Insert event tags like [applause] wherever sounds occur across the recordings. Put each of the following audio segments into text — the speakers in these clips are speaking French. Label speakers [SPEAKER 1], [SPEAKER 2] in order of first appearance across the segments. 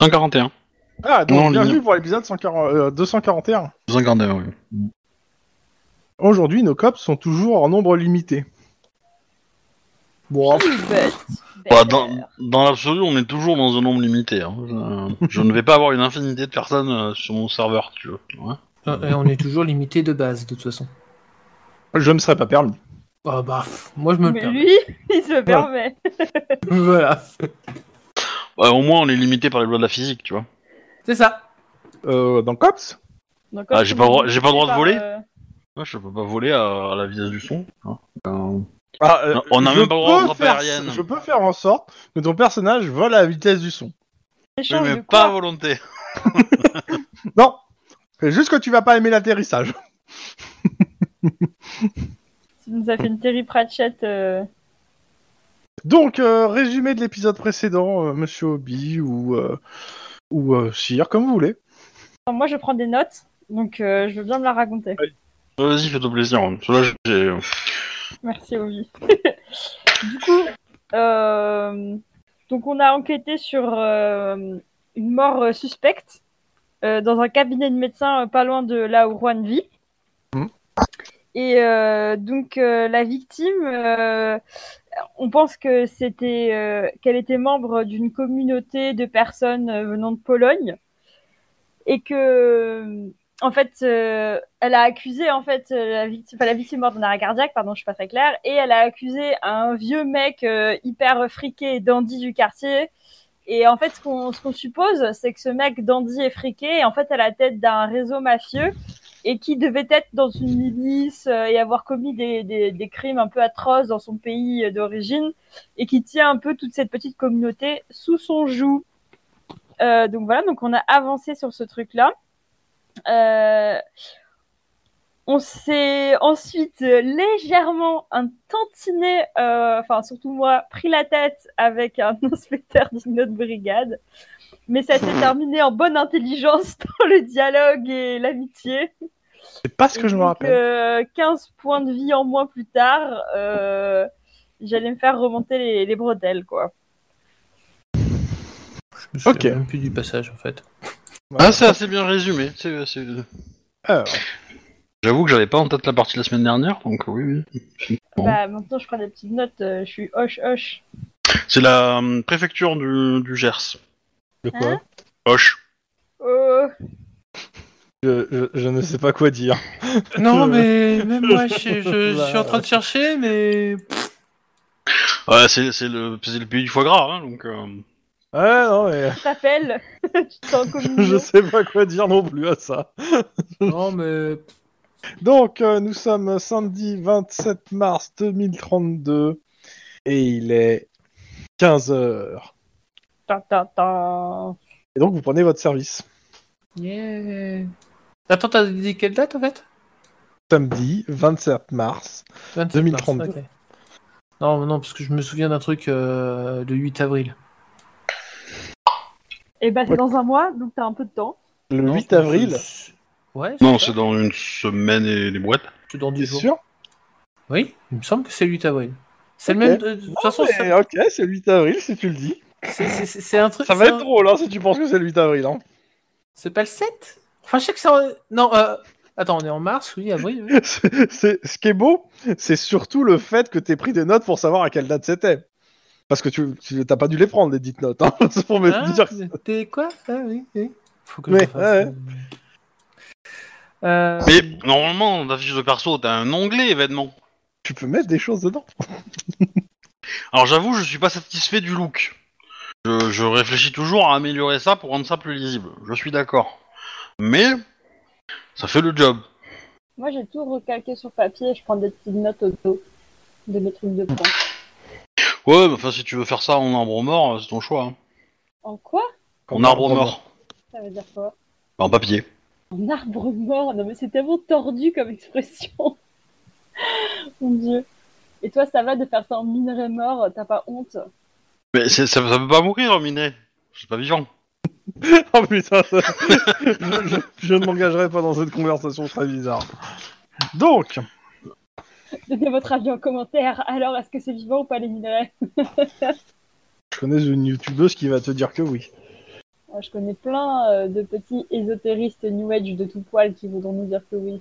[SPEAKER 1] 141.
[SPEAKER 2] Ah, donc
[SPEAKER 1] Non,
[SPEAKER 2] bienvenue
[SPEAKER 1] Lino.
[SPEAKER 2] pour l'épisode 140 euh, 241.
[SPEAKER 1] 241, oui.
[SPEAKER 2] Aujourd'hui, nos cops sont toujours en nombre limité.
[SPEAKER 3] Bon,
[SPEAKER 4] Il est bête.
[SPEAKER 1] Bah, dans dans l'absolu, on est toujours dans un nombre limité. hein. Euh, je ne vais pas avoir une infinité de personnes euh, sur mon serveur, tu vois. Ouais.
[SPEAKER 3] euh, euh, on est toujours limité de base, de toute façon.
[SPEAKER 2] Je me serais pas permis.
[SPEAKER 3] Ah bah, pff, moi je me le
[SPEAKER 4] Mais
[SPEAKER 3] permets.
[SPEAKER 4] lui, [laughs] il se permet.
[SPEAKER 3] [laughs] Voilà.
[SPEAKER 1] Ouais, au moins, on est limité par les lois de la physique, tu vois.
[SPEAKER 3] C'est ça.
[SPEAKER 2] Euh, dans cops
[SPEAKER 4] Donc,
[SPEAKER 1] Ah,
[SPEAKER 4] quand
[SPEAKER 1] j'ai
[SPEAKER 4] tu
[SPEAKER 1] pas
[SPEAKER 4] me
[SPEAKER 1] droit-
[SPEAKER 4] dis
[SPEAKER 1] j'ai pas le droit de
[SPEAKER 4] par,
[SPEAKER 1] voler
[SPEAKER 4] euh,
[SPEAKER 1] Ouais, je peux pas voler à, à la vitesse du son. hein. Euh,
[SPEAKER 2] Ah, euh,
[SPEAKER 1] Non, on n'a
[SPEAKER 2] je
[SPEAKER 1] même pas le droit
[SPEAKER 2] peux
[SPEAKER 1] de
[SPEAKER 2] faire-
[SPEAKER 1] aérienne.
[SPEAKER 2] Je peux faire en sorte que ton personnage vole à la vitesse du son.
[SPEAKER 4] échange
[SPEAKER 1] mais
[SPEAKER 4] de
[SPEAKER 1] pas à
[SPEAKER 4] quoi
[SPEAKER 1] volonté.
[SPEAKER 2] Non C'est juste que tu vas pas aimer l'atterrissage. [laughs]
[SPEAKER 4] Tu nous as fait une Terry Pratchett. euh,
[SPEAKER 2] Donc, euh, résumé de l'épisode précédent, euh, Monsieur Obi ou, euh, ou euh, Sire, comme vous voulez.
[SPEAKER 4] enfin, moi, je prends des notes, donc euh, je veux bien me la raconter.
[SPEAKER 1] Euh, Vas-y, fais-toi plaisir. hein. Parce que là, j'ai-
[SPEAKER 4] Merci, Ovi. [laughs] du coup, euh, donc on a enquêté sur euh, une mort euh, suspecte euh, dans un cabinet de médecin euh, pas loin de là où Juan vit.
[SPEAKER 2] Mhm.
[SPEAKER 4] Et euh, donc euh, la victime, euh, on pense que c'était euh, qu'elle était membre d'une communauté de personnes euh, venant de Pologne et que en fait, euh, elle a accusé en fait euh, la victime, enfin, la victime morte d'un arrêt cardiaque, pardon, je suis pas très claire, et elle a accusé un vieux mec euh, hyper friqué et dandy du quartier. Et en fait, ce qu'on ce qu'on suppose, c'est que ce mec dandy et friqué, et en fait, à la tête d'un réseau mafieux et qui devait être dans une milice euh, et avoir commis des, des, des crimes un peu atroces dans son pays euh, d'origine et qui tient un peu toute cette petite communauté sous son joug. Euh, donc voilà, donc on a avancé sur ce truc-là. Euh, on s'est ensuite euh, légèrement un tantinet, euh, enfin surtout moi, pris la tête avec un [laughs] inspecteur d'une autre brigade. Mais ça s'est terminé en bonne intelligence [laughs] dans le dialogue et l'amitié.
[SPEAKER 2] C'est pas ce que je me
[SPEAKER 4] Donc,
[SPEAKER 2] rappelle.
[SPEAKER 4] euh, 15 points de vie en moins plus tard, euh, j'allais me faire remonter les, les bretelles, quoi.
[SPEAKER 3] Je me souviens
[SPEAKER 2] Ok.
[SPEAKER 3] même plus du passage en fait.
[SPEAKER 1] Ah, c'est assez bien résumé. c'est- c'est-
[SPEAKER 2] Alors,
[SPEAKER 1] J'avoue que j'avais pas en tête la partie de la semaine dernière, donc euh, oui, oui. Bon.
[SPEAKER 4] Bah, maintenant, je prends des petites notes, euh, je suis hoche hoche.
[SPEAKER 1] C'est la euh, préfecture du, du Gers.
[SPEAKER 2] de quoi
[SPEAKER 4] Hein
[SPEAKER 1] Hoche.
[SPEAKER 4] Oh,
[SPEAKER 2] je, je- je ne sais pas quoi dire.
[SPEAKER 3] [laughs] Non,
[SPEAKER 2] Je-
[SPEAKER 3] mais même moi je, je- je suis en train de chercher, mais.
[SPEAKER 1] Ouais, c'est c'est le, c'est le pays du foie gras, hein, donc. euh,
[SPEAKER 2] Ouais, Ah, non, mais
[SPEAKER 4] tu [laughs] t'appelles Tu te sens en communion.
[SPEAKER 2] [laughs] je sais pas quoi dire non plus à ça.
[SPEAKER 3] Non, mais.
[SPEAKER 2] Donc, euh, nous sommes samedi 27 mars 2032 et il est 15h.
[SPEAKER 4] Tan, tan, tan.
[SPEAKER 2] Et donc, vous prenez votre service.
[SPEAKER 3] Yeah. Attends, t'as dit quelle date en fait
[SPEAKER 2] Samedi 27 mars.
[SPEAKER 3] 27 mars,
[SPEAKER 2] 2032.
[SPEAKER 3] ok. Non, non, parce que je me souviens d'un truc euh, le 8 avril.
[SPEAKER 4] Et bah, c'est
[SPEAKER 2] Ouais.
[SPEAKER 4] dans un mois, donc t'as un peu de temps.
[SPEAKER 2] Le
[SPEAKER 3] Non,
[SPEAKER 2] 8
[SPEAKER 3] je me
[SPEAKER 2] avril,
[SPEAKER 3] souviens- Ouais,
[SPEAKER 1] Non,
[SPEAKER 3] ça,
[SPEAKER 1] c'est dans une semaine et les boîtes.
[SPEAKER 3] c'est dans
[SPEAKER 2] t'es
[SPEAKER 3] 10 jours.
[SPEAKER 2] sûr
[SPEAKER 3] Oui, il me semble que c'est le 8 avril. C'est
[SPEAKER 2] Ok.
[SPEAKER 3] le même. de- De toute façon,
[SPEAKER 2] Non,
[SPEAKER 3] ça-
[SPEAKER 2] mais Ah Ok, c'est le 8 avril si tu le dis.
[SPEAKER 3] c'est- c'est c'est- c'est un truc.
[SPEAKER 2] Ça va
[SPEAKER 3] c'est
[SPEAKER 2] être
[SPEAKER 3] un-
[SPEAKER 2] drôle hein, si tu penses que c'est le 8 avril. Hein. [laughs]
[SPEAKER 3] C'est pas le 7 Enfin, je sais que c'est. en- Non, euh... attends, on est en mars, oui, avril. oui.
[SPEAKER 2] C'est- c'est- ce qui est beau, c'est surtout le fait que t'aies pris des notes pour savoir à quelle date c'était. Parce que tu tu- t'as pas dû les prendre, les dites notes. Hein, [laughs] c'est pour me
[SPEAKER 3] Ah,
[SPEAKER 2] dire que
[SPEAKER 3] T'es quoi Ah oui, oui. Faut que
[SPEAKER 2] Ouais,
[SPEAKER 3] je refasse,
[SPEAKER 2] ouais.
[SPEAKER 3] euh. Euh,
[SPEAKER 1] Mais normalement, dans ta fiche de perso, t'as un onglet événement.
[SPEAKER 2] tu peux mettre des choses dedans.
[SPEAKER 1] Alors j'avoue, je suis pas satisfait du look. Je, je réfléchis toujours à améliorer ça pour rendre ça plus lisible. Je suis d'accord. Mais ça fait le job.
[SPEAKER 4] Moi, j'ai tout recalqué sur papier, je prends des petites notes au dos de mes trucs de [laughs] points.
[SPEAKER 1] Ouais, mais enfin si tu veux faire ça en arbre mort, euh, c'est ton choix. hein.
[SPEAKER 4] En quoi
[SPEAKER 1] En arbre mort,
[SPEAKER 4] Ça veut dire quoi
[SPEAKER 1] en papier.
[SPEAKER 4] En arbre mort Non, mais c'est tellement tordu comme expression. [laughs] Mon dieu. Et toi, ça va de faire ça en minerai mort T'as pas honte
[SPEAKER 1] Mais c'est- ça, ça peut pas mourir, minet. C'est pas vivant.
[SPEAKER 2] [laughs] Oh putain, ça- je, je- je ne m'engagerai pas dans cette conversation très bizarre. Donc,
[SPEAKER 4] Donnez votre avis en commentaire. Alors, est-ce que c'est vivant ou pas les minerais
[SPEAKER 2] je connais une youtubeuse qui va te dire que oui.
[SPEAKER 4] Moi, Ah, je connais plein euh, de petits ésotéristes New Age de tout poil qui voudront nous dire que oui.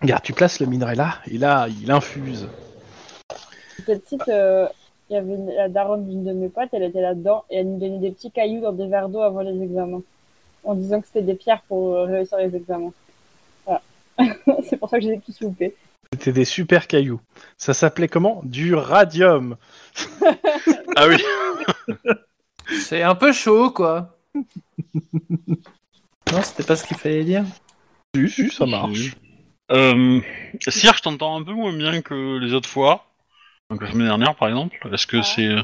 [SPEAKER 2] Regarde, tu places le minerai là, et là, il infuse.
[SPEAKER 4] Cette petite, euh, il y avait une- la daronne d'une de mes potes, elle était là-dedans et elle nous donnait des petits cailloux dans des verres d'eau avant les examens, en disant que c'était des pierres pour euh, réussir les examens. Voilà. [laughs] C'est pour ça que je les ai tous loupés.
[SPEAKER 2] C'était des super cailloux. Ça s'appelait comment Du radium.
[SPEAKER 1] Ah oui.
[SPEAKER 3] C'est un peu chaud, quoi. non, c'était pas ce qu'il fallait dire.
[SPEAKER 2] Si, si, ça marche.
[SPEAKER 1] Euh, Cyr, je t'entends un peu moins bien que les autres fois. Donc la semaine dernière, par exemple. Est-ce que
[SPEAKER 4] Ouais.
[SPEAKER 1] c'est euh,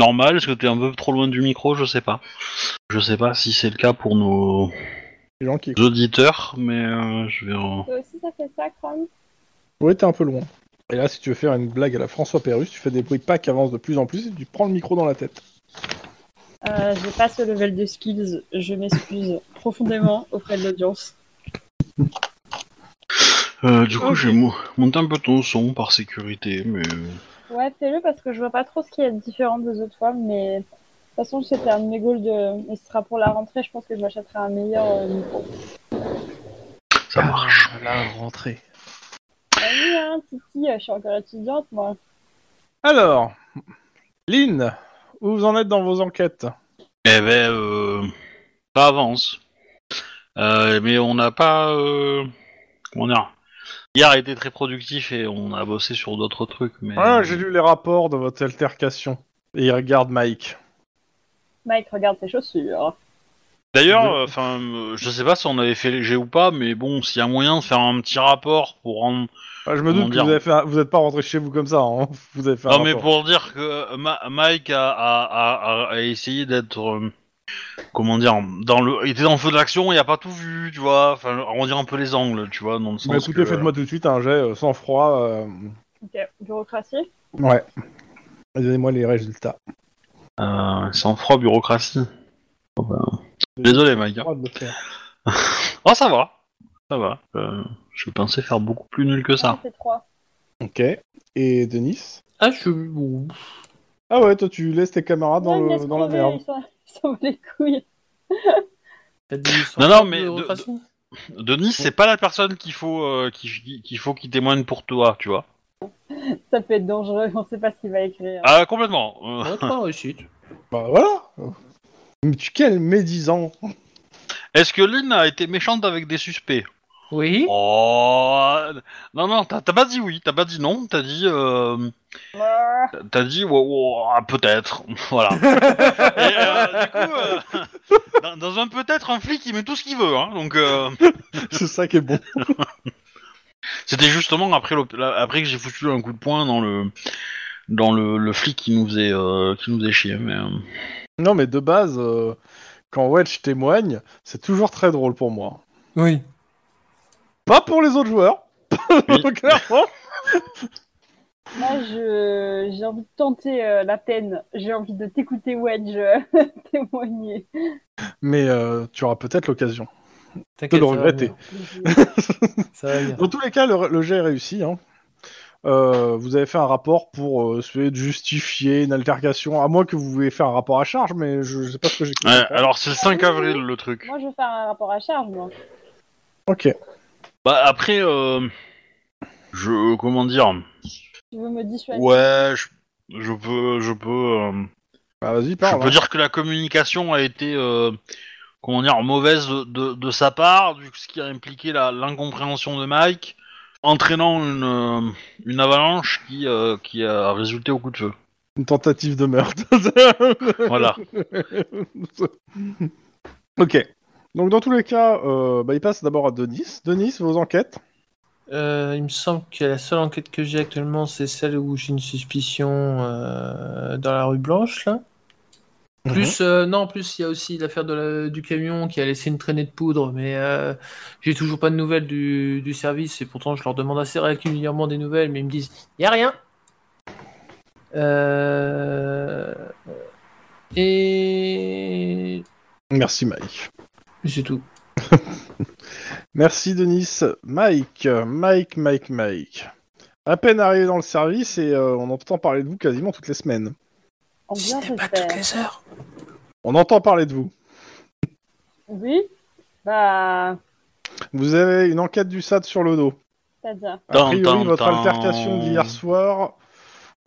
[SPEAKER 1] normal Est-ce que t'es un peu trop loin du micro Je sais pas. Je sais pas si c'est le cas pour nos
[SPEAKER 2] Les gens qui.
[SPEAKER 1] auditeurs, mais euh, je vais. en-
[SPEAKER 4] Toi aussi, ça fait ça, Chrome
[SPEAKER 2] Ouais, t'es un peu loin. Et là, si tu veux faire une blague à la François Pérus, tu fais des bruits pas qui avancent de plus en plus et tu prends le micro dans la tête.
[SPEAKER 4] Euh, je passe au level de skills. Je m'excuse profondément auprès de l'audience.
[SPEAKER 1] Euh, du coup,
[SPEAKER 4] Ok.
[SPEAKER 1] je vais mo- monter un peu ton son par sécurité, mais. euh,
[SPEAKER 4] Ouais, fais-le parce que je vois pas trop ce qui est différent des autres fois, mais de toute façon, c'était un de mes goals de... et ce sera pour la rentrée. Je pense que je m'achèterai un meilleur euh, micro.
[SPEAKER 1] Ça marche.
[SPEAKER 2] Ah, Là, rentrée.
[SPEAKER 4] Ah oui, hein, Titi, euh, je suis encore étudiante, moi.
[SPEAKER 2] Alors, Lynn, où vous en êtes dans vos enquêtes
[SPEAKER 4] Ah.
[SPEAKER 1] Eh ben, euh, ça avance. Euh, mais on n'a pas. Euh, comment dire Hier a été très productif et on a bossé sur d'autres trucs. Mais...
[SPEAKER 2] Ouais, Ah, j'ai lu les rapports de votre altercation. Et il regarde Mike.
[SPEAKER 4] Mike, regarde ses chaussures.
[SPEAKER 1] D'ailleurs, euh, enfin, euh, je sais pas si on avait fait léger ou pas, mais bon, s'il y a moyen de faire un petit rapport pour rendre.
[SPEAKER 2] Ouais, Ah, je me doute
[SPEAKER 1] Comment
[SPEAKER 2] que
[SPEAKER 1] dire
[SPEAKER 2] vous, avez fait un- vous êtes pas rentré chez vous comme ça. hein. [laughs] Vous avez fait un
[SPEAKER 1] non, mais
[SPEAKER 2] rapport.
[SPEAKER 1] pour dire que euh, Ma- Mike a, a, a- a- a essayé d'être. euh, comment dire dans le... Il était dans le feu de l'action, il a pas tout vu, tu vois. Enfin, arrondir un peu les angles, tu vois, dans le sens.
[SPEAKER 2] Bah, écoutez,
[SPEAKER 1] que-
[SPEAKER 2] faites-moi tout de suite un jet euh, sans froid. euh,
[SPEAKER 4] Ok, bureaucratie.
[SPEAKER 2] Ouais. Donnez-moi les résultats.
[SPEAKER 1] Euh, sans froid, bureaucratie. Oh, bah. Désolé, Mike. hein.
[SPEAKER 2] Droit de le faire.
[SPEAKER 1] Oh, ça va. Ça va. Euh, je pensais faire beaucoup plus nul que ça.
[SPEAKER 4] Ah, c'est trois.
[SPEAKER 2] Ok. Et Denis
[SPEAKER 3] Ah, je suis. bon.
[SPEAKER 2] Ah ouais, toi tu laisses tes camarades Ah, dans, le-
[SPEAKER 4] Ouais, laisse
[SPEAKER 2] dans la
[SPEAKER 4] crever,
[SPEAKER 2] merde.
[SPEAKER 4] Ils s'en ils s'en battent les couilles. [laughs]
[SPEAKER 3] T'as dit
[SPEAKER 1] Non, non, mais de-
[SPEAKER 3] bureaucratie
[SPEAKER 1] [laughs] Denis, c'est pas la personne qu'il faut euh, qu'il qu'il faut qu'il témoigne pour toi, tu vois.
[SPEAKER 4] Ça peut être dangereux, on sait pas ce qu'il va écrire.
[SPEAKER 1] Ah, complètement. Euh,
[SPEAKER 3] Ouais, trois réussites.
[SPEAKER 2] Bah voilà Mais tu- quel médisant [laughs]
[SPEAKER 1] Est-ce que Lynn a été méchante avec des suspects
[SPEAKER 3] Oui.
[SPEAKER 1] Oh non non, t'as t'as pas dit oui, t'as pas dit non, t'as dit euh,
[SPEAKER 4] Ah,
[SPEAKER 1] t'as dit ouais, ouais, ah, peut-être, [laughs] voilà. Et, euh, du coup, euh, dans, dans un peut-être, un flic il met tout ce qu'il veut, hein, donc. euh,
[SPEAKER 2] C'est ça qui est bon.
[SPEAKER 1] C'était justement après, l'op- la- après que j'ai foutu un coup de poing dans le dans le, le flic qui nous faisait euh, qui nous faisait chier. Mais euh,
[SPEAKER 2] Non mais de base, euh, quand Wedge témoigne, c'est toujours très drôle pour moi.
[SPEAKER 3] Oui.
[SPEAKER 2] Pas pour les autres joueurs
[SPEAKER 1] Oui.
[SPEAKER 2] [laughs] Clairement
[SPEAKER 4] Moi, je... j'ai envie de tenter euh, la peine. J'ai envie de t'écouter, Wedge, [laughs] euh, témoigner.
[SPEAKER 2] Mais euh, tu auras peut-être l'occasion.
[SPEAKER 3] T'inquiète.
[SPEAKER 2] Te le
[SPEAKER 3] ça va
[SPEAKER 2] regretter.
[SPEAKER 3] bien, Ça va bien.
[SPEAKER 2] Dans tous les cas, le, le jet est réussi. hein. Euh, vous avez fait un rapport pour euh, essayer de justifier une altercation, à moins que vous vouliez faire un rapport à charge, mais je, je sais pas ce que j'ai.
[SPEAKER 1] ouais, alors c'est le 5 avril le truc.
[SPEAKER 4] Moi, je vais faire un rapport à charge, moi.
[SPEAKER 2] Ok.
[SPEAKER 1] Bah après, euh, je comment dire
[SPEAKER 4] Tu veux me dissuader
[SPEAKER 1] Ouais, je, je peux je peux euh,
[SPEAKER 2] Bah, vas-y,
[SPEAKER 1] je
[SPEAKER 2] parle.
[SPEAKER 1] peux
[SPEAKER 2] hein.
[SPEAKER 1] dire que la communication a été euh, comment dire mauvaise de, de, de sa part, du- ce qui a impliqué la- l'incompréhension de Mike, entraînant une euh, une avalanche qui euh, qui a résulté au coup de feu.
[SPEAKER 2] Une tentative de meurtre.
[SPEAKER 1] [laughs]
[SPEAKER 2] [laughs]
[SPEAKER 1] Voilà.
[SPEAKER 2] ok. Donc dans tous les cas, euh, bah, il passe d'abord à Denis. Denis, vos enquêtes.
[SPEAKER 3] Euh, il me semble que la seule enquête que j'ai actuellement, c'est celle où j'ai une suspicion euh, dans la rue Blanche, là.
[SPEAKER 2] Mhm.
[SPEAKER 3] Plus, euh, non, plus, il y a aussi l'affaire de la- du camion qui a laissé une traînée de poudre, mais euh, j'ai toujours pas de nouvelles du, du service et pourtant je leur demande assez régulièrement des nouvelles, mais ils me disent y a rien. Euh, Et
[SPEAKER 2] Merci Mike.
[SPEAKER 3] c'est tout.
[SPEAKER 2] Merci Denis. Mike, Mike, Mike, Mike. À peine arrivé dans le service et euh, on entend parler de vous quasiment toutes les semaines.
[SPEAKER 4] En
[SPEAKER 3] Si
[SPEAKER 4] bien,
[SPEAKER 3] ce n'est pas
[SPEAKER 4] j'espère.
[SPEAKER 3] toutes les heures.
[SPEAKER 2] On entend parler de vous.
[SPEAKER 4] Oui. Bah,
[SPEAKER 2] Vous avez une enquête du SAD sur le dos.
[SPEAKER 4] c'est-à-dire.
[SPEAKER 2] A priori,
[SPEAKER 1] Tan, tan,
[SPEAKER 2] votre
[SPEAKER 1] tan.
[SPEAKER 2] altercation d'hier soir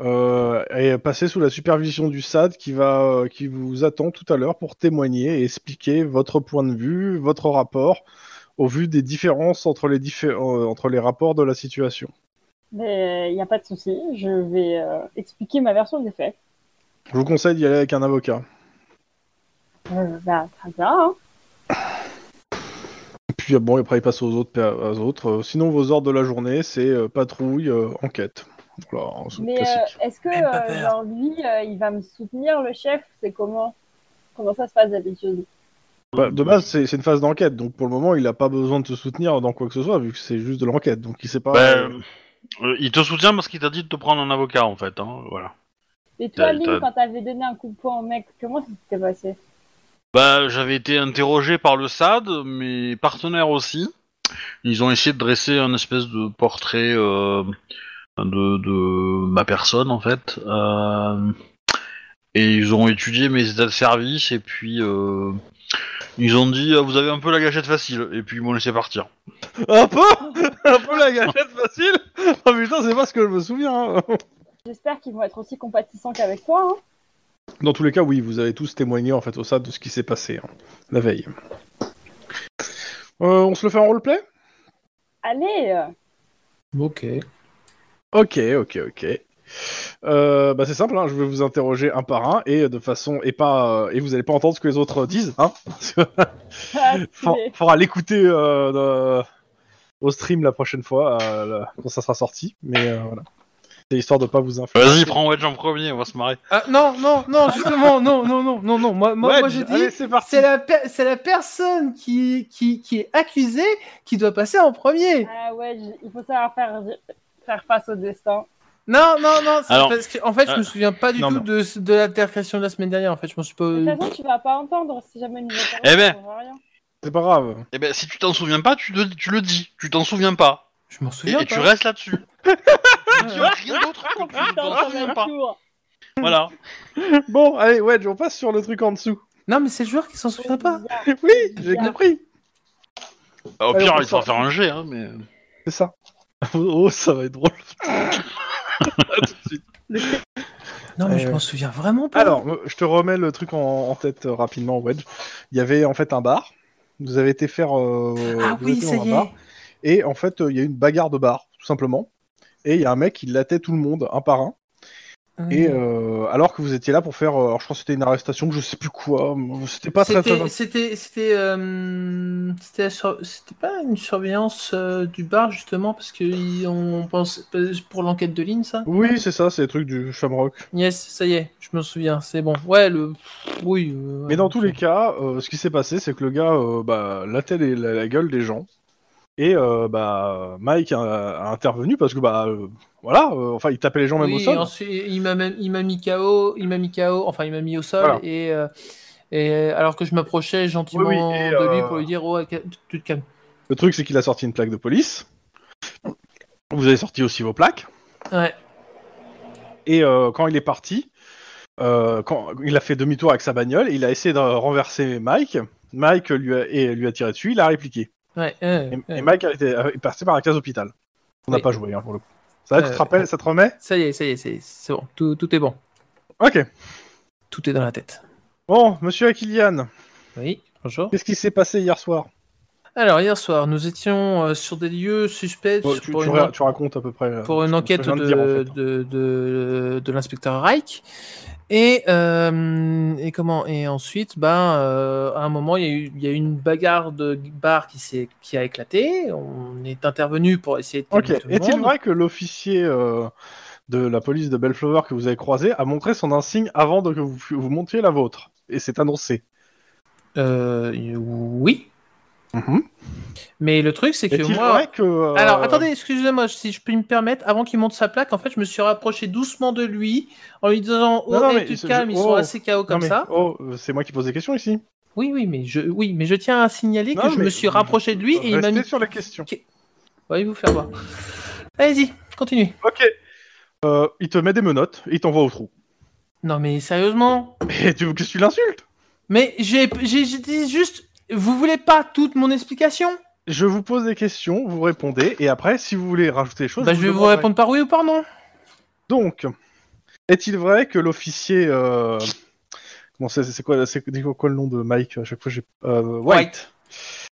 [SPEAKER 2] euh, est passée sous la supervision du SAD qui, va, euh, qui vous attend tout à l'heure pour témoigner et expliquer votre point de vue, votre rapport, au vu des différences entre les, diffé- euh, entre les rapports de la situation.
[SPEAKER 4] Mais il n'y a pas de souci, je vais euh, expliquer ma version des faits.
[SPEAKER 2] Je vous conseille d'y aller avec un avocat.
[SPEAKER 4] Euh, bah, très bien. hein.
[SPEAKER 2] Puis euh, bon, après, il passe aux autres. aux autres. Euh, Sinon, vos ordres de la journée, c'est euh, patrouille, euh, enquête. Voilà, un truc
[SPEAKER 4] Mais
[SPEAKER 2] classique.
[SPEAKER 4] euh, est-ce que
[SPEAKER 3] Même pas
[SPEAKER 4] euh,
[SPEAKER 3] peur.
[SPEAKER 4] genre, lui, euh, il va me soutenir, le chef C'est comment Comment ça se passe d'habitude
[SPEAKER 2] Bah, de base, c'est c'est une phase d'enquête, donc pour le moment, il n'a pas besoin de te soutenir dans quoi que ce soit, vu que c'est juste de l'enquête, donc il sait pas.
[SPEAKER 1] Ben,
[SPEAKER 2] euh,
[SPEAKER 1] euh, il te soutient parce qu'il t'a dit de te prendre un avocat en fait. Hein, voilà.
[SPEAKER 4] Et toi,
[SPEAKER 1] T'as-
[SPEAKER 4] Lynn,
[SPEAKER 1] t'as-
[SPEAKER 4] quand t'avais donné un coup de poing au mec, comment ça s'était passé
[SPEAKER 1] Bah, j'avais été interrogé par le SAD, mes partenaires aussi. Ils ont essayé de dresser un espèce de portrait euh, de, de ma personne en fait. Euh, et ils ont étudié mes états de service et puis euh, ils ont dit euh, vous avez un peu la gâchette facile et puis ils m'ont laissé partir.
[SPEAKER 2] euh, Un peu [laughs] Un peu la gâchette facile Oh putain, c'est pas ce que je me souviens. hein.
[SPEAKER 4] J'espère qu'ils vont être aussi compatissants qu'avec toi. hein.
[SPEAKER 2] Dans tous les cas, oui, vous avez tous témoigné en fait au SAD de ce qui s'est passé hein, la veille. Euh, on se le fait en roleplay
[SPEAKER 4] Allez euh,
[SPEAKER 3] Ok.
[SPEAKER 2] Ok, ok, ok. Euh, bah c'est simple, hein, je vais vous interroger un par un et de façon et pas euh, et vous allez pas entendre ce que les autres disent, hein. [laughs]
[SPEAKER 4] ah,
[SPEAKER 2] Faut-
[SPEAKER 4] stylé.
[SPEAKER 2] faudra l'écouter euh, dans- au stream la prochaine fois euh, là, quand ça sera sorti, mais euh, voilà. C'est histoire de pas vous influencer.
[SPEAKER 1] Vas-y prends Wedge en premier, on va se marrer.
[SPEAKER 3] Ah, non, non, non, justement, non, non, non, non, non. Moi, moi,
[SPEAKER 2] Ouais,
[SPEAKER 3] moi je dis,
[SPEAKER 2] allez, c'est parti.
[SPEAKER 3] c'est la, per- c'est la personne qui, qui, qui est accusée qui doit passer en premier.
[SPEAKER 4] Ah ouais, j- il faut savoir faire, faire face au destin.
[SPEAKER 3] Non, non, non, c'est
[SPEAKER 1] Alors,
[SPEAKER 3] parce que, en fait, je
[SPEAKER 1] euh,
[SPEAKER 3] me souviens pas du
[SPEAKER 2] non,
[SPEAKER 3] tout
[SPEAKER 2] non.
[SPEAKER 3] de, de l'altercation de la semaine dernière. En fait, je m'en suis pas.
[SPEAKER 4] De toute façon, tu vas pas entendre si jamais nous entendons,
[SPEAKER 1] Eh ben.
[SPEAKER 4] on voit rien.
[SPEAKER 2] C'est pas grave.
[SPEAKER 1] Eh ben si tu t'en souviens pas, tu, te- tu le dis. Tu t'en souviens pas.
[SPEAKER 3] Je m'en
[SPEAKER 1] Et,
[SPEAKER 3] souviens
[SPEAKER 1] et tu
[SPEAKER 3] pas.
[SPEAKER 1] restes
[SPEAKER 3] [laughs]
[SPEAKER 1] là-dessus. tu vois rien d'autre que tu ne
[SPEAKER 4] Putain,
[SPEAKER 1] t'en
[SPEAKER 4] ça
[SPEAKER 1] souviens
[SPEAKER 4] m'a
[SPEAKER 1] pas.
[SPEAKER 4] lourd.
[SPEAKER 1] Voilà.
[SPEAKER 2] Bon, allez, ouais, on passe sur le truc en dessous.
[SPEAKER 3] Non, mais c'est le joueur qui s'en souvient pas.
[SPEAKER 2] Oui, j'ai
[SPEAKER 4] Bien.
[SPEAKER 2] compris.
[SPEAKER 1] Au
[SPEAKER 2] Allez,
[SPEAKER 1] pire, il te
[SPEAKER 2] on
[SPEAKER 1] va
[SPEAKER 2] sort.
[SPEAKER 1] faire un jet, hein, mais.
[SPEAKER 2] C'est ça. [laughs] Oh, ça va être drôle.
[SPEAKER 3] Non, mais
[SPEAKER 2] Euh,
[SPEAKER 3] je m'en souviens vraiment pas.
[SPEAKER 2] Alors, euh, je te remets le truc en, en tête euh, rapidement, Wedge. Il y avait en fait un bar. Vous avez été faire. euh,
[SPEAKER 3] ah
[SPEAKER 2] vous
[SPEAKER 3] oui,
[SPEAKER 2] étiez
[SPEAKER 3] ça
[SPEAKER 2] dans un
[SPEAKER 3] y
[SPEAKER 2] bar.
[SPEAKER 3] est.
[SPEAKER 2] Et en fait, euh, il y a eu une bagarre de bar, tout simplement. Et il y a un mec qui lattait tout le monde, un par un. Et
[SPEAKER 3] Mhm.
[SPEAKER 2] euh, alors que vous étiez là pour faire. euh, alors, je crois que c'était une arrestation, je sais plus quoi. mais C'était pas très. très...
[SPEAKER 3] C'était, c'était, c'était, euh, c'était, la sur- c'était pas une surveillance euh, du bar justement parce que ils- on pense pour l'enquête de Lynn ça.
[SPEAKER 2] Oui, c'est ça, c'est le truc du Shamrock.
[SPEAKER 3] Yes, ça y est, je me souviens, c'est bon. Ouais, le oui. euh,
[SPEAKER 2] Mais dans
[SPEAKER 3] ok.
[SPEAKER 2] tous les cas, euh, ce qui s'est passé, c'est que le gars euh, bah, lattait les- la, la gueule des gens. Et euh, bah, Mike a, a intervenu parce que, bah, euh, voilà, euh, enfin, il tapait les gens même
[SPEAKER 3] oui,
[SPEAKER 2] au sol.
[SPEAKER 3] ensuite il m'a même- il m'a mis KO, il m'a mis KO, enfin il m'a mis au sol
[SPEAKER 2] Voilà.
[SPEAKER 3] et euh, et euh, alors que je m'approchais gentiment
[SPEAKER 2] Oui, oui, et,
[SPEAKER 3] de lui
[SPEAKER 2] euh,
[SPEAKER 3] pour lui dire oh cal- tu te calmes.
[SPEAKER 2] Le truc, c'est qu'il a sorti une plaque de police. Vous avez sorti aussi vos plaques.
[SPEAKER 3] Ouais.
[SPEAKER 2] Et euh, quand il est parti, euh, quand il a fait demi-tour avec sa bagnole, il a essayé de renverser Mike. Mike lui a, et lui a tiré dessus, il a répliqué.
[SPEAKER 3] Ouais, ouais,
[SPEAKER 2] Et,
[SPEAKER 3] ouais.
[SPEAKER 2] et Mike a été, est passé par la case hôpital. On n'a
[SPEAKER 3] Oui.
[SPEAKER 2] pas joué, hein, pour le coup. Ça, va, tu
[SPEAKER 3] Euh,
[SPEAKER 2] te rappelles, ça te remet
[SPEAKER 3] Ça y est, ça y est, ça y est, c'est bon, tout, tout est bon,
[SPEAKER 2] Ok.
[SPEAKER 3] tout est dans la tête.
[SPEAKER 2] Bon, monsieur Akilian,
[SPEAKER 3] Oui, bonjour.
[SPEAKER 2] qu'est-ce qui s'est passé hier soir
[SPEAKER 3] Alors hier soir, nous étions euh, sur des lieux suspects
[SPEAKER 2] Bon,
[SPEAKER 3] sur-
[SPEAKER 2] tu,
[SPEAKER 3] pour,
[SPEAKER 2] tu
[SPEAKER 3] une
[SPEAKER 2] ra-
[SPEAKER 3] en-
[SPEAKER 2] tu racontes à peu près. euh,
[SPEAKER 3] pour une
[SPEAKER 2] ce que
[SPEAKER 3] enquête
[SPEAKER 2] je viens
[SPEAKER 3] de,
[SPEAKER 2] dire, en fait.
[SPEAKER 3] de, de- de l'inspecteur Reich. Et, euh, et comment Et ensuite, ben, euh, à un moment, il y, a eu, il y a eu une bagarre de bar qui, s'est- qui a éclaté. On est intervenu pour essayer de
[SPEAKER 2] Ok.
[SPEAKER 3] calmer tout le
[SPEAKER 2] Est-il
[SPEAKER 3] monde.
[SPEAKER 2] vrai que l'officier euh, de la police de Bellflower que vous avez croisé a montré son insigne avant de que vous, fu- vous montiez la vôtre Et c'est annoncé.
[SPEAKER 3] Euh, Oui. Mais le truc, c'est que
[SPEAKER 2] Est-il
[SPEAKER 3] moi,
[SPEAKER 2] vrai que. euh,
[SPEAKER 3] Alors, attendez, excusez-moi, si je peux me permettre, avant qu'il monte sa plaque, en fait, je me suis rapproché doucement de lui en lui disant Oh,
[SPEAKER 2] Non, non,
[SPEAKER 3] hey,
[SPEAKER 2] mais
[SPEAKER 3] tu te
[SPEAKER 2] je-
[SPEAKER 3] calmes, ils sont
[SPEAKER 2] oh,
[SPEAKER 3] assez KO
[SPEAKER 2] non,
[SPEAKER 3] comme
[SPEAKER 2] mais-
[SPEAKER 3] ça.
[SPEAKER 2] Oh, euh, c'est moi qui pose des questions ici.
[SPEAKER 3] Oui, oui, mais je, oui, mais je tiens à signaler que
[SPEAKER 2] Non,
[SPEAKER 3] je
[SPEAKER 2] mais-
[SPEAKER 3] me suis rapproché de lui et il m'a
[SPEAKER 2] Restez
[SPEAKER 3] mis.
[SPEAKER 2] sur la question.
[SPEAKER 3] Ouais, il vous faire voir. Allez-y, continue.
[SPEAKER 2] Ok. Euh, il te met des menottes et il t'envoie au trou. [laughs]
[SPEAKER 3] Non, mais sérieusement
[SPEAKER 2] Et tu veux que tu l'insultes
[SPEAKER 3] Mais j'ai j'ai- j'ai dit juste, vous voulez pas toute mon explication
[SPEAKER 2] Je vous pose des questions, vous répondez, et après, si vous voulez rajouter des choses,
[SPEAKER 3] Bah, je vais vous
[SPEAKER 2] demanderai.
[SPEAKER 3] répondre par oui ou par non.
[SPEAKER 2] Donc, est-il vrai que l'officier. euh, Comment c'est, c'est quoi, c'est c'est quoi le nom de Mike À chaque fois, j'ai. euh, White.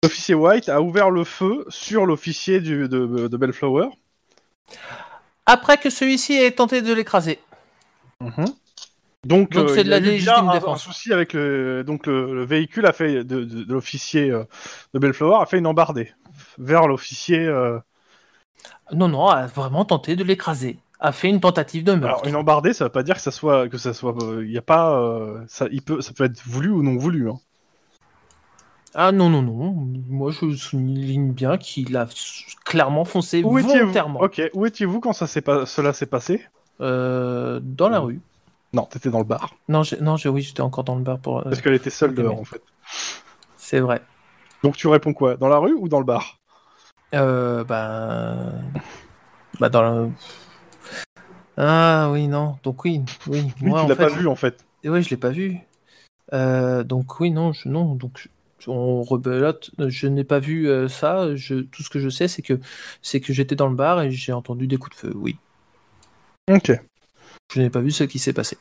[SPEAKER 2] L'officier White a ouvert le feu sur l'officier du- de, de Bellflower.
[SPEAKER 3] Après que celui-ci ait tenté de l'écraser.
[SPEAKER 2] Donc,
[SPEAKER 3] Mhm. Donc,
[SPEAKER 2] euh,
[SPEAKER 3] c'est
[SPEAKER 2] il
[SPEAKER 3] de
[SPEAKER 2] y
[SPEAKER 3] la
[SPEAKER 2] a eu bien
[SPEAKER 3] légitime
[SPEAKER 2] un,
[SPEAKER 3] défense.
[SPEAKER 2] un souci avec le. Donc, le, le véhicule a fait de, de- de l'officier euh, de Bellflower a fait une embardée vers l'officier. euh,
[SPEAKER 3] Non, non, a vraiment tenté de l'écraser. A fait une tentative de meurtre.
[SPEAKER 2] Alors, une embardée, ça veut pas dire que ça soit que ça soit. euh, Il y a pas. euh, ça, il peut, ça peut être voulu ou non voulu. hein.
[SPEAKER 3] Ah non, non, non. Moi, je souligne bien qu'il a s- clairement foncé
[SPEAKER 2] Où étiez-vous
[SPEAKER 3] volontairement
[SPEAKER 2] Ok. Où étiez-vous quand ça s'est pas, cela s'est passé
[SPEAKER 3] Euh, dans la
[SPEAKER 2] Mm.
[SPEAKER 3] rue.
[SPEAKER 2] Non, t'étais dans le bar.
[SPEAKER 3] Non, j'ai- non j'ai- oui, j'étais encore dans le bar pour. euh,
[SPEAKER 2] Parce qu'elle était seule
[SPEAKER 3] ok,
[SPEAKER 2] dehors,
[SPEAKER 3] mais-
[SPEAKER 2] en fait.
[SPEAKER 3] C'est vrai.
[SPEAKER 2] Donc tu réponds quoi Dans la rue ou dans le bar
[SPEAKER 3] Euh, bah... bah, dans le. Ah oui, non. Donc oui, oui.
[SPEAKER 2] Lui,
[SPEAKER 3] Moi,
[SPEAKER 2] tu
[SPEAKER 3] en
[SPEAKER 2] l'as
[SPEAKER 3] fait,
[SPEAKER 2] pas vu, en fait.
[SPEAKER 3] Et ouais, je l'ai pas vu. Euh, donc oui, non, je, non, donc je- on rebelote. Je n'ai pas vu euh, ça. Je, tout ce que je sais, c'est que c'est que j'étais dans le bar et j'ai entendu des coups de feu. Oui,
[SPEAKER 2] Ok.
[SPEAKER 3] je n'ai pas vu ce qui s'est passé.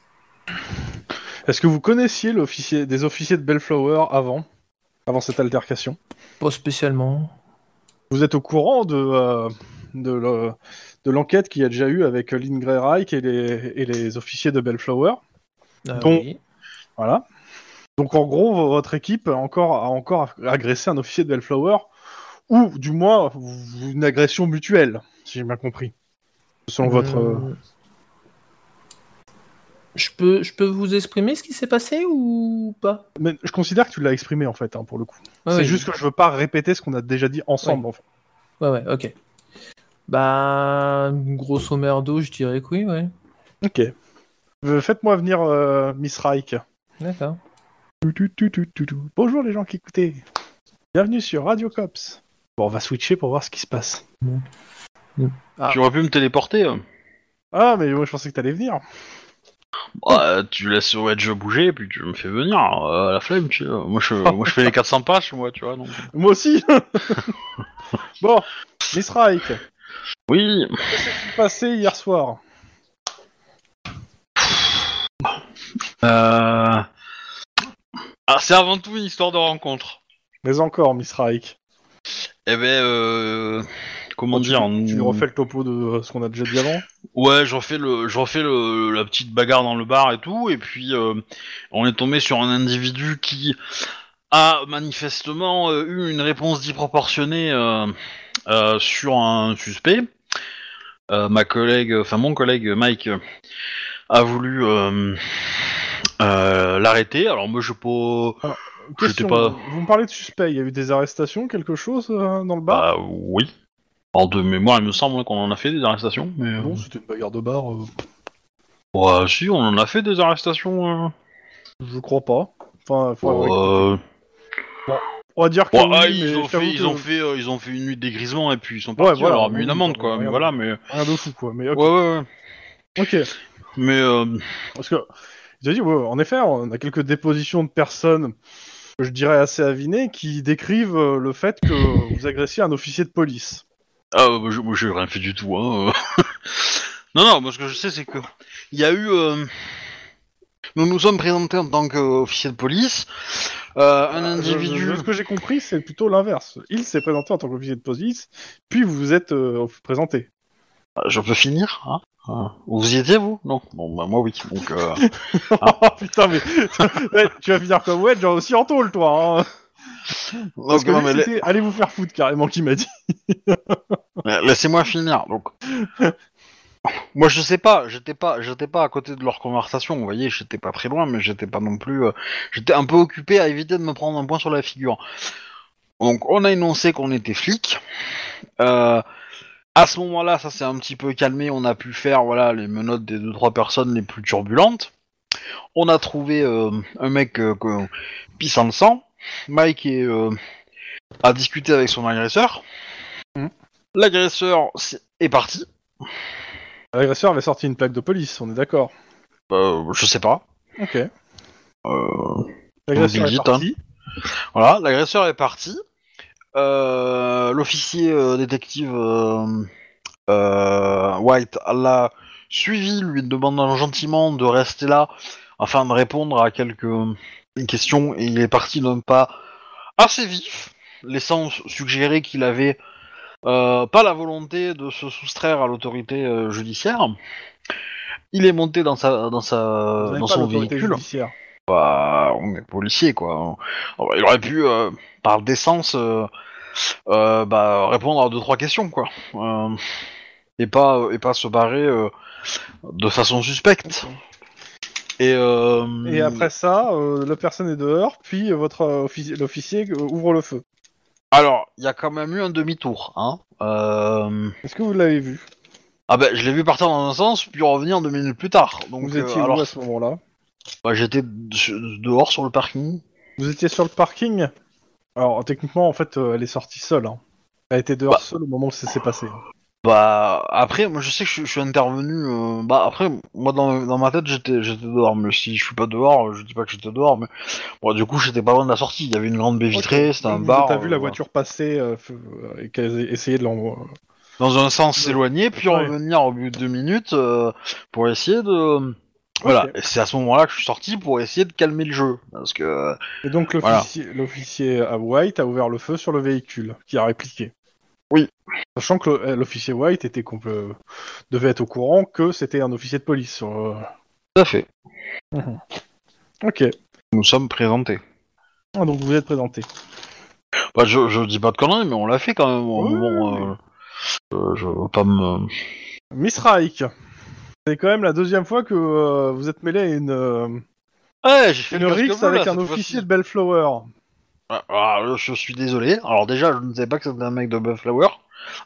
[SPEAKER 2] Est-ce que vous connaissiez l'officier des officiers de Bellflower avant Avant cette altercation
[SPEAKER 3] Pas spécialement.
[SPEAKER 2] Vous êtes au courant de, euh, de, le- de l'enquête qu'il y a déjà eu avec Lynn Grey Reich et les, et les officiers de Bellflower
[SPEAKER 3] Euh,
[SPEAKER 2] Bon.
[SPEAKER 3] oui.
[SPEAKER 2] Voilà. Donc en gros, vo- votre équipe a encore, a encore agressé un officier de Bellflower, ou du moins v- une agression mutuelle, si j'ai bien compris. Selon votre... euh,
[SPEAKER 3] Euh, Je peux, je peux vous exprimer ce qui s'est passé ou pas
[SPEAKER 2] Mais je considère que tu l'as exprimé en fait, hein, pour le coup.
[SPEAKER 3] Ouais,
[SPEAKER 2] c'est
[SPEAKER 3] ouais,
[SPEAKER 2] juste que je veux pas répéter ce qu'on a déjà dit ensemble. en fait.
[SPEAKER 3] Ouais, ouais, ok. Bah, grosso merdo, je dirais que oui, ouais.
[SPEAKER 2] Ok. Euh, Faites-moi venir euh, Miss Reich.
[SPEAKER 3] D'accord.
[SPEAKER 2] Tout, tout, tout, tout, tout, tout. Bonjour les gens qui écoutaient. Bienvenue sur Radio Cops. Bon, on va switcher pour voir ce qui se passe.
[SPEAKER 3] Ah.
[SPEAKER 1] Tu aurais pu me téléporter. euh.
[SPEAKER 2] Ah, mais moi je pensais que t'allais venir.
[SPEAKER 1] Bah, tu laisses Wedge bouger, puis tu me fais venir euh, à la flemme. Tu sais. Moi, [laughs] je, moi, je fais les 400 pages, moi, tu vois. donc.
[SPEAKER 2] Moi aussi [laughs] Bon, Miss Reich, qu'est-ce qui
[SPEAKER 1] Oui.
[SPEAKER 2] s'est passé hier soir
[SPEAKER 1] Euh... Ah, c'est avant tout une histoire de rencontre.
[SPEAKER 2] Mais encore, Miss Reich.
[SPEAKER 1] Eh ben, euh... comment
[SPEAKER 2] Bon, tu-
[SPEAKER 1] dire
[SPEAKER 2] Tu lui
[SPEAKER 1] nous-
[SPEAKER 2] refais le topo de euh, ce qu'on a déjà dit avant
[SPEAKER 1] Ouais, j'en fais le, j'en fais le, la petite bagarre dans le bar et tout, et puis euh, on est tombé sur un individu qui a manifestement euh, eu une réponse disproportionnée euh, euh, sur un suspect. Euh, ma collègue, enfin mon collègue Mike euh, a voulu euh, euh, l'arrêter. Alors moi je peux, Je sais
[SPEAKER 2] Question,
[SPEAKER 1] pas.
[SPEAKER 2] Vous me parlez de suspect, il y a eu des arrestations, quelque chose euh, dans le bar
[SPEAKER 1] bah oui. En de mémoire, il me semble qu'on en a fait des arrestations, mais euh,
[SPEAKER 2] Non, c'était une bagarre de bar, euh,
[SPEAKER 1] ouais, si on en a fait des arrestations. euh.
[SPEAKER 2] je crois pas. Enfin, faudrait-
[SPEAKER 1] Euh,
[SPEAKER 2] On va dire que.
[SPEAKER 1] Ouais,
[SPEAKER 2] oui,
[SPEAKER 1] ah,
[SPEAKER 2] mais
[SPEAKER 1] ils, ont
[SPEAKER 2] je t'avoue
[SPEAKER 1] fait, ils,
[SPEAKER 2] que
[SPEAKER 1] ont fait, euh, ils ont fait une nuit de dégrisement et puis ils sont partis.
[SPEAKER 2] Ouais, voilà,
[SPEAKER 1] alors, mais
[SPEAKER 2] oui,
[SPEAKER 1] une amende quoi.
[SPEAKER 2] oui,
[SPEAKER 1] Mais
[SPEAKER 2] oui.
[SPEAKER 1] voilà, mais.
[SPEAKER 2] Rien de fou, quoi. Mais ok.
[SPEAKER 1] Ouais, ouais, ouais.
[SPEAKER 2] ok.
[SPEAKER 1] Mais euh,
[SPEAKER 2] Parce que. Je dis, ouais, en effet, on a quelques dépositions de personnes, je dirais assez avinées, qui décrivent euh, le fait que vous agressiez un officier de police.
[SPEAKER 1] ah, euh, je- moi, j'ai rien fait du tout. Hein. euh. [laughs] non, non, moi ce que je sais, c'est que. Il y a eu. euh, Nous nous sommes présentés en tant qu'officier de police. euh, un
[SPEAKER 2] Ah, Je-
[SPEAKER 1] individu.
[SPEAKER 2] je- ce que j'ai compris, c'est plutôt l'inverse. Il s'est présenté en tant qu'officier de police, puis vous vous êtes euh, présenté.
[SPEAKER 1] Ah, Je peux finir hein Euh, Vous y étiez vous Non. Bon, bah moi oui. Donc. euh,
[SPEAKER 2] Oh, Putain, mais [laughs] Ouais, tu vas finir comme Wedge, genre aussi en tôle, toi. hein. [laughs] Parce
[SPEAKER 1] donc,
[SPEAKER 2] que
[SPEAKER 1] non,
[SPEAKER 2] lui,
[SPEAKER 1] mais la-
[SPEAKER 2] c'était, allez vous faire foutre, carrément, qui m'a dit.
[SPEAKER 1] Euh, Laissez-moi finir. Donc, moi je sais pas, j'étais pas, j'étais pas à côté de leur conversation. Vous voyez, j'étais pas très loin, mais j'étais pas non plus. euh, j'étais un peu occupé à éviter de me prendre un point sur la figure. Donc, on a énoncé qu'on était flic. Euh, à ce moment-là, ça s'est un petit peu calmé. On a pu faire voilà les menottes des deux trois personnes les plus turbulentes. On a trouvé euh, un mec euh, que- pissant le sang. Mike est, euh, a discuté avec son agresseur. L'agresseur s- est parti.
[SPEAKER 2] L'agresseur avait sorti une plaque de police, on est d'accord.
[SPEAKER 1] Euh, je sais pas.
[SPEAKER 2] Ok.
[SPEAKER 1] Euh,
[SPEAKER 2] L'agresseur
[SPEAKER 1] Donc,
[SPEAKER 2] est
[SPEAKER 1] dites, hein.
[SPEAKER 2] parti.
[SPEAKER 1] Voilà, l'agresseur est parti. Euh, L'officier euh, détective euh, euh, White l'a suivi, lui demandant gentiment de rester là afin de répondre à quelques questions. Et il est parti d'un pas assez vif, laissant s- suggérer qu'il avait euh, pas la volonté de se soustraire à l'autorité euh, judiciaire. Il est monté dans sa dans sa
[SPEAKER 2] Vous avez
[SPEAKER 1] Euh, dans
[SPEAKER 2] pas
[SPEAKER 1] son
[SPEAKER 2] l'autorité
[SPEAKER 1] véhicule
[SPEAKER 2] judiciaire.
[SPEAKER 1] bah, on est policier, quoi. Alors, Il aurait pu, euh, par décence, euh, euh, bah, répondre à deux trois questions, quoi. Euh, et pas et pas se barrer euh, de façon suspecte. Et, euh,
[SPEAKER 2] Et après ça, euh, la personne est dehors, puis votre euh, offici- l'officier euh, ouvre le feu.
[SPEAKER 1] alors, il y a quand même eu un demi-tour, hein. Euh,
[SPEAKER 2] Est-ce que vous l'avez vu
[SPEAKER 1] ah ben, je l'ai vu partir dans un sens, puis revenir deux minutes plus tard. Donc,
[SPEAKER 2] Vous
[SPEAKER 1] euh,
[SPEAKER 2] étiez
[SPEAKER 1] alors,
[SPEAKER 2] où à ce moment-là
[SPEAKER 1] bah, j'étais de- dehors sur le parking.
[SPEAKER 2] Vous étiez sur le parking Alors techniquement, en fait, euh, elle est sortie seule. hein. Elle était dehors
[SPEAKER 1] Bah.
[SPEAKER 2] seule au moment où ça s'est passé.
[SPEAKER 1] Bah après, moi je sais que je, je suis intervenu. euh, bah après, moi dans, dans ma tête j'étais j'étais dehors, mais si je suis pas dehors, je dis pas que j'étais dehors, mais bon du coup j'étais pas loin de la sortie. Il y avait une grande baie vitrée, c'était un
[SPEAKER 2] Donc,
[SPEAKER 1] bar.
[SPEAKER 2] Mmh, T'as vu la
[SPEAKER 1] euh,
[SPEAKER 2] voiture passer euh, f- euh, et qu'elle a essayé de l'en...
[SPEAKER 1] Dans un sens s'éloigner, puis
[SPEAKER 2] Ouais.
[SPEAKER 1] revenir au bout de deux minutes euh, pour essayer de. Voilà,
[SPEAKER 2] Ok.
[SPEAKER 1] et c'est à ce moment-là que je suis sorti pour essayer de calmer le jeu, parce que
[SPEAKER 2] Et donc l'officier l'officier à White a ouvert le feu sur le véhicule, qui a répliqué.
[SPEAKER 1] Oui.
[SPEAKER 2] Sachant que le- euh, l'officier White était compl- devait être au courant que c'était un officier de police. sur, euh,
[SPEAKER 1] tout à fait.
[SPEAKER 2] Ok.
[SPEAKER 1] Nous sommes présentés.
[SPEAKER 2] Ah, donc vous vous êtes présenté.
[SPEAKER 1] Bah je, je dis pas de conneries, mais on l'a fait quand même. au
[SPEAKER 2] Oui,
[SPEAKER 1] moment,
[SPEAKER 2] oui,
[SPEAKER 1] euh, euh, je veux pas me.
[SPEAKER 2] Miss Reich, c'est quand même la deuxième fois que euh, vous êtes mêlé à une, euh,
[SPEAKER 1] Ouais, j'ai fait
[SPEAKER 2] une
[SPEAKER 1] le casque
[SPEAKER 2] rixe
[SPEAKER 1] bleu, là,
[SPEAKER 2] avec un
[SPEAKER 1] cette fois-ci.
[SPEAKER 2] officier de Bellflower.
[SPEAKER 1] Ah, ah, là, je suis désolé. Alors déjà, je ne savais pas que c'était un mec de Bufflower.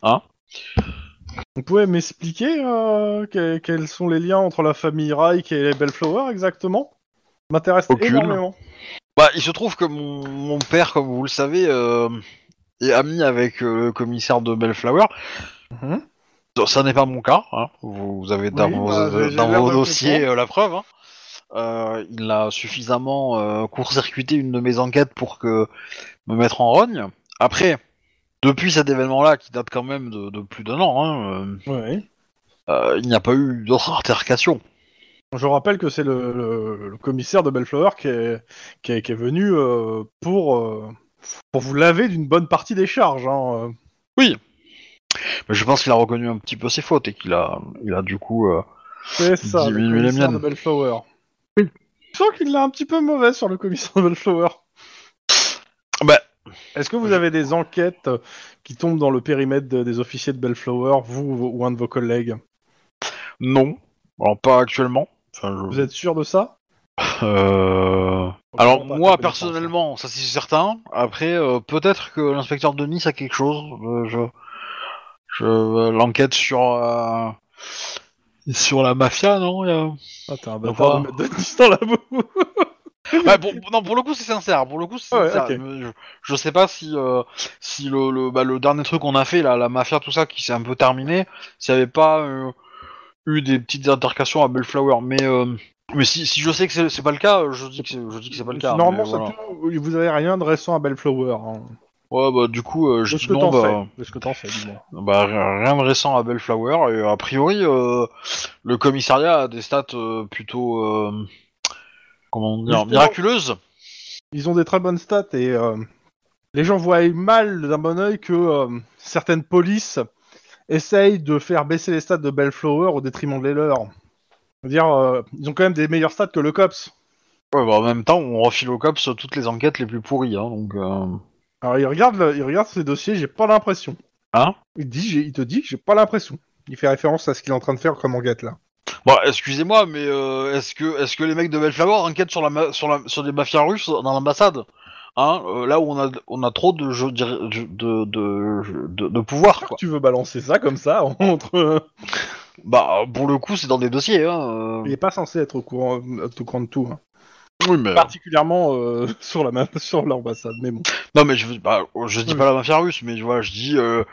[SPEAKER 2] Vous pouvez m'expliquer euh, que- quels sont les liens entre la famille Reich et les Bellflower exactement M'intéresse
[SPEAKER 1] Aucune.
[SPEAKER 2] énormément.
[SPEAKER 1] Bah, il se trouve que mon, mon père, comme vous le savez, euh, est ami avec euh, le commissaire de Bellflower.
[SPEAKER 2] Mhm.
[SPEAKER 1] Ça- Ça n'est pas mon cas. hein. Vous, vous avez dans
[SPEAKER 2] Oui,
[SPEAKER 1] vos,
[SPEAKER 2] bah, j'ai- j'ai
[SPEAKER 1] dans
[SPEAKER 2] l'air
[SPEAKER 1] vos
[SPEAKER 2] de
[SPEAKER 1] dossiers
[SPEAKER 2] comprendre.
[SPEAKER 1] euh, la preuve. hein. Euh, il a suffisamment euh, court-circuité une de mes enquêtes pour que me mettre en rogne. Après, depuis cet événement-là, qui date quand même de, de plus d'un an, hein, euh,
[SPEAKER 2] Ouais.
[SPEAKER 1] euh, il n'y a pas eu d'autres altercations.
[SPEAKER 2] Je rappelle que c'est le, le- le commissaire de Bellflower qui est, qui est, qui est venu euh, pour, euh, pour vous laver d'une bonne partie des charges. hein, euh.
[SPEAKER 1] Mais je pense qu'il a reconnu un petit peu ses fautes et qu'il a, il a du coup. euh,
[SPEAKER 2] C'est ça, le
[SPEAKER 1] Diminuer les
[SPEAKER 2] commissaire
[SPEAKER 1] miennes.
[SPEAKER 2] de Bellflower. Je sens qu'il l'a un petit peu mauvais sur le commissaire de Bellflower.
[SPEAKER 1] Bah,
[SPEAKER 2] Est-ce que vous avez des enquêtes qui tombent dans le périmètre de- des officiers de Bellflower, vous ou un de vos collègues
[SPEAKER 1] non. Alors, pas actuellement. Enfin, je-
[SPEAKER 2] Vous êtes sûr de ça
[SPEAKER 1] [laughs] Euh, Alors,
[SPEAKER 2] Pas à
[SPEAKER 1] moi,
[SPEAKER 2] ta connaissance.
[SPEAKER 1] personnellement, ça c'est certain. Après, euh, peut-être que l'inspecteur de Nice a quelque chose. Euh, je. je- euh, L'enquête sur. euh, Sur la mafia, non il y a-
[SPEAKER 2] Ah, t'es un
[SPEAKER 1] Au
[SPEAKER 2] bâtard de mettre Denis dans la boue
[SPEAKER 1] Ouais, Bah, pour, non, pour le coup, c'est sincère. Pour le coup, c'est
[SPEAKER 2] Ah Ouais,
[SPEAKER 1] sincère.
[SPEAKER 2] ok.
[SPEAKER 1] Mais Je, je sais pas si, euh, si le, le, bah, le dernier truc qu'on a fait, là, la mafia, tout ça, qui s'est un peu terminé, s'il n'y avait pas euh, eu des petites altercations à Bellflower. Mais, euh, mais si, si je sais que c'est- c'est pas le cas, euh, je dis que c'est je dis que c'est pas le cas.
[SPEAKER 2] Normalement,
[SPEAKER 1] mais
[SPEAKER 2] c'est
[SPEAKER 1] voilà.
[SPEAKER 2] tout- vous avez rien de récent à Bellflower. hein.
[SPEAKER 1] Ouais, bah, du coup, euh, je
[SPEAKER 2] De
[SPEAKER 1] dis
[SPEAKER 2] ce que
[SPEAKER 1] non,
[SPEAKER 2] t'en
[SPEAKER 1] bah,
[SPEAKER 2] sais. De ce que t'en sais, dis-moi.
[SPEAKER 1] bah, rien rien de récent à Bellflower. Et a priori, euh, le commissariat a des stats euh, plutôt. euh, comment dire
[SPEAKER 2] Justement.
[SPEAKER 1] Miraculeuses.
[SPEAKER 2] Ils ont des très bonnes stats et euh, les gens voient mal d'un bon oeil que euh, certaines polices essayent de faire baisser les stats de Bellflower au détriment des leurs. C'est-à-dire, euh, ils ont quand même des meilleurs stats que le COPS.
[SPEAKER 1] Ouais, bah, en même temps, on refile au cops toutes les enquêtes les plus pourries, hein, donc... euh,
[SPEAKER 2] Alors, il regarde, le- il regarde ses dossiers, j'ai pas l'impression.
[SPEAKER 1] Hein
[SPEAKER 2] il, dit, j'ai- il te dit, j'ai pas l'impression. Il fait référence à ce qu'il est en train de faire comme enquête là.
[SPEAKER 1] Bon, Bah, excusez-moi, mais euh, est-ce que est-ce que les mecs de Bellflower enquêtent sur la ma- sur la sur des mafias russes dans l'ambassade Hein euh, Là où on a on a trop de jeux dir- de de, de, de- de pouvoir, quoi.
[SPEAKER 2] Tu veux balancer ça comme ça [laughs] entre. euh,
[SPEAKER 1] Bah, pour le coup, c'est dans des dossiers, hein. euh.
[SPEAKER 2] Il est pas censé être au courant, être au courant de tout. hein.
[SPEAKER 1] Oui, mais...
[SPEAKER 2] Particulièrement euh, [laughs] sur la ma- sur l'ambassade, mais bon.
[SPEAKER 1] Non, mais je, veux- bah, je dis
[SPEAKER 2] Oui.
[SPEAKER 1] pas la mafia russe, mais voilà, je dis... euh,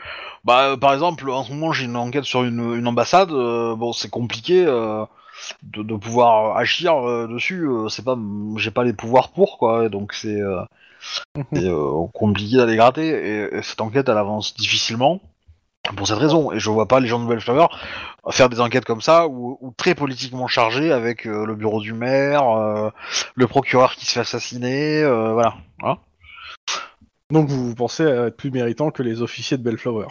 [SPEAKER 1] bah, par exemple, en ce moment, j'ai une enquête sur une, une ambassade, euh, bon, c'est compliqué... euh, de, de pouvoir agir euh, dessus. euh, c'est pas, j'ai pas les pouvoirs pour quoi. et donc c'est euh, c'est, euh, compliqué d'aller gratter. Et, et cette enquête, elle avance difficilement pour cette raison. Et je vois pas les gens de Bellflower faire des enquêtes comme ça ou, ou très politiquement chargées avec euh, le bureau du maire, euh, le procureur qui se fait assassiner, euh, voilà. Hein
[SPEAKER 2] Donc vous, vous pensez être plus méritant que les officiers de Bellflower.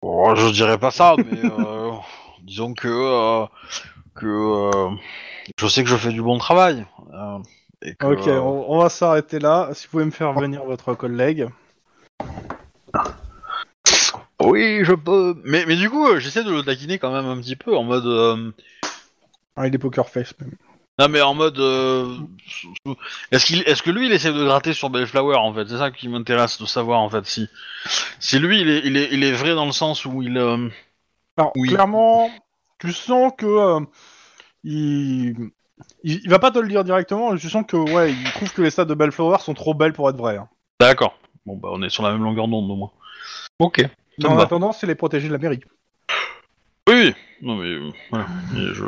[SPEAKER 1] Bon, Oh, je dirais pas ça, mais euh, [laughs] disons que euh, que euh, je sais que je fais du bon travail. euh, et que,
[SPEAKER 2] Ok,
[SPEAKER 1] euh,
[SPEAKER 2] on, on va s'arrêter là. Si vous pouvez me faire
[SPEAKER 1] Ah.
[SPEAKER 2] venir votre collègue.
[SPEAKER 1] Oui, je peux. Mais, mais du coup, euh, j'essaie de le taquiner quand même un petit peu en mode. euh,
[SPEAKER 2] Ah, il est poker face. Même.
[SPEAKER 1] Non, mais en mode. euh, Est-ce qu'il, est-ce que lui, il essaie de gratter sur Bellflower en fait C'est ça qui m'intéresse de savoir en fait si, si lui, il est, il est, il est vrai dans le sens où il. euh,
[SPEAKER 2] Alors,
[SPEAKER 1] Oui.
[SPEAKER 2] clairement, tu sens que euh, il... il il va pas te le dire directement. mais Tu sens que ouais, il trouve que les stades de Bellflower sont trop belles pour être vraies. hein.
[SPEAKER 1] D'accord. Bon, bah, on est sur la même longueur d'onde au moins. Ok.
[SPEAKER 2] Mais
[SPEAKER 1] Ça me
[SPEAKER 2] En
[SPEAKER 1] va.
[SPEAKER 2] attendant, c'est les protéger de la mairie.
[SPEAKER 1] Oui, oui. Non, mais. euh, voilà. Mais je...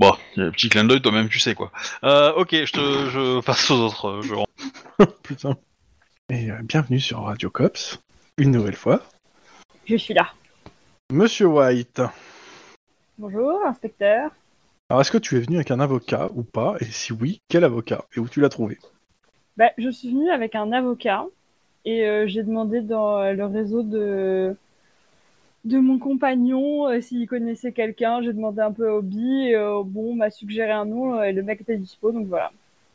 [SPEAKER 1] Bon, il y a un petit clin d'œil, toi-même, tu sais quoi. Euh, ok, je te, je passe aux autres. euh, Je...
[SPEAKER 2] Putain. Et euh, bienvenue sur Radio Cops, une nouvelle fois.
[SPEAKER 4] Je suis là.
[SPEAKER 2] Monsieur White,
[SPEAKER 4] Bonjour, inspecteur.
[SPEAKER 2] alors est-ce que tu es venu avec un avocat ou pas Et si oui, quel avocat Et où tu l'as trouvé
[SPEAKER 4] Bah, je suis venue avec un avocat et euh, j'ai demandé dans euh, le réseau de de mon compagnon euh, s'il connaissait quelqu'un. J'ai demandé un peu à Obi. Et, euh, bon, on m'a suggéré un nom euh, et le mec était dispo, donc voilà.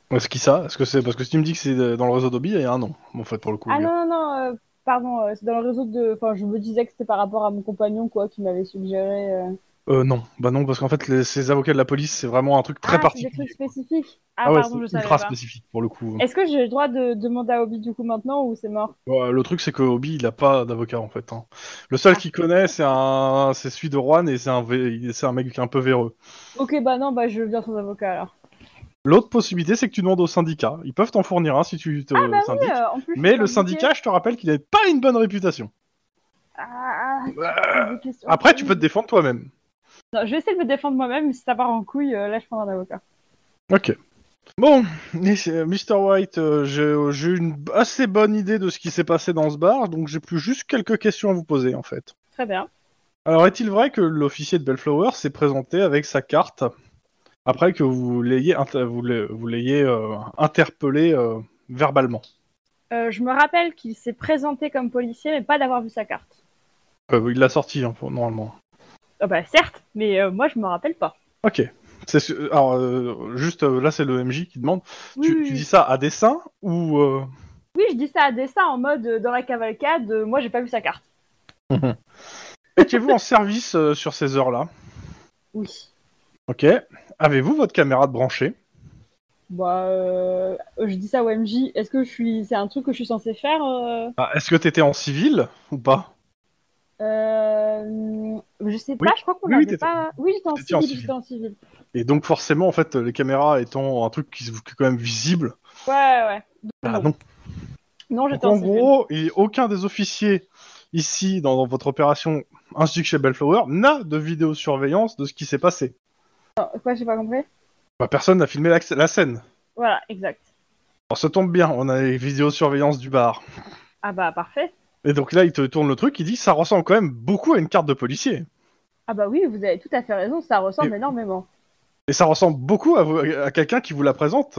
[SPEAKER 2] Est-ce qu'il ça Est-ce que c'est parce que si tu me dis que c'est euh, dans le réseau d'Obi, il y a un nom, en fait, pour le coup.
[SPEAKER 4] Ah non, non, non, euh, pardon, euh, c'est dans le réseau de. Enfin, je me disais que c'était par rapport à mon compagnon, quoi, qui m'avait suggéré. euh.
[SPEAKER 2] Euh, non, bah non, parce qu'en fait, les- ces avocats de la police, c'est vraiment un truc très
[SPEAKER 4] ah, c'est
[SPEAKER 2] particulier.
[SPEAKER 4] des trucs spécifiques. Ah,
[SPEAKER 2] Ah ouais,
[SPEAKER 4] pardon, je
[SPEAKER 2] c'est
[SPEAKER 4] savais
[SPEAKER 2] ultra
[SPEAKER 4] pas.
[SPEAKER 2] spécifique pour le coup.
[SPEAKER 4] Est-ce que j'ai le droit de demander à Obi du coup maintenant ou c'est mort
[SPEAKER 2] Ouais, le truc, c'est que Obi, il a pas d'avocat en fait. hein. Le
[SPEAKER 4] Ah.
[SPEAKER 2] seul qu'il connaît, c'est un, c'est celui de Juan et c'est un, vé- c'est un mec un peu véreux.
[SPEAKER 4] Ok, bah non, bah je viens sans avocat alors.
[SPEAKER 2] L'autre possibilité, c'est que tu demandes au syndicat. Ils peuvent t'en fournir un si tu te
[SPEAKER 4] Ah bah oui,
[SPEAKER 2] syndiques.
[SPEAKER 4] euh, en plus. je
[SPEAKER 2] Mais
[SPEAKER 4] suis
[SPEAKER 2] le
[SPEAKER 4] syndiquée.
[SPEAKER 2] syndicat, je te rappelle qu'il n'a pas une bonne réputation.
[SPEAKER 4] Ah, ah, des questions
[SPEAKER 2] Euh, Après, tu peux te
[SPEAKER 4] horribles.
[SPEAKER 2] défendre toi-même.
[SPEAKER 4] Non, je vais essayer de me défendre moi-même, mais si ça part en couille, euh, là je prends un avocat.
[SPEAKER 2] Ok. Bon, mais c'est- euh, Mr. White, euh, j'ai euh, j'ai une b- assez bonne idée de ce qui s'est passé dans ce bar, donc j'ai plus juste quelques questions à vous poser en fait.
[SPEAKER 4] Très bien.
[SPEAKER 2] Alors, est-il vrai que l'officier de Bellflower s'est présenté avec sa carte après que vous l'ayez inter- vous l'ayez- vous l'ayez, euh, interpellé euh, verbalement
[SPEAKER 4] Euh, je me rappelle qu'il s'est présenté comme policier, mais pas d'avoir vu sa carte.
[SPEAKER 2] Euh, Il l'a sorti hein, pour- normalement.
[SPEAKER 4] Ah bah certes, mais euh, moi je me rappelle pas.
[SPEAKER 2] Ok. C'est su- Alors, euh, juste euh, là, c'est le MJ qui demande
[SPEAKER 4] Oui,
[SPEAKER 2] tu,
[SPEAKER 4] oui,
[SPEAKER 2] tu
[SPEAKER 4] oui.
[SPEAKER 2] dis ça à dessein ou. euh,
[SPEAKER 4] Oui, je dis ça à dessein en mode euh, dans la cavalcade, euh, moi j'ai pas vu sa carte.
[SPEAKER 2] Étiez-vous en service euh, sur ces heures-là
[SPEAKER 4] Oui.
[SPEAKER 2] Ok. Avez-vous votre caméra de branchée
[SPEAKER 4] Bah, euh, je dis ça au MJ. Est-ce que je suis. C'est un truc que je suis censée faire euh,
[SPEAKER 2] Ah, Est-ce que t'étais en civil ou pas
[SPEAKER 4] euh, Je sais
[SPEAKER 2] Oui.
[SPEAKER 4] pas, je crois qu'on
[SPEAKER 2] Oui, oui,
[SPEAKER 4] n'avait
[SPEAKER 2] t'étais-
[SPEAKER 4] pas. Oui, j'étais en,
[SPEAKER 2] t'étais en
[SPEAKER 4] civil,
[SPEAKER 2] civil.
[SPEAKER 4] j'étais en civil.
[SPEAKER 2] Et donc forcément, en fait, les caméras étant un truc qui est quand même visible.
[SPEAKER 4] Ouais, ouais.
[SPEAKER 2] Ah
[SPEAKER 4] Non.
[SPEAKER 2] non.
[SPEAKER 4] Non,
[SPEAKER 2] Donc,
[SPEAKER 4] j'étais en
[SPEAKER 2] en
[SPEAKER 4] civil.
[SPEAKER 2] gros, et aucun des officiers ici dans, dans votre opération, ainsi que chez Bellflower, n'a de vidéosurveillance de ce qui s'est passé.
[SPEAKER 4] Quoi, j'ai pas compris
[SPEAKER 2] Bah, personne n'a filmé la, la scène.
[SPEAKER 4] Voilà, exact.
[SPEAKER 2] Alors ça tombe bien, on a les vidéosurveillances du bar.
[SPEAKER 4] Ah bah, parfait.
[SPEAKER 2] Et donc là, il te tourne le truc, il dit ça ressemble quand même beaucoup à une carte de policier.
[SPEAKER 4] Ah bah oui, vous avez tout à fait raison, ça ressemble
[SPEAKER 2] Et-
[SPEAKER 4] énormément.
[SPEAKER 2] Et ça ressemble beaucoup à, à quelqu'un qui vous la présente.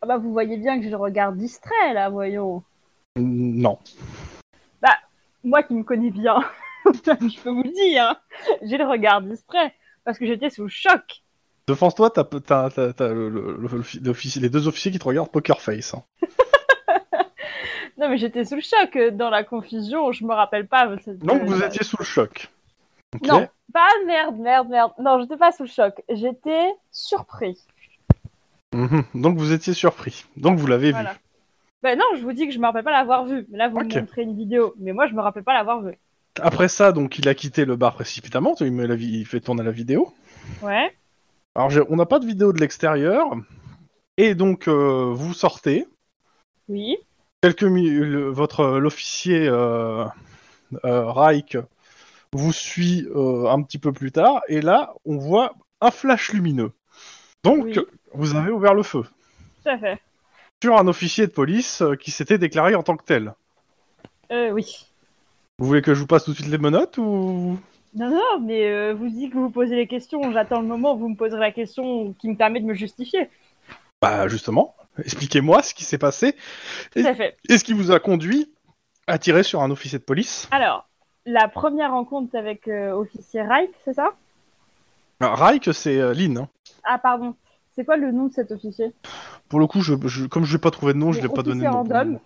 [SPEAKER 4] Ah bah, vous voyez bien que j'ai le regard distrait, là, voyons.
[SPEAKER 2] Non.
[SPEAKER 4] Moi qui me connais bien, [laughs] je peux vous le dire, hein. j'ai le regard distrait, parce que j'étais sous le choc.
[SPEAKER 2] Défense-toi, t'as, t'as- t'as- t'as le- le- le- l'officier- les deux officiers qui te regardent poker face. hein.
[SPEAKER 4] Non, mais j'étais sous le choc, euh, dans la confusion, je me rappelle pas. cette-
[SPEAKER 2] Donc
[SPEAKER 4] euh,
[SPEAKER 2] vous
[SPEAKER 4] la-
[SPEAKER 2] étiez sous le choc. Ok.
[SPEAKER 4] Non, pas merde, merde, merde. Non, j'étais pas sous le choc. J'étais surpris.
[SPEAKER 2] Mhm. Donc vous étiez surpris. Donc vous l'avez
[SPEAKER 4] Voilà.
[SPEAKER 2] vu.
[SPEAKER 4] Ben non, je vous dis que je me rappelle pas l'avoir vu. Mais là, vous
[SPEAKER 2] Ok.
[SPEAKER 4] me montrez une vidéo. Mais moi, je me rappelle pas l'avoir vu.
[SPEAKER 2] Après ça, donc il a quitté le bar précipitamment. Il, met la vi- il fait tourner la vidéo.
[SPEAKER 4] Ouais.
[SPEAKER 2] Alors j'ai- on n'a pas de vidéo de l'extérieur. Et donc euh, vous sortez.
[SPEAKER 4] Oui.
[SPEAKER 2] quelques mi- le- votre euh, l'officier euh, euh, Reich vous suit euh, un petit peu plus tard et là on voit un flash lumineux. Donc,
[SPEAKER 4] Oui.
[SPEAKER 2] vous avez ouvert le feu
[SPEAKER 4] Tout à fait.
[SPEAKER 2] sur un officier de police euh, qui s'était déclaré en tant que tel.
[SPEAKER 4] Euh, oui.
[SPEAKER 2] Vous voulez que je vous passe tout de suite les menottes ou
[SPEAKER 4] Non, non, mais euh, vous dites que vous posez les questions. J'attends le moment où vous me poserez la question qui me permet de me justifier.
[SPEAKER 2] Bah justement, expliquez-moi ce qui s'est passé
[SPEAKER 4] Tout à fait.
[SPEAKER 2] et ce qui vous a conduit à tirer sur un officier de police.
[SPEAKER 4] Alors, la première rencontre avec euh, officier Reich, c'est ça
[SPEAKER 2] Ah, Reich, c'est euh, Lynn. hein.
[SPEAKER 4] Ah, pardon. C'est quoi le nom de cet officier
[SPEAKER 2] Pour le coup, je, je- comme je n'ai pas trouvé de nom, je
[SPEAKER 4] Bon,
[SPEAKER 2] l'ai pas donné.
[SPEAKER 4] officier
[SPEAKER 2] de nom.
[SPEAKER 4] random.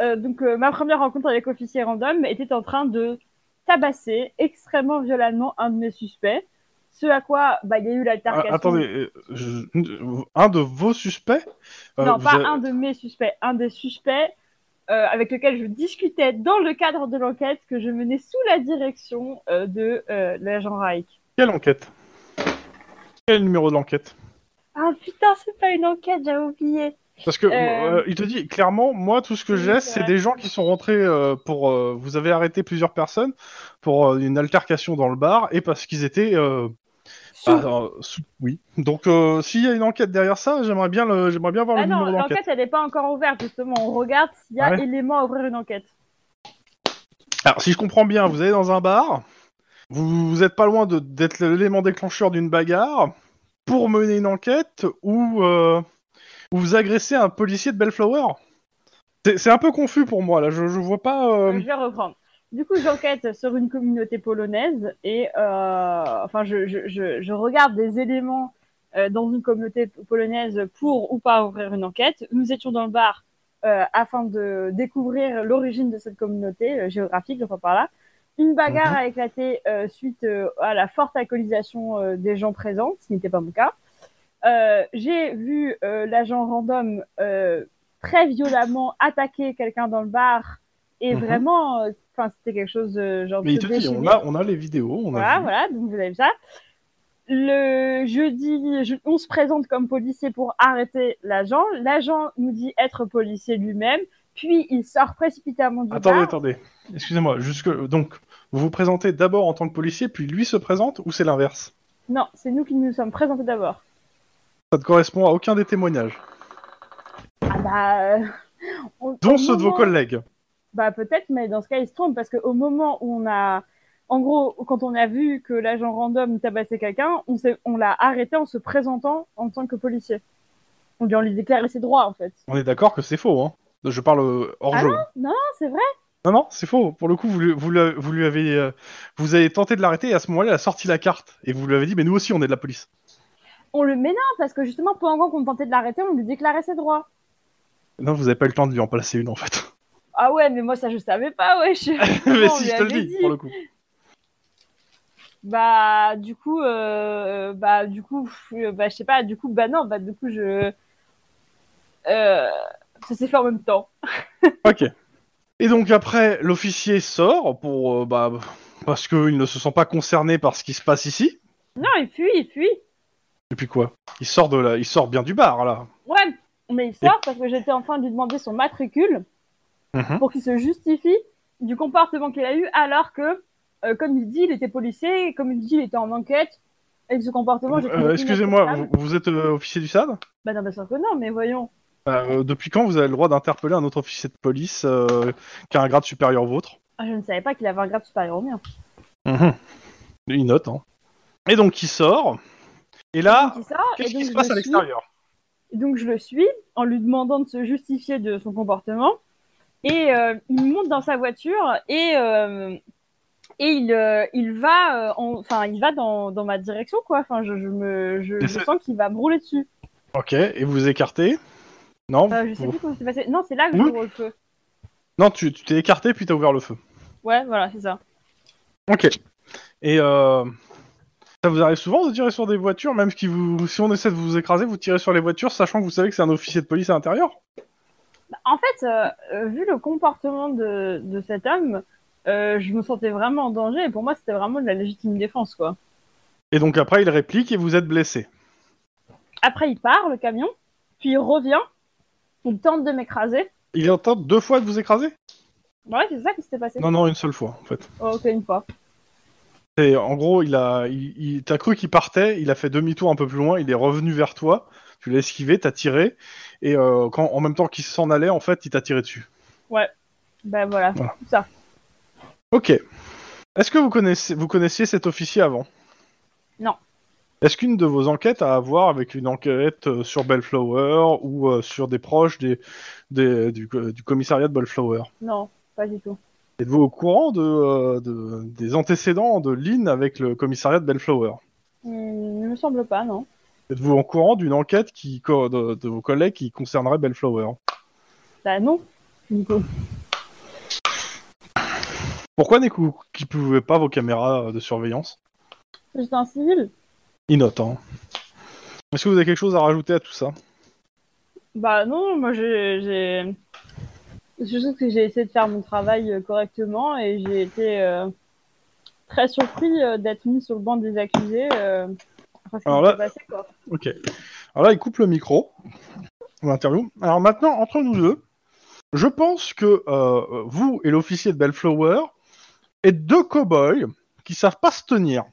[SPEAKER 4] Euh, donc, euh, ma première rencontre avec officier random était en train de tabasser extrêmement violemment un de mes suspects. Ce à quoi bah, il y a eu
[SPEAKER 2] Ah,
[SPEAKER 4] l'altercation.
[SPEAKER 2] attendez, euh, je- un de vos suspects euh,
[SPEAKER 4] non,
[SPEAKER 2] vous
[SPEAKER 4] pas
[SPEAKER 2] a-
[SPEAKER 4] un de mes suspects, un des suspects euh, avec lequel je discutais dans le cadre de l'enquête que je menais sous la direction euh, de euh, l'agent Reich.
[SPEAKER 2] Quelle enquête Quel numéro de l'enquête
[SPEAKER 4] Ah putain, c'est pas une enquête, j'avais oublié.
[SPEAKER 2] Parce que
[SPEAKER 4] Euh,
[SPEAKER 2] euh, il te dit clairement, moi tout ce que
[SPEAKER 4] oui,
[SPEAKER 2] j'ai,
[SPEAKER 4] c'est
[SPEAKER 2] c'est
[SPEAKER 4] vrai.
[SPEAKER 2] des gens qui sont rentrés euh, pour. euh, vous avez arrêté plusieurs personnes pour euh, une altercation dans le bar et parce qu'ils étaient. euh,
[SPEAKER 4] Sous-
[SPEAKER 2] bah, euh, sous- oui. Donc euh, s'il y a une enquête derrière ça, j'aimerais bien le, j'aimerais bien voir
[SPEAKER 4] Ah
[SPEAKER 2] le
[SPEAKER 4] non,
[SPEAKER 2] numéro d'enquête.
[SPEAKER 4] l'enquête, elle n'est pas encore ouverte, justement. On regarde s'il y a
[SPEAKER 2] Ah Ouais.
[SPEAKER 4] élément à ouvrir une enquête.
[SPEAKER 2] Alors si je comprends bien, vous allez dans un bar, vous, vous êtes pas loin de- d'être l'élément déclencheur d'une bagarre pour mener une enquête ou euh, ou vous agressez un policier de Bellflower. C'est- C'est un peu confus pour moi là. Je, je vois pas. euh,
[SPEAKER 4] Je vais reprendre. Du coup, j'enquête sur une communauté polonaise et euh, enfin, je, je, je, je regarde des éléments euh, dans une communauté polonaise pour ou pas ouvrir une enquête. Nous étions dans le bar euh, afin de découvrir l'origine de cette communauté euh, géographique, je crois par là. Une bagarre a éclaté euh, suite euh, à la forte alcoolisation euh, des gens présents, ce qui n'était pas mon cas. Euh, J'ai vu euh, l'agent random euh, très violemment attaquer quelqu'un dans le bar et
[SPEAKER 2] Mhm.
[SPEAKER 4] vraiment, euh, enfin, c'était quelque chose euh, genre. de
[SPEAKER 2] Mais il
[SPEAKER 4] se
[SPEAKER 2] te dit,
[SPEAKER 4] déchirer.
[SPEAKER 2] on a, on a les vidéos, on a
[SPEAKER 4] Voilà,
[SPEAKER 2] vu.
[SPEAKER 4] voilà, donc vous avez ça. Le jeudi, je- on se présente comme policier pour arrêter l'agent. L'agent nous dit être policier lui-même, puis il sort précipitamment du
[SPEAKER 2] Attendez,
[SPEAKER 4] bar.
[SPEAKER 2] attendez. Excusez-moi, jusque donc vous vous présentez d'abord en tant que policier, puis lui se présente, ou c'est l'inverse
[SPEAKER 4] Non, c'est nous qui nous sommes présentés d'abord.
[SPEAKER 2] Ça ne correspond à aucun des témoignages,
[SPEAKER 4] Ah bah, euh, on-
[SPEAKER 2] dont
[SPEAKER 4] au
[SPEAKER 2] ceux de vos
[SPEAKER 4] moment-
[SPEAKER 2] collègues.
[SPEAKER 4] Bah peut-être, mais dans ce cas, il se trompe parce qu'au moment où on a, en gros, quand on a vu que l'agent random tabassait quelqu'un, on s'est, on l'a arrêté en se présentant en tant que policier. On lui, on lui déclarait ses droits en fait.
[SPEAKER 2] On est d'accord que c'est faux, hein Je parle euh, hors
[SPEAKER 4] Ah
[SPEAKER 2] jeu.
[SPEAKER 4] Ah, c'est vrai.
[SPEAKER 2] non, non, c'est faux. Pour le coup, vous lui, vous lui avez- vous lui avez, euh, vous avez tenté de l'arrêter et à ce moment-là, il a sorti la carte et vous lui avez dit, mais nous aussi, on est de la police.
[SPEAKER 4] On le met non, parce que justement, pendant qu'on tentait de l'arrêter, on lui déclarait ses droits.
[SPEAKER 2] Non, vous n'avez pas eu le temps de lui en passer une en fait. [laughs]
[SPEAKER 4] Ah ouais, mais moi ça je savais pas, ouais. je-
[SPEAKER 2] mais
[SPEAKER 4] on
[SPEAKER 2] si,
[SPEAKER 4] lui
[SPEAKER 2] je te le
[SPEAKER 4] avait
[SPEAKER 2] dis
[SPEAKER 4] dit.
[SPEAKER 2] pour le coup.
[SPEAKER 4] bah du coup, euh, bah du coup, pff, euh, bah je sais pas, du coup, bah non, bah du coup je, euh, ça s'est fait en même temps.
[SPEAKER 2] Ok. Et donc après, l'officier sort pour euh, bah parce qu'il ne se sent pas concerné par ce qui se passe ici.
[SPEAKER 4] Non, il fuit, il fuit.
[SPEAKER 2] Depuis quoi Il sort de là, il sort bien du bar là.
[SPEAKER 4] Ouais, mais il sort parce que j'étais en train de lui demander son matricule
[SPEAKER 2] Mhm.
[SPEAKER 4] pour qu'il se justifie du comportement qu'il a eu, alors que, euh, comme il dit, il était policier, et comme il dit, il était en enquête. Et que ce comportement, j'ai trouvé
[SPEAKER 2] Euh, Excusez-moi,
[SPEAKER 4] inacceptable.
[SPEAKER 2] vous, vous êtes euh, officier du SAD
[SPEAKER 4] Bah non, bien sûr que non, mais voyons.
[SPEAKER 2] Euh, Depuis quand vous avez le droit d'interpeller un autre officier de police euh, qui a un grade supérieur au vôtre
[SPEAKER 4] Ah, Je ne savais pas qu'il avait un grade supérieur au mien.
[SPEAKER 2] Il note. Hein. Et donc il sort. Et là,
[SPEAKER 4] Donc, il sort, et
[SPEAKER 2] qu'est-ce
[SPEAKER 4] donc
[SPEAKER 2] qui se
[SPEAKER 4] je
[SPEAKER 2] passe
[SPEAKER 4] le
[SPEAKER 2] à
[SPEAKER 4] suis.
[SPEAKER 2] l'extérieur
[SPEAKER 4] Donc je le suis en lui demandant de se justifier de son comportement. Et euh, il monte dans sa voiture et, euh, et il, euh, il va, euh, en- enfin il va dans, dans ma direction quoi. Enfin je, je me je, je
[SPEAKER 2] ça-
[SPEAKER 4] sens qu'il va me rouler dessus.
[SPEAKER 2] Ok, et vous vous écartez Non,
[SPEAKER 4] Euh, je sais
[SPEAKER 2] vous-
[SPEAKER 4] plus comment c'est passé. Non c'est là que je
[SPEAKER 2] Oui.
[SPEAKER 4] roule le feu.
[SPEAKER 2] non, tu tu t'es écarté puis t'as ouvert le feu.
[SPEAKER 4] Ouais voilà c'est ça.
[SPEAKER 2] Ok. Et euh, ça vous arrive souvent de tirer sur des voitures, même si, vous, si on essaie de vous écraser, vous tirez sur les voitures, sachant que vous savez que c'est un officier de police à l'intérieur
[SPEAKER 4] Bah, en fait euh, euh, vu le comportement de, de cet homme, euh, je me sentais vraiment en danger et pour moi c'était vraiment de la légitime défense quoi.
[SPEAKER 2] Et donc après, il réplique et vous êtes blessé.
[SPEAKER 4] Après il part le camion puis il revient, il tente de m'écraser.
[SPEAKER 2] Il entend deux fois de vous écraser
[SPEAKER 4] Ouais c'est ça qui s'était passé.
[SPEAKER 2] Non, non, une seule fois, en fait.
[SPEAKER 4] Oh, ok une fois.
[SPEAKER 2] C'est- en gros, il a, il, il- t'as cru qu'il partait, il a fait demi-tour un peu plus loin, il est revenu vers toi, tu l'as esquivé, t'as tiré, et euh, quand, en même temps qu'il s'en allait, en fait, il t'a tiré dessus.
[SPEAKER 4] Ben voilà,
[SPEAKER 2] Voilà.
[SPEAKER 4] tout ça.
[SPEAKER 2] Ok. Est-ce que vous, connaissez, vous connaissiez cet officier avant
[SPEAKER 4] Non.
[SPEAKER 2] Est-ce qu'une de vos enquêtes a à voir avec une enquête euh, sur Bellflower ou euh, sur des proches des, des- du, co- du commissariat de Bellflower
[SPEAKER 4] Non, pas du tout.
[SPEAKER 2] Êtes-vous au courant de, euh, de- des antécédents de Lynn avec le commissariat de Bellflower
[SPEAKER 4] Hmm, il me semble pas, non.
[SPEAKER 2] Êtes-vous au courant d'une enquête qui, co- de, de vos collègues qui concernerait Bellflower
[SPEAKER 4] Bah non, Nico.
[SPEAKER 2] Pourquoi n'équipez-vous pas vos caméras euh, de surveillance
[SPEAKER 4] Juste un civil.
[SPEAKER 2] Innotant. Est-ce que vous avez quelque chose à rajouter à tout ça
[SPEAKER 4] Bah non, moi j'ai. j'ai- Je trouve que j'ai essayé de faire mon travail euh, correctement et j'ai été euh, très surpris euh, d'être mis sur le banc des accusés. euh, après ce qui
[SPEAKER 2] Alors
[SPEAKER 4] s'est
[SPEAKER 2] là-
[SPEAKER 4] passé, quoi.
[SPEAKER 2] Ok. Alors là, il coupe le micro. On l'interview. Alors maintenant, entre nous deux, je pense que euh, vous et l'officier de Bellflower êtes deux cow-boys qui savent pas se tenir.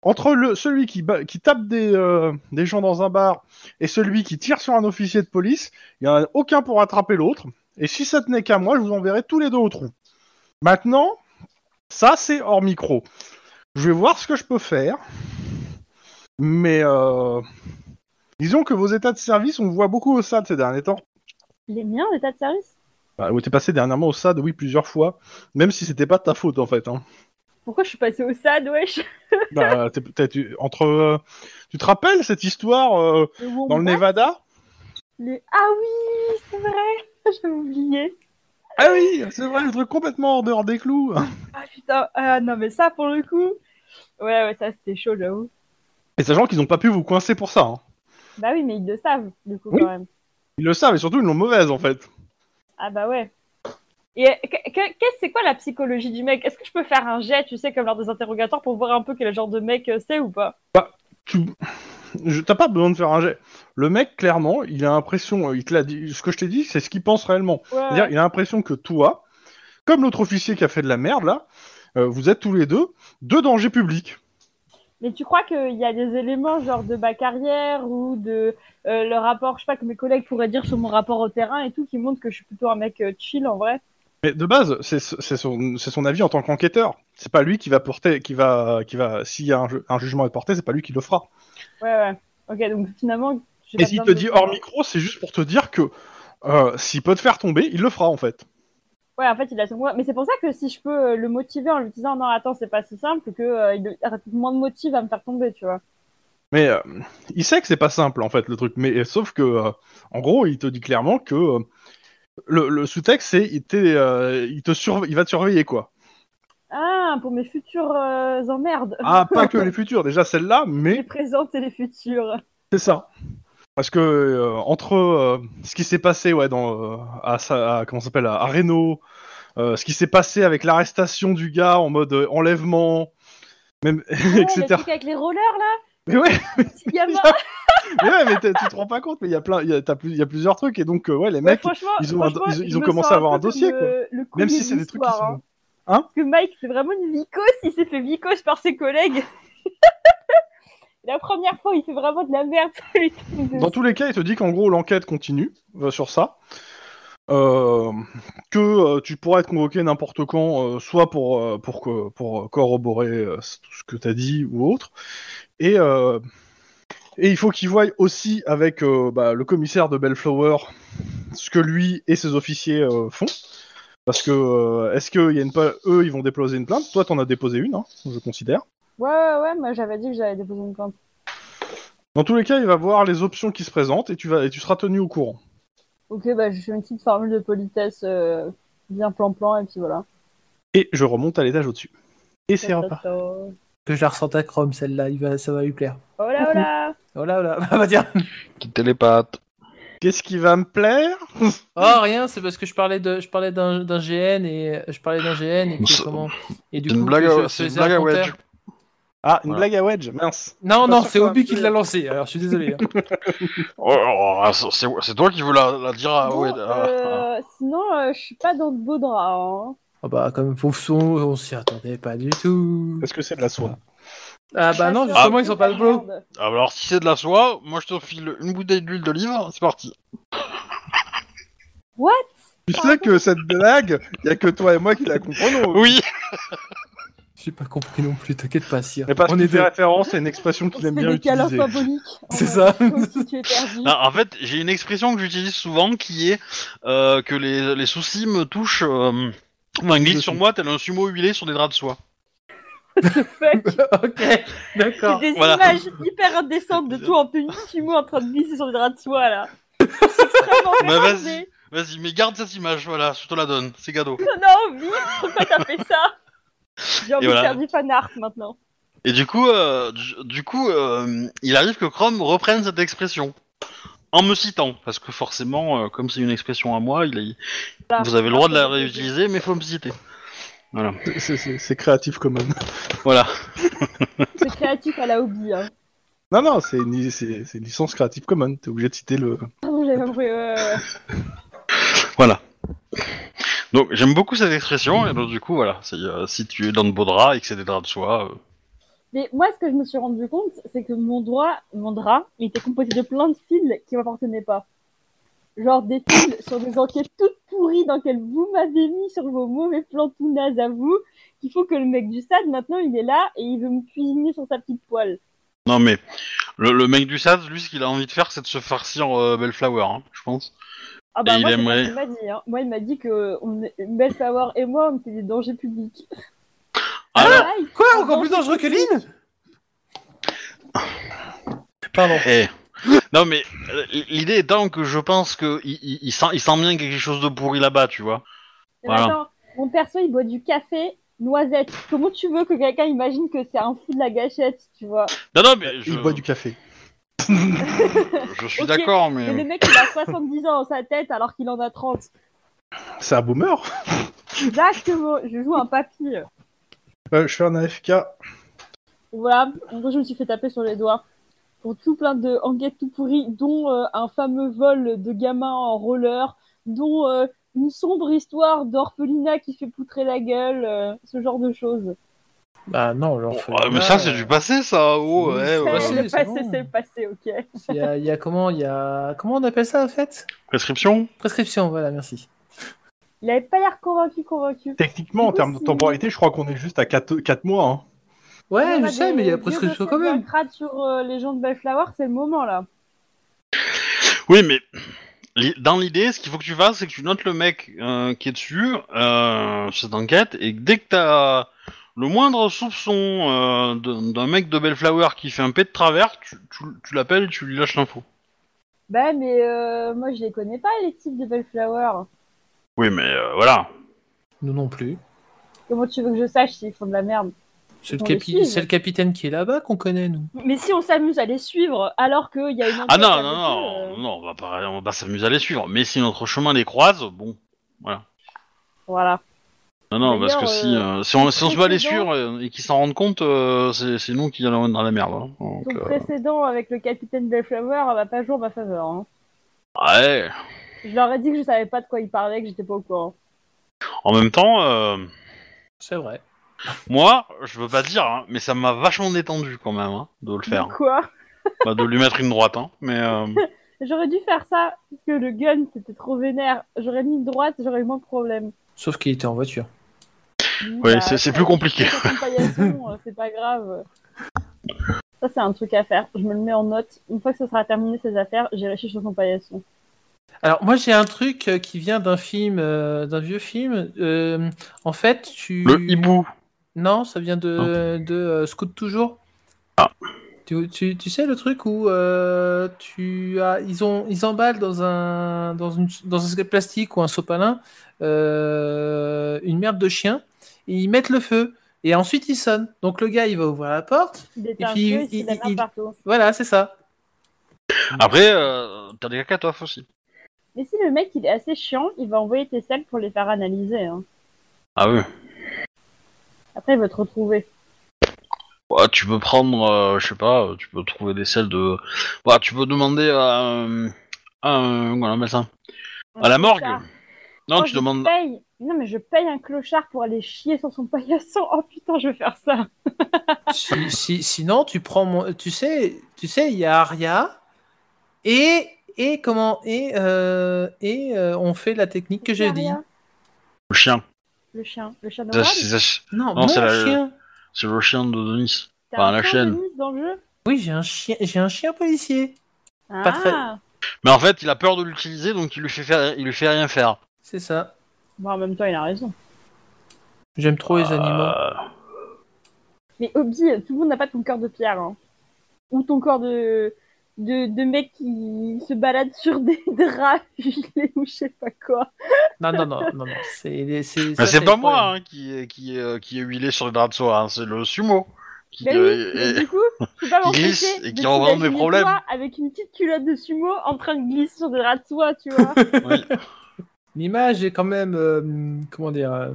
[SPEAKER 2] Entre le, celui qui, ba- qui tape des, euh, des gens dans un bar et celui qui tire sur un officier de police, il n'y en a aucun pour attraper l'autre. Et si ça tenait qu'à moi, je vous enverrai tous les deux au trou. Maintenant, ça c'est hors micro. Je vais voir ce que je peux faire. Mais euh, disons que vos états de service, on voit beaucoup au SAD ces derniers temps.
[SPEAKER 4] Les miens, l'état de service
[SPEAKER 2] Bah, où t'es passé dernièrement au SAD, oui, plusieurs fois. Même si c'était pas de ta faute en fait. Hein.
[SPEAKER 4] Pourquoi je suis passée au SAD, wesh
[SPEAKER 2] Bah, t'es- t'es- tu, entre, euh, tu te rappelles cette histoire euh, dans le Nevada
[SPEAKER 4] Les- Ah oui, c'est vrai [laughs] J'avais oublié.
[SPEAKER 2] Ah oui, c'est vrai, le truc complètement en dehors des clous.
[SPEAKER 4] Ah putain, ah non mais ça pour le coup. Ouais, ouais, ça c'était chaud, j'avoue.
[SPEAKER 2] Et sachant qu'ils n'ont pas pu vous coincer pour ça. hein.
[SPEAKER 4] Bah oui, mais ils le savent, du coup,
[SPEAKER 2] Oui.
[SPEAKER 4] quand même.
[SPEAKER 2] Ils le savent et surtout ils l'ont mauvaise en fait.
[SPEAKER 4] Ah bah ouais. Et euh, que- que- qu'est-ce- c'est quoi la psychologie du mec Est-ce que je peux faire un jet, tu sais, comme lors des interrogatoires, pour voir un peu quel genre de mec euh, c'est ou pas
[SPEAKER 2] tu je- t'as pas besoin de faire un jet. Le mec, clairement, il a l'impression, euh, il te l'a dit, ce que je t'ai dit, c'est ce qu'il pense réellement.
[SPEAKER 4] Ouais.
[SPEAKER 2] C'est-à-dire, il a l'impression que toi, comme l'autre officier qui a fait de la merde là, euh, vous êtes tous les deux deux dangers publics.
[SPEAKER 4] Mais tu crois qu'il y a des éléments genre de ma carrière ou de euh, le rapport, je sais pas, que mes collègues pourraient dire sur mon rapport au terrain et tout, qui montrent que je suis plutôt un mec euh, chill en vrai
[SPEAKER 2] Mais de base, c'est c'est son, c'est son avis en tant qu'enquêteur. C'est pas lui qui va porter, qui va, qui va, s'il y a un, ju- un jugement à te porter, c'est pas lui qui le fera.
[SPEAKER 4] Ouais, ouais. Ok, donc finalement... j'ai
[SPEAKER 2] Et
[SPEAKER 4] pas
[SPEAKER 2] s'il
[SPEAKER 4] besoin
[SPEAKER 2] te
[SPEAKER 4] de-
[SPEAKER 2] dit hors micro, c'est juste pour te dire que euh, s'il peut te faire tomber, il le fera en fait.
[SPEAKER 4] Ouais, en fait, il a son Mais c'est pour ça que si je peux euh, le motiver en lui disant non, attends, c'est pas si simple, que euh, il aurait moins de motifs à me faire tomber, tu vois.
[SPEAKER 2] Mais euh, il sait que c'est pas simple en fait le truc. Mais sauf que euh, en gros, il te dit clairement que euh, le, le sous-texte c'est il, t'est, euh, il te surve- il va te surveiller quoi.
[SPEAKER 4] Ah, pour mes futures euh, emmerdes.
[SPEAKER 2] Ah pas que les futurs, déjà celle-là,
[SPEAKER 4] Les
[SPEAKER 2] mais
[SPEAKER 4] présentes et les futures.
[SPEAKER 2] c'est ça. Parce que euh, entre euh, ce qui s'est passé ouais dans euh, à, sa- à- comment ça s'appelle à, à Reno, euh, ce qui s'est passé avec l'arrestation du gars en mode euh, enlèvement, même [laughs] [laughs]
[SPEAKER 4] Ouais,
[SPEAKER 2] etc.
[SPEAKER 4] Oh, Le truc avec les rollers, là,
[SPEAKER 2] Mais
[SPEAKER 4] [laughs]
[SPEAKER 2] ouais.
[SPEAKER 4] petit gamin.
[SPEAKER 2] Il y a- mais ouais, mais t'as- tu te rends pas compte, mais il y a plein, il y a, t'as plus- il y a plusieurs trucs et donc euh, ouais, les
[SPEAKER 4] Ouais,
[SPEAKER 2] mecs,
[SPEAKER 4] franchement,
[SPEAKER 2] ils ont un-
[SPEAKER 4] franchement,
[SPEAKER 2] ils ont- ils
[SPEAKER 4] je
[SPEAKER 2] ont
[SPEAKER 4] me
[SPEAKER 2] commencé
[SPEAKER 4] sens
[SPEAKER 2] à
[SPEAKER 4] un
[SPEAKER 2] avoir
[SPEAKER 4] peu
[SPEAKER 2] un dossier,
[SPEAKER 4] comme
[SPEAKER 2] quoi.
[SPEAKER 4] le- le
[SPEAKER 2] même
[SPEAKER 4] couillou
[SPEAKER 2] si c'est
[SPEAKER 4] de
[SPEAKER 2] des trucs qui
[SPEAKER 4] l'histoire,
[SPEAKER 2] sont
[SPEAKER 4] hein. Parce que Mike, c'est vraiment une vicose, il s'est fait vicose par ses collègues. [laughs] La première fois, il fait vraiment de la merde. [laughs] lui.
[SPEAKER 2] Dans tous les cas, il te dit qu'en gros, l'enquête continue euh, sur ça. Euh, que euh, tu pourras être convoqué n'importe quand, euh, soit pour, euh, pour, co- pour euh, corroborer euh, tout ce que t'as dit ou autre. Et, euh, et il faut qu'il voie aussi avec euh, bah, le commissaire de Bellflower ce que lui et ses officiers euh, font. Parce que euh, est-ce qu'il y a une pa- eux ils vont déposer une plainte Toi t'en as déposé une, hein, je considère.
[SPEAKER 4] Ouais, ouais, ouais, moi j'avais dit que j'avais déposé une plainte.
[SPEAKER 2] Dans tous les cas, il va voir les options qui se présentent et tu vas et tu seras tenu au courant.
[SPEAKER 4] Ok, bah je fais une petite formule de politesse euh, bien plan-plan et puis voilà.
[SPEAKER 2] Et je remonte à l'étage au-dessus. Et c'est reparti.
[SPEAKER 4] Oh
[SPEAKER 3] Que je la ressente à Chrome, celle-là, il va, ça va lui plaire.
[SPEAKER 4] là, oh là
[SPEAKER 3] Oh là là, [laughs] on va dire.
[SPEAKER 1] Quitter les pattes.
[SPEAKER 2] Qu'est-ce qui va me plaire
[SPEAKER 3] Oh, rien, c'est parce que je parlais de, je parlais d'un, d'un GN et je parlais d'un GN et que,
[SPEAKER 1] C'est-
[SPEAKER 3] comment et du
[SPEAKER 1] C'est
[SPEAKER 3] coup
[SPEAKER 1] une blague,
[SPEAKER 3] que je
[SPEAKER 1] à- c'est une
[SPEAKER 3] faisais
[SPEAKER 1] blague
[SPEAKER 3] un
[SPEAKER 1] à
[SPEAKER 3] compteur.
[SPEAKER 1] Wedge.
[SPEAKER 2] Ah, une
[SPEAKER 1] Voilà.
[SPEAKER 2] blague à Wedge, mince.
[SPEAKER 3] Non,
[SPEAKER 2] Pas
[SPEAKER 3] non,
[SPEAKER 2] sûr que
[SPEAKER 3] c'est
[SPEAKER 2] ça
[SPEAKER 3] Obi
[SPEAKER 2] va
[SPEAKER 3] qui
[SPEAKER 2] me
[SPEAKER 3] l'a lancé. Alors, je suis
[SPEAKER 2] [laughs]
[SPEAKER 3] désolé. hein.
[SPEAKER 1] Oh, oh, oh, c'est- c'est toi qui veux la, la dire à
[SPEAKER 4] Bon,
[SPEAKER 1] Wedge. à- à-
[SPEAKER 4] euh, Sinon, euh, je suis pas dans de beaux draps. hein.
[SPEAKER 3] Ah bah, comme Foufson, on s'y attendait pas du tout.
[SPEAKER 2] Est-ce que c'est de la soie
[SPEAKER 3] Ah bah non, justement, ils sont pas de
[SPEAKER 4] blanc.
[SPEAKER 3] blanc.
[SPEAKER 1] Alors, si c'est de la soie, moi je te file une bouteille d'huile d'olive, c'est parti.
[SPEAKER 2] Tu sais que cette blague, il y a que toi et moi qui la comprenons.
[SPEAKER 1] Oui
[SPEAKER 3] J'ai pas compris non plus, t'inquiète pas, Sire.
[SPEAKER 2] Mais parce
[SPEAKER 3] On
[SPEAKER 2] que
[SPEAKER 3] est
[SPEAKER 2] tes
[SPEAKER 3] deux.
[SPEAKER 2] références, c'est une expression qu'il aime bien
[SPEAKER 4] des câlins
[SPEAKER 2] utiliser.
[SPEAKER 4] symboliques.
[SPEAKER 3] C'est
[SPEAKER 4] en
[SPEAKER 3] ça.
[SPEAKER 4] mode, comme si tu étais perdu. [laughs]
[SPEAKER 1] Non, Ah, En fait, j'ai une expression que j'utilise souvent qui est euh, que les, les soucis me touchent, euh, enfin, glissent sur moi tel un sumo huilé sur des draps de soie.
[SPEAKER 4] Fuck.
[SPEAKER 3] [laughs] ok,
[SPEAKER 4] C'est
[SPEAKER 3] d'accord.
[SPEAKER 4] des
[SPEAKER 1] Voilà.
[SPEAKER 4] images hyper indécentes de toi en tenue sumo en train de glisser sur des draps de soie là. C'est extrêmement
[SPEAKER 1] Bah, vas-y.
[SPEAKER 4] dérangé.
[SPEAKER 1] Vas-y, mais garde cette image, voilà, je te la donne, c'est cadeau.
[SPEAKER 4] Non, non, oublie, pourquoi t'as fait ça J'ai envie
[SPEAKER 1] voilà.
[SPEAKER 4] de faire du fan art maintenant.
[SPEAKER 1] Et du coup, euh, du, du coup, euh, il arrive que Chrome reprenne cette expression en me citant, parce que forcément, euh, comme c'est une expression à moi, il a-
[SPEAKER 4] Là,
[SPEAKER 1] vous avez le droit de la
[SPEAKER 4] après,
[SPEAKER 1] réutiliser, mais faut me citer. Voilà.
[SPEAKER 2] C'est- C'est c'est créatif comme homme.
[SPEAKER 1] Voilà.
[SPEAKER 4] C'est créatif à la hobby. Hein.
[SPEAKER 2] Non, non, c'est une, li- c'est- c'est une licence créative common. T'es obligé de citer le.
[SPEAKER 4] Pardon, j'avais euh, compris. ouais, ouais, ouais.
[SPEAKER 1] Voilà. Donc j'aime beaucoup cette expression, et donc du coup voilà, c'est, euh, si tu es dans de beaux draps et que c'est des draps de soie, euh,
[SPEAKER 4] Mais moi, ce que je me suis rendu compte, c'est que mon doigt, mon drap, il était composé de plein de fils qui m'appartenaient pas. Genre des fils sur des enquêtes toutes pourries dans lesquelles vous m'avez mis sur vos mauvais plans tout nazes à vous, qu'il faut que le mec du stade, maintenant, il est là et il veut me cuisiner sur sa petite poêle.
[SPEAKER 1] non mais le, le mec du SAD, lui ce qu'il a envie de faire c'est de se farcir euh, Bellflower, hein, je pense.
[SPEAKER 4] Ah bah,
[SPEAKER 1] Et
[SPEAKER 4] moi,
[SPEAKER 1] il
[SPEAKER 4] c'est pas
[SPEAKER 1] aimerait-
[SPEAKER 4] ce qu'il m'a dit. hein. Moi, il m'a dit que on... est- Bellflower et moi, on était des dangers publics.
[SPEAKER 1] Ah,
[SPEAKER 4] Pareil,
[SPEAKER 3] Quoi, encore plus dangereux que Lynn Pardon.
[SPEAKER 1] Eh. non mais euh, l'idée étant que je pense que il, il- il sent, il sent bien qu'il y a quelque chose de pourri là-bas, tu vois.
[SPEAKER 4] Mais
[SPEAKER 1] Voilà.
[SPEAKER 4] attends, mon perso, il boit du café noisette. Comment tu veux que quelqu'un imagine que c'est un fou de la gâchette, tu vois
[SPEAKER 1] Non non mais je,
[SPEAKER 2] Il boit du café.
[SPEAKER 1] je suis
[SPEAKER 4] Ok,
[SPEAKER 1] d'accord mais...
[SPEAKER 3] Ah
[SPEAKER 4] Mais le mec,
[SPEAKER 3] [laughs]
[SPEAKER 4] il a 70 ans dans sa tête alors qu'il en a 30.
[SPEAKER 2] C'est un boomer.
[SPEAKER 4] Exactement, je joue un papy.
[SPEAKER 2] Euh, je fais un AFK.
[SPEAKER 4] Voilà, en gros, je me suis fait taper sur les doigts. Pour tout plein de enquêtes tout pourries, dont euh, un fameux vol de gamin en roller, dont euh, une sombre histoire d'orphelinat qui fait poutrer la gueule, euh, ce genre de choses.
[SPEAKER 3] Bah non,
[SPEAKER 1] Bon,
[SPEAKER 3] l'orphelinat.
[SPEAKER 1] ah, mais ça c'est
[SPEAKER 3] euh,
[SPEAKER 1] du passé ça, oh,
[SPEAKER 3] oui,
[SPEAKER 1] ouais,
[SPEAKER 3] ça,
[SPEAKER 1] ouais.
[SPEAKER 3] Ah, c'est-
[SPEAKER 4] le passé,
[SPEAKER 3] bon.
[SPEAKER 4] c'est le passé, ok.
[SPEAKER 3] Il y, a- il y a comment Il y a comment on appelle ça en fait
[SPEAKER 1] Prescription
[SPEAKER 3] Prescription, voilà, merci.
[SPEAKER 4] Il avait pas l'air convaincu, convaincu.
[SPEAKER 2] Techniquement, en termes de temporalité, je crois qu'on est juste à 4, mois. hein.
[SPEAKER 3] Ouais,
[SPEAKER 4] On
[SPEAKER 3] je
[SPEAKER 4] a
[SPEAKER 3] sais,
[SPEAKER 4] bah, des
[SPEAKER 3] mais il y a
[SPEAKER 4] vieux
[SPEAKER 3] prescription
[SPEAKER 4] dossiers
[SPEAKER 3] quand même.
[SPEAKER 4] Viagra sur euh, les gens de Bellflower, c'est le moment là.
[SPEAKER 1] Oui, mais li- dans l'idée, ce qu'il faut que tu fasses, c'est que tu notes le mec euh, qui est dessus, euh, cette enquête, et que dès que t'as le moindre soupçon euh, d'un d'un mec de Bellflower qui fait un pet de travers, tu, tu- tu l'appelles et tu lui lâches l'info.
[SPEAKER 4] Bah, mais euh, moi, je les connais pas, les types de Bellflower.
[SPEAKER 1] Oui, mais euh, voilà.
[SPEAKER 3] Nous non plus.
[SPEAKER 4] Comment tu veux que je sache s'ils font de la merde
[SPEAKER 3] C'est le,
[SPEAKER 4] On les
[SPEAKER 3] capi-
[SPEAKER 4] suit.
[SPEAKER 3] c'est le capitaine qui est là-bas qu'on connaît, nous.
[SPEAKER 4] Mais si on s'amuse à les suivre, alors qu'il y a une enquête
[SPEAKER 1] Ah non,
[SPEAKER 4] avec
[SPEAKER 1] non,
[SPEAKER 4] eux,
[SPEAKER 1] non,
[SPEAKER 4] euh,
[SPEAKER 1] non, on va pas, on va pas s'amuser à les suivre. Mais si notre chemin les croise, bon.
[SPEAKER 4] Voilà.
[SPEAKER 1] Non, non, parce
[SPEAKER 4] D'ailleurs,
[SPEAKER 1] que si,
[SPEAKER 4] euh,
[SPEAKER 1] euh, si, on, si on se bat les suivre
[SPEAKER 4] précédent-
[SPEAKER 1] euh, et qu'ils s'en rendent compte, euh, c'est c'est nous qui allons être dans la merde. hein. Donc,
[SPEAKER 4] Ton
[SPEAKER 1] euh,
[SPEAKER 4] précédent avec le capitaine Bellflower va pas jouer en ma faveur. hein.
[SPEAKER 1] ouais.
[SPEAKER 4] Je leur ai dit que je savais pas de quoi ils parlaient, que j'étais pas
[SPEAKER 1] [laughs]
[SPEAKER 4] au courant.
[SPEAKER 1] En même temps, euh,
[SPEAKER 3] C'est vrai.
[SPEAKER 1] Moi, je veux pas dire, hein, mais ça m'a vachement détendu quand même hein, de le faire. [laughs]
[SPEAKER 4] Mais Quoi
[SPEAKER 1] Bah, de lui mettre une droite, hein, mais euh,
[SPEAKER 4] J'aurais dû faire ça, parce que le gun, c'était trop vénère. J'aurais mis une droite, j'aurais eu moins de problèmes. Bah, euh,
[SPEAKER 3] Sauf qu'il était en voiture.
[SPEAKER 1] Oui, c'est- c'est plus compliqué.
[SPEAKER 4] c'est une
[SPEAKER 1] [laughs]
[SPEAKER 4] paillasson, euh, c'est pas grave. Ça, c'est un truc à faire. Je me le mets en note. Une fois que ça sera terminé, ces affaires, j'irai chercher son paillasson.
[SPEAKER 3] Alors moi j'ai un truc euh, qui vient d'un film, euh, d'un vieux film. Euh, en fait, tu.
[SPEAKER 1] le hibou.
[SPEAKER 3] Non, ça vient de, de euh, Scoot toujours.
[SPEAKER 1] Ah.
[SPEAKER 3] Tu, tu- tu sais le truc où euh, tu as, ils ont ils emballent dans un dans une dans un sac de plastique ou un sopalin euh, une merde de chien et ils mettent le feu et ensuite ils sonnent. Donc le gars il va ouvrir la porte.
[SPEAKER 4] Il était un peu,
[SPEAKER 3] puis,
[SPEAKER 4] il,
[SPEAKER 3] il-
[SPEAKER 4] il, la
[SPEAKER 3] il-
[SPEAKER 4] merde
[SPEAKER 3] il-
[SPEAKER 4] partout.
[SPEAKER 3] Voilà, c'est ça.
[SPEAKER 1] Après, euh, t'as des cacatoises aussi.
[SPEAKER 4] Mais si le mec il est assez chiant, il va envoyer tes sacs pour les faire analyser. hein.
[SPEAKER 1] Ah oui.
[SPEAKER 4] Après, il va te retrouver.
[SPEAKER 1] Ouais, Bah, tu peux prendre, euh, je sais pas, euh, tu peux trouver des selles de. euh, Bah, tu peux demander à. un- à un- comment on appelle ça À la morgue.
[SPEAKER 4] Char.
[SPEAKER 1] Non,
[SPEAKER 4] Oh,
[SPEAKER 1] tu
[SPEAKER 4] je
[SPEAKER 1] demandes.
[SPEAKER 4] paye- Non, mais je paye un clochard pour aller chier sur son paillasson. Oh putain, je vais faire ça.
[SPEAKER 3] Si- si- sinon, tu prends mon. Tu sais, tu sais, il y a Aria et et comment et euh, et euh, on fait la technique que j'ai dit.
[SPEAKER 4] Aria,
[SPEAKER 1] Le chien.
[SPEAKER 4] Le chien. Le chien
[SPEAKER 1] C'est-
[SPEAKER 4] noir.
[SPEAKER 1] C'est c'est-
[SPEAKER 3] Non,
[SPEAKER 1] Non,
[SPEAKER 3] mon
[SPEAKER 1] c'est la-
[SPEAKER 3] chien.
[SPEAKER 1] c'est le chien de Denis.
[SPEAKER 4] T'as
[SPEAKER 1] enfin,
[SPEAKER 4] un
[SPEAKER 1] la
[SPEAKER 4] chien,
[SPEAKER 1] chaîne.
[SPEAKER 4] Denis, dans le jeu
[SPEAKER 3] Oui, j'ai un chien, j'ai un chien policier.
[SPEAKER 4] ah,
[SPEAKER 3] très-
[SPEAKER 1] Mais en fait, il a peur de l'utiliser, donc il lui fait faire, il lui fait rien faire.
[SPEAKER 3] C'est ça.
[SPEAKER 4] bon, en même temps, il a raison.
[SPEAKER 3] J'aime trop les animaux.
[SPEAKER 1] Euh,
[SPEAKER 4] Mais Obi, tout le monde n'a pas ton cœur de pierre. Hein. Ou ton corps de... De, de mec qui se balade sur des [laughs] draps filés ou je sais pas quoi.
[SPEAKER 3] Non, non, non, non, non. C'est c'est ça,
[SPEAKER 1] Mais c'est
[SPEAKER 3] le
[SPEAKER 1] pas moi
[SPEAKER 3] problème.
[SPEAKER 1] hein, qui, qui, euh, qui est huilé sur les draps de soie, hein, c'est le sumo. Qui,
[SPEAKER 4] Ben oui,
[SPEAKER 1] euh,
[SPEAKER 4] mais
[SPEAKER 1] est-
[SPEAKER 4] du coup, je peux pas
[SPEAKER 1] Il glisse
[SPEAKER 4] m'empêcher
[SPEAKER 1] et
[SPEAKER 4] de
[SPEAKER 1] qui revend mes
[SPEAKER 4] t'imaginer
[SPEAKER 1] problèmes.
[SPEAKER 4] toi Avec une petite culotte de sumo en train de glisser sur des draps de soie, tu
[SPEAKER 1] [laughs]
[SPEAKER 4] vois.
[SPEAKER 1] oui. hein.
[SPEAKER 3] L'image est quand même euh, comment dire. euh,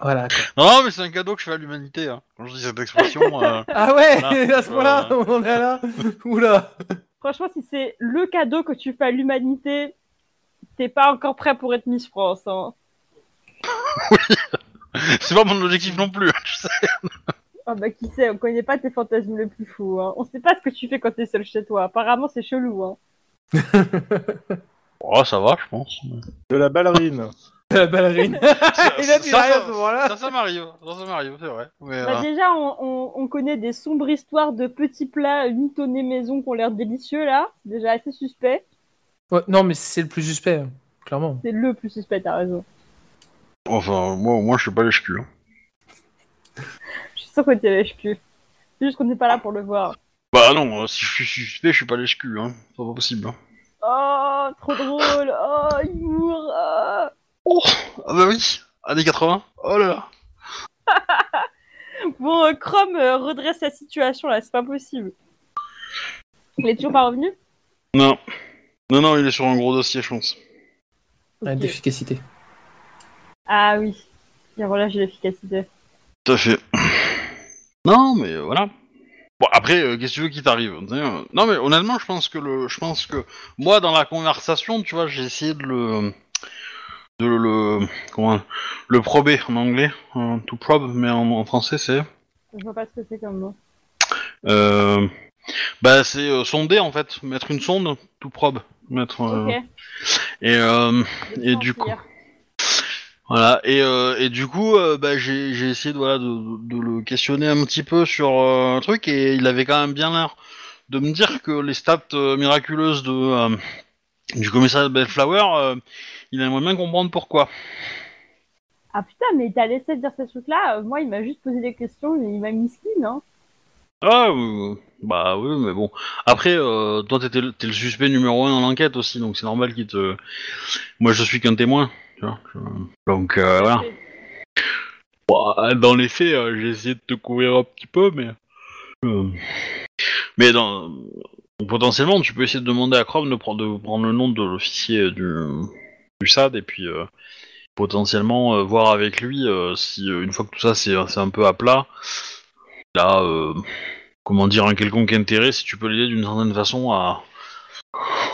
[SPEAKER 3] Voilà. quoi.
[SPEAKER 1] Non, mais c'est un cadeau que je fais à l'humanité. hein. Quand je dis cette expression, euh, [laughs]
[SPEAKER 3] Ah ouais,
[SPEAKER 1] Voilà.
[SPEAKER 3] [laughs] à ce moment-là, on en est là. Oula.
[SPEAKER 4] Franchement, si c'est le cadeau que tu fais à l'humanité, t'es pas encore prêt pour être Miss France. Hein.
[SPEAKER 1] c'est pas mon objectif non plus. tu sais.
[SPEAKER 4] Ah bah qui sait, on connaît pas tes fantasmes les plus fous. Hein. On sait pas ce que tu fais quand t'es seul chez toi. Apparemment, c'est chelou. Hein.
[SPEAKER 1] Oh, ça va, je
[SPEAKER 3] [laughs]
[SPEAKER 1] pense.
[SPEAKER 2] De la ballerine.
[SPEAKER 1] [laughs]
[SPEAKER 3] La ballerine. Il a dit
[SPEAKER 1] ça,
[SPEAKER 3] rien à
[SPEAKER 1] ça-
[SPEAKER 3] ce moment-là.
[SPEAKER 1] Ça, ça m'arrive, ça, ça m'arrive, c'est vrai. Mais,
[SPEAKER 4] Bah,
[SPEAKER 1] euh,
[SPEAKER 4] déjà, on, on- on connaît des sombres histoires de petits plats mitonnés maison qui ont l'air délicieux là. C'est déjà assez suspect.
[SPEAKER 3] Ouais, non, mais c'est le plus suspect, hein, clairement.
[SPEAKER 4] C'est le plus suspect, t'as raison.
[SPEAKER 1] euh, Enfin, moi, au moins, je suis pas lèche-cul. hein.
[SPEAKER 4] Je suis sûre que t'es lèche-cul. C'est juste qu'on n'est pas là pour le voir.
[SPEAKER 1] Bah non, euh, si je suis suspect, je suis pas lèche-cul. Hein. C'est pas possible. hein.
[SPEAKER 4] Oh, trop drôle. Oh, humour. oh.
[SPEAKER 1] Ah bah oui, années 80. Oh là là.
[SPEAKER 4] Bon, euh, Chrome euh, redresse la situation là, c'est pas possible. Il est toujours pas revenu
[SPEAKER 1] Non. Non, non, il est sur un gros dossier, je pense.
[SPEAKER 3] Ouais,
[SPEAKER 4] Ok.
[SPEAKER 3] hein, D'efficacité.
[SPEAKER 4] Ah oui, il relâche de l'efficacité.
[SPEAKER 1] Tout à fait. Non, mais euh, voilà. Bon, après, euh, qu'est-ce que tu veux qui t'arrive tu sais, euh, Non, mais honnêtement, je pense que le, je pense que moi, dans la conversation, tu vois, j'ai essayé de le, de le, le- comment, le prober en anglais, euh, to probe, mais en, en français, c'est,
[SPEAKER 4] Je vois pas ce que c'est comme mot.
[SPEAKER 1] euh, bah, c'est euh, sonder en fait, mettre une sonde, to probe, mettre, euh,
[SPEAKER 4] Ok.
[SPEAKER 1] et, euh, et
[SPEAKER 4] Sans
[SPEAKER 1] du coup-
[SPEAKER 4] pire.
[SPEAKER 1] Voilà, et, euh, et du coup, euh, bah, j'ai j'ai essayé de, voilà, de, de- de le questionner un petit peu sur euh, un truc, et il avait quand même bien l'air de me dire que les stats euh, miraculeuses de, euh, du commissariat de Bellflower, euh, il aimerait bien comprendre pourquoi.
[SPEAKER 4] Ah putain, mais t'as laissé de dire ce truc là Moi, il m'a juste posé des questions, mais il m'a mis skin, hein.
[SPEAKER 1] Ah, euh, bah oui, mais bon. Après, euh, toi, t'étais le, t'es le suspect numéro un dans l'enquête aussi, donc c'est normal qu'il te... Moi, je suis qu'un témoin, tu vois. je- Donc, euh, voilà. Bah, dans les faits, euh, j'ai essayé de te couvrir un petit peu, mais. euh, Mais dans... potentiellement, tu peux essayer de demander à Chrome de, prendre- de prendre le nom de l'officier euh, du... du SAD et puis euh, potentiellement euh, voir avec lui euh, si, euh, une fois que tout ça c'est c'est un peu à plat, là, euh, comment dire, un quelconque intérêt, si tu peux l'aider d'une certaine façon à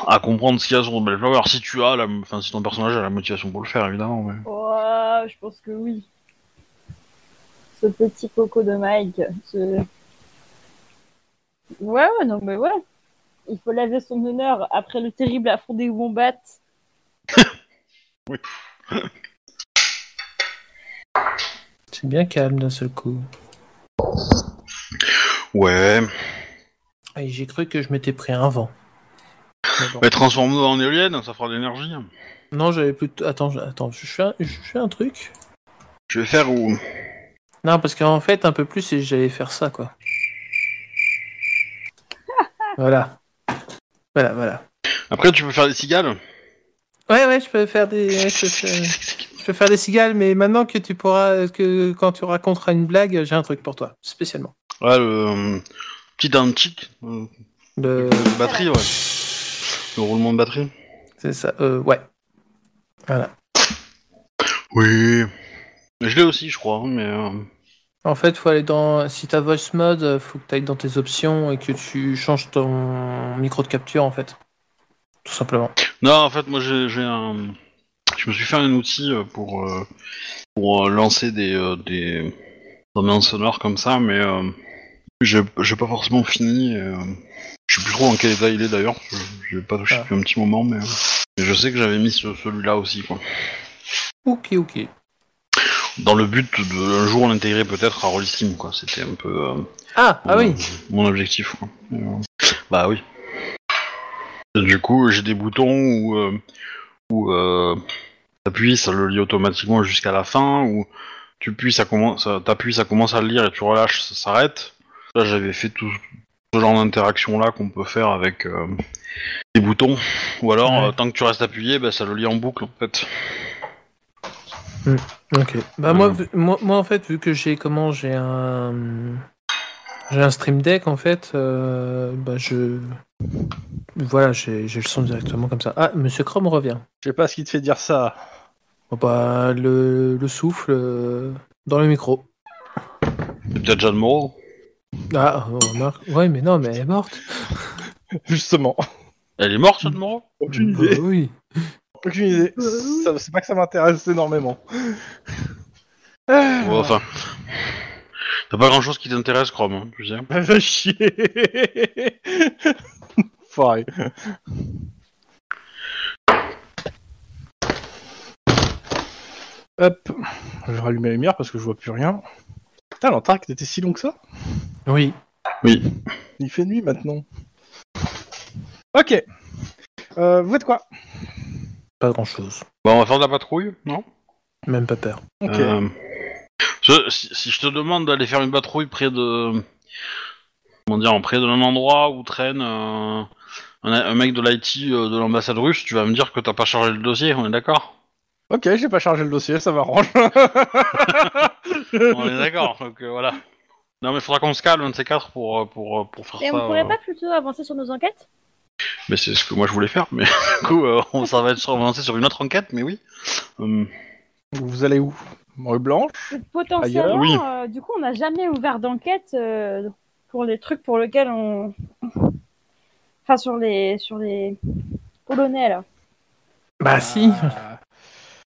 [SPEAKER 1] à comprendre ce qu'il y a sur Bellflower, si tu as, la... enfin si ton personnage a la motivation pour le faire, évidemment. mais-
[SPEAKER 4] Oh, je pense que oui. Ce petit coco de Mike. ce- Ouais, ouais, non, mais ouais. Il faut laver son honneur après le terrible affront des wombats.
[SPEAKER 3] C'est bien calme d'un seul coup.
[SPEAKER 1] Ouais.
[SPEAKER 3] Et j'ai cru que je m'étais pris un vent. Mais bon.
[SPEAKER 1] Mais transforme-nous en éolienne, ça fera de l'énergie. hein.
[SPEAKER 3] Non, j'avais plus. t- Attends, je- attends, je fais, un... je fais un truc.
[SPEAKER 1] Je vais faire où
[SPEAKER 3] Non, parce qu'en fait, un peu plus, et j'allais faire ça, quoi. Voilà. Voilà, voilà.
[SPEAKER 1] Après, tu peux faire des cigales.
[SPEAKER 3] Ouais, ouais, je peux faire des, ouais, je peux faire, je peux faire des cigales, mais maintenant que tu pourras, que quand tu raconteras une blague, j'ai un truc pour toi, spécialement.
[SPEAKER 1] [laughs] Ouais, le euh, petit un chic, euh,
[SPEAKER 3] Le-
[SPEAKER 1] de batterie, ouais. Le roulement de batterie.
[SPEAKER 3] C'est ça. euh, ouais.
[SPEAKER 1] Oui. Je l'ai aussi, je crois, mais. euh,
[SPEAKER 3] En fait, faut aller dans. Si t'as voice mode, euh, faut que t'ailles dans tes options et que tu changes ton micro de capture, en fait. Tout simplement.
[SPEAKER 1] Non, en fait, moi, j'ai j'ai un. Je me suis fait un outil euh, pour, euh, pour euh, lancer des, euh, des ambiances sonores comme ça, mais euh, j'ai j'ai pas forcément fini. et, euh, je sais plus trop en quel état il est d'ailleurs. je- Je l'ai pas touché
[SPEAKER 3] Ah.
[SPEAKER 1] depuis un petit moment, mais, euh, mais je sais que j'avais mis ce- celui-là aussi, quoi.
[SPEAKER 3] Ok, ok.
[SPEAKER 1] Dans le but de un jour l'intégrer peut-être à Rollistime, quoi. C'était un peu euh,
[SPEAKER 3] Ah, ah oui.
[SPEAKER 1] mon objectif, quoi. Et, euh, bah oui. Et du coup, j'ai des boutons où, euh, où euh, t'appuies, ça le lit automatiquement jusqu'à la fin, ou tu puis ça commence, ça- t'appuies, ça commence à le lire et tu relâches, ça s'arrête. Là, j'avais fait tout ce genre d'interaction là qu'on peut faire avec euh, des boutons, ou alors
[SPEAKER 3] Ouais.
[SPEAKER 1] euh, tant que tu restes appuyé, bah, ça le lit en boucle en fait.
[SPEAKER 3] Ok. Bah
[SPEAKER 1] Euh.
[SPEAKER 3] moi, vu- moi, moi, en fait, vu que j'ai comment j'ai un j'ai un stream deck en fait, euh, bah je voilà j'ai j'ai le son directement comme ça. Ah, Monsieur Chrome revient.
[SPEAKER 2] Je sais pas ce qui te fait dire ça. [laughs]
[SPEAKER 3] Bon, bah le, le souffle euh, dans le micro.
[SPEAKER 1] C'est peut-être Jeanne Moreau.
[SPEAKER 3] Ah, on remarque. Ouais, mais non, mais elle est morte.
[SPEAKER 2] Justement.
[SPEAKER 1] Elle est morte, Jeanne Moreau
[SPEAKER 2] Aucune
[SPEAKER 3] Bah
[SPEAKER 2] idée.
[SPEAKER 3] oui.
[SPEAKER 2] Aucune idée. Ça- C'est pas que ça m'intéresse énormément. Ah,
[SPEAKER 1] Ouais, Enfin, t'as pas grand chose qui t'intéresse, Chrome, hein, tu sais.
[SPEAKER 2] Bah, [laughs] va chier. Foiré. Hop. Je vais rallumer la lumière parce que je vois plus rien. Putain, l'Antarctique était si long que ça
[SPEAKER 3] Oui.
[SPEAKER 2] Il fait nuit maintenant. Ok. Euh, vous êtes quoi
[SPEAKER 3] Pas grand chose.
[SPEAKER 1] Bah, on va faire de la patrouille, non
[SPEAKER 3] Même pas peur.
[SPEAKER 2] Ok.
[SPEAKER 1] Euh, je- si, si je te demande d'aller faire une patrouille près de. Comment dire Près d'un endroit où traîne euh, un, un mec de l'IT euh, de l'ambassade russe, tu vas me dire que t'as pas chargé le dossier, on est d'accord
[SPEAKER 2] Ok, j'ai pas chargé le dossier, ça m'arrange.
[SPEAKER 1] On est d'accord, donc euh, voilà. Non, mais faudra qu'on se calme, un de ces quatre, pour, euh, pour, euh, pour faire
[SPEAKER 4] Et
[SPEAKER 1] ça.
[SPEAKER 4] on pourrait
[SPEAKER 1] euh.
[SPEAKER 4] pas plutôt avancer sur nos enquêtes
[SPEAKER 1] Mais c'est ce que moi je voulais faire, mais [laughs] du coup, euh, on, ça va être sur, on va lancer sur une autre enquête, mais oui. Hum,
[SPEAKER 2] vous allez où Rue Blanche
[SPEAKER 4] Et Potentiellement,
[SPEAKER 1] Ailleurs, oui.
[SPEAKER 4] euh, du coup, on n'a jamais ouvert d'enquête euh, pour les trucs pour lesquels on. Enfin, sur les. Sur les. Polonais, là.
[SPEAKER 3] Bah si.
[SPEAKER 2] Ah.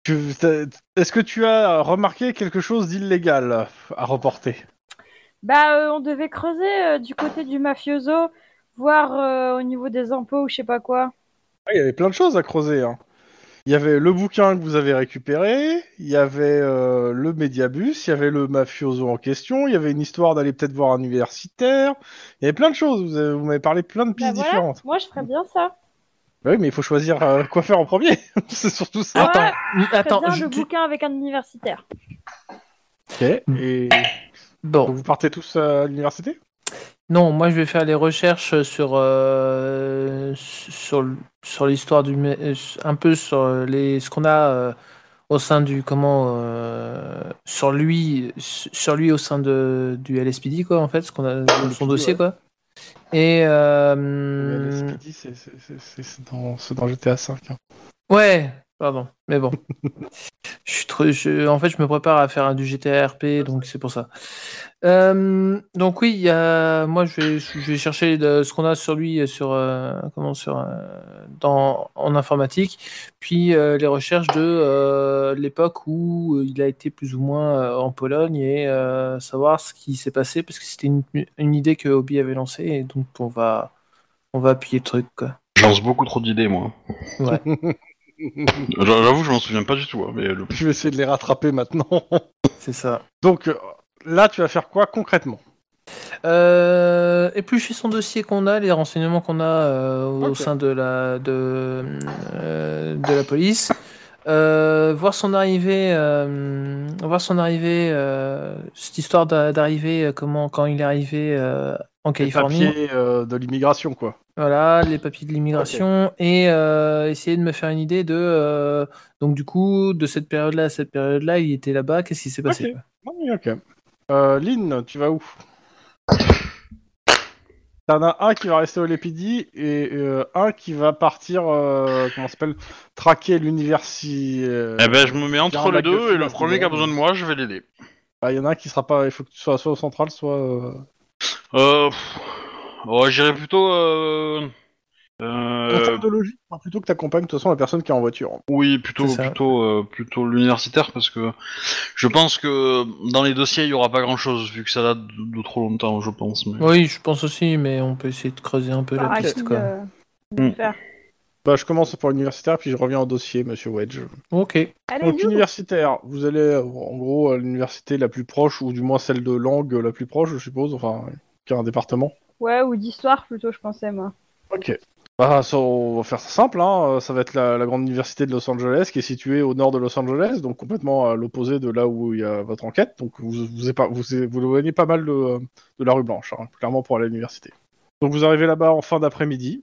[SPEAKER 2] Tu- t'as- Est-ce que tu as remarqué quelque chose d'illégal à reporter
[SPEAKER 4] Bah, euh, on devait creuser euh, du côté du mafioso, voir euh, au niveau des impôts ou je sais pas quoi.
[SPEAKER 2] Ah, Il y avait plein de choses à creuser. hein. Il y avait le bouquin que vous avez récupéré, il y avait euh, le médiabus, il y avait le mafioso en question, il y avait une histoire d'aller peut-être voir un universitaire, il y avait plein de choses, vous avez- vous m'avez parlé plein de
[SPEAKER 4] Bah,
[SPEAKER 2] pistes
[SPEAKER 4] voilà.
[SPEAKER 2] différentes.
[SPEAKER 4] Moi, je ferais bien ça.
[SPEAKER 2] Bah oui, mais il faut choisir euh, quoi faire en premier, [laughs] c'est surtout ça.
[SPEAKER 3] Attends.
[SPEAKER 4] Je ferais
[SPEAKER 3] Attends.
[SPEAKER 4] Ah, bien
[SPEAKER 3] je-
[SPEAKER 4] le
[SPEAKER 3] tu-
[SPEAKER 4] bouquin avec un universitaire.
[SPEAKER 3] Ah,
[SPEAKER 2] Ok, et
[SPEAKER 3] Bon.
[SPEAKER 2] donc vous partez tous euh, à l'université
[SPEAKER 3] Non, moi je vais faire les recherches sur euh, sur l- sur l'histoire du mé- euh, un peu sur les ce qu'on a euh, au sein du comment euh, sur lui sur lui au sein de du LSPD quoi en fait ce qu'on a dans son
[SPEAKER 2] LSPD,
[SPEAKER 3] dossier
[SPEAKER 2] ouais.
[SPEAKER 3] quoi. Et
[SPEAKER 2] Le
[SPEAKER 3] euh,
[SPEAKER 2] LSPD, c'est- c'est- c'est- c'est- c'est dans, c'est dans GTA V. hein.
[SPEAKER 3] ouais, pardon, mais bon. Je suis trop- je- en fait, je me prépare à faire un du GTRP, donc c'est pour ça. Euh, donc oui, il y a- moi je vais, je vais chercher de- ce qu'on a sur lui, euh, sur euh, comment sur euh, dans en informatique, puis euh, les recherches de euh, l'époque où euh, il a été plus ou moins euh, en Pologne et euh, savoir ce qui s'est passé parce que c'était une, une idée que Obi avait lancée et donc on va on va appuyer le truc. Quoi.
[SPEAKER 1] Je lance beaucoup trop d'idées, moi.
[SPEAKER 3] Ouais.
[SPEAKER 1] [laughs] J'avoue, je m'en souviens pas du tout, hein, mais le
[SPEAKER 2] [laughs] Je vais essayer de les rattraper maintenant. [laughs]
[SPEAKER 3] C'est ça.
[SPEAKER 2] Donc euh, là, tu vas faire quoi concrètement
[SPEAKER 3] Euh, éplucher son dossier qu'on a, les renseignements qu'on a euh, au
[SPEAKER 2] Ok.
[SPEAKER 3] sein de la, de, euh, de la police, Euh, voir son arrivée, euh, voir son arrivée, euh, cette histoire d'a- d'arrivée, euh, comment quand il est arrivé euh, en Californie,
[SPEAKER 2] Les papiers euh, de l'immigration, quoi.
[SPEAKER 3] voilà, les papiers de l'immigration et euh, essayer de me faire une idée de euh, donc du coup de cette période-là à cette période-là, il était là-bas, qu'est-ce qui s'est passé
[SPEAKER 2] Ok. Oui, ok. Euh, Lynn, tu vas où T'en as un qui va rester au Lépidi et euh, un qui va partir, euh, comment ça s'appelle, traquer l'universi. euh,
[SPEAKER 1] Eh ben, je me mets
[SPEAKER 2] Garde
[SPEAKER 1] entre
[SPEAKER 2] la
[SPEAKER 1] les
[SPEAKER 2] gueule,
[SPEAKER 1] deux et le
[SPEAKER 2] c'est
[SPEAKER 1] premier qui a
[SPEAKER 2] bon.
[SPEAKER 1] besoin de moi, je vais l'aider.
[SPEAKER 2] bah, y en a un qui sera pas, il faut que tu sois soit au central, soit. euh,
[SPEAKER 1] Euh, pff, ouais, j'irai plutôt euh,
[SPEAKER 2] En
[SPEAKER 1] Euh,
[SPEAKER 2] termes de logique, enfin, plutôt que t'accompagnes de toute façon la personne qui est en voiture.
[SPEAKER 1] Oui, plutôt,
[SPEAKER 3] C'est ça.
[SPEAKER 1] plutôt, euh, plutôt l'universitaire, parce que je pense que dans les dossiers, il y aura pas grand-chose, vu que ça date de, de trop longtemps, je pense. mais-
[SPEAKER 3] Oui, je pense aussi, mais on peut essayer de creuser un peu
[SPEAKER 4] Par
[SPEAKER 3] la
[SPEAKER 4] à
[SPEAKER 3] piste,
[SPEAKER 4] qui,
[SPEAKER 3] quoi.
[SPEAKER 4] euh, de
[SPEAKER 1] Hmm.
[SPEAKER 4] faire.
[SPEAKER 2] Bah, je commence par l'universitaire, puis je reviens au dossier, monsieur Wedge.
[SPEAKER 3] Ok.
[SPEAKER 4] Allez,
[SPEAKER 2] Donc,
[SPEAKER 4] you.
[SPEAKER 2] universitaire, vous allez euh, en gros à l'université la plus proche, ou du moins celle de langue la plus proche, je suppose, enfin, qui a un département.
[SPEAKER 4] Ouais, ou d'histoire plutôt, je pensais, moi.
[SPEAKER 2] Ok. Bah, ça, on va faire ça simple, hein. euh, ça va être la, la grande université de Los Angeles qui est située au nord de Los Angeles, donc complètement à l'opposé de là où il y a votre enquête. Donc vous vous, épa- vous, vous éloignez pas mal de, euh, de la rue Blanche, hein, clairement pour aller à l'université. Donc vous arrivez là-bas en fin d'après-midi.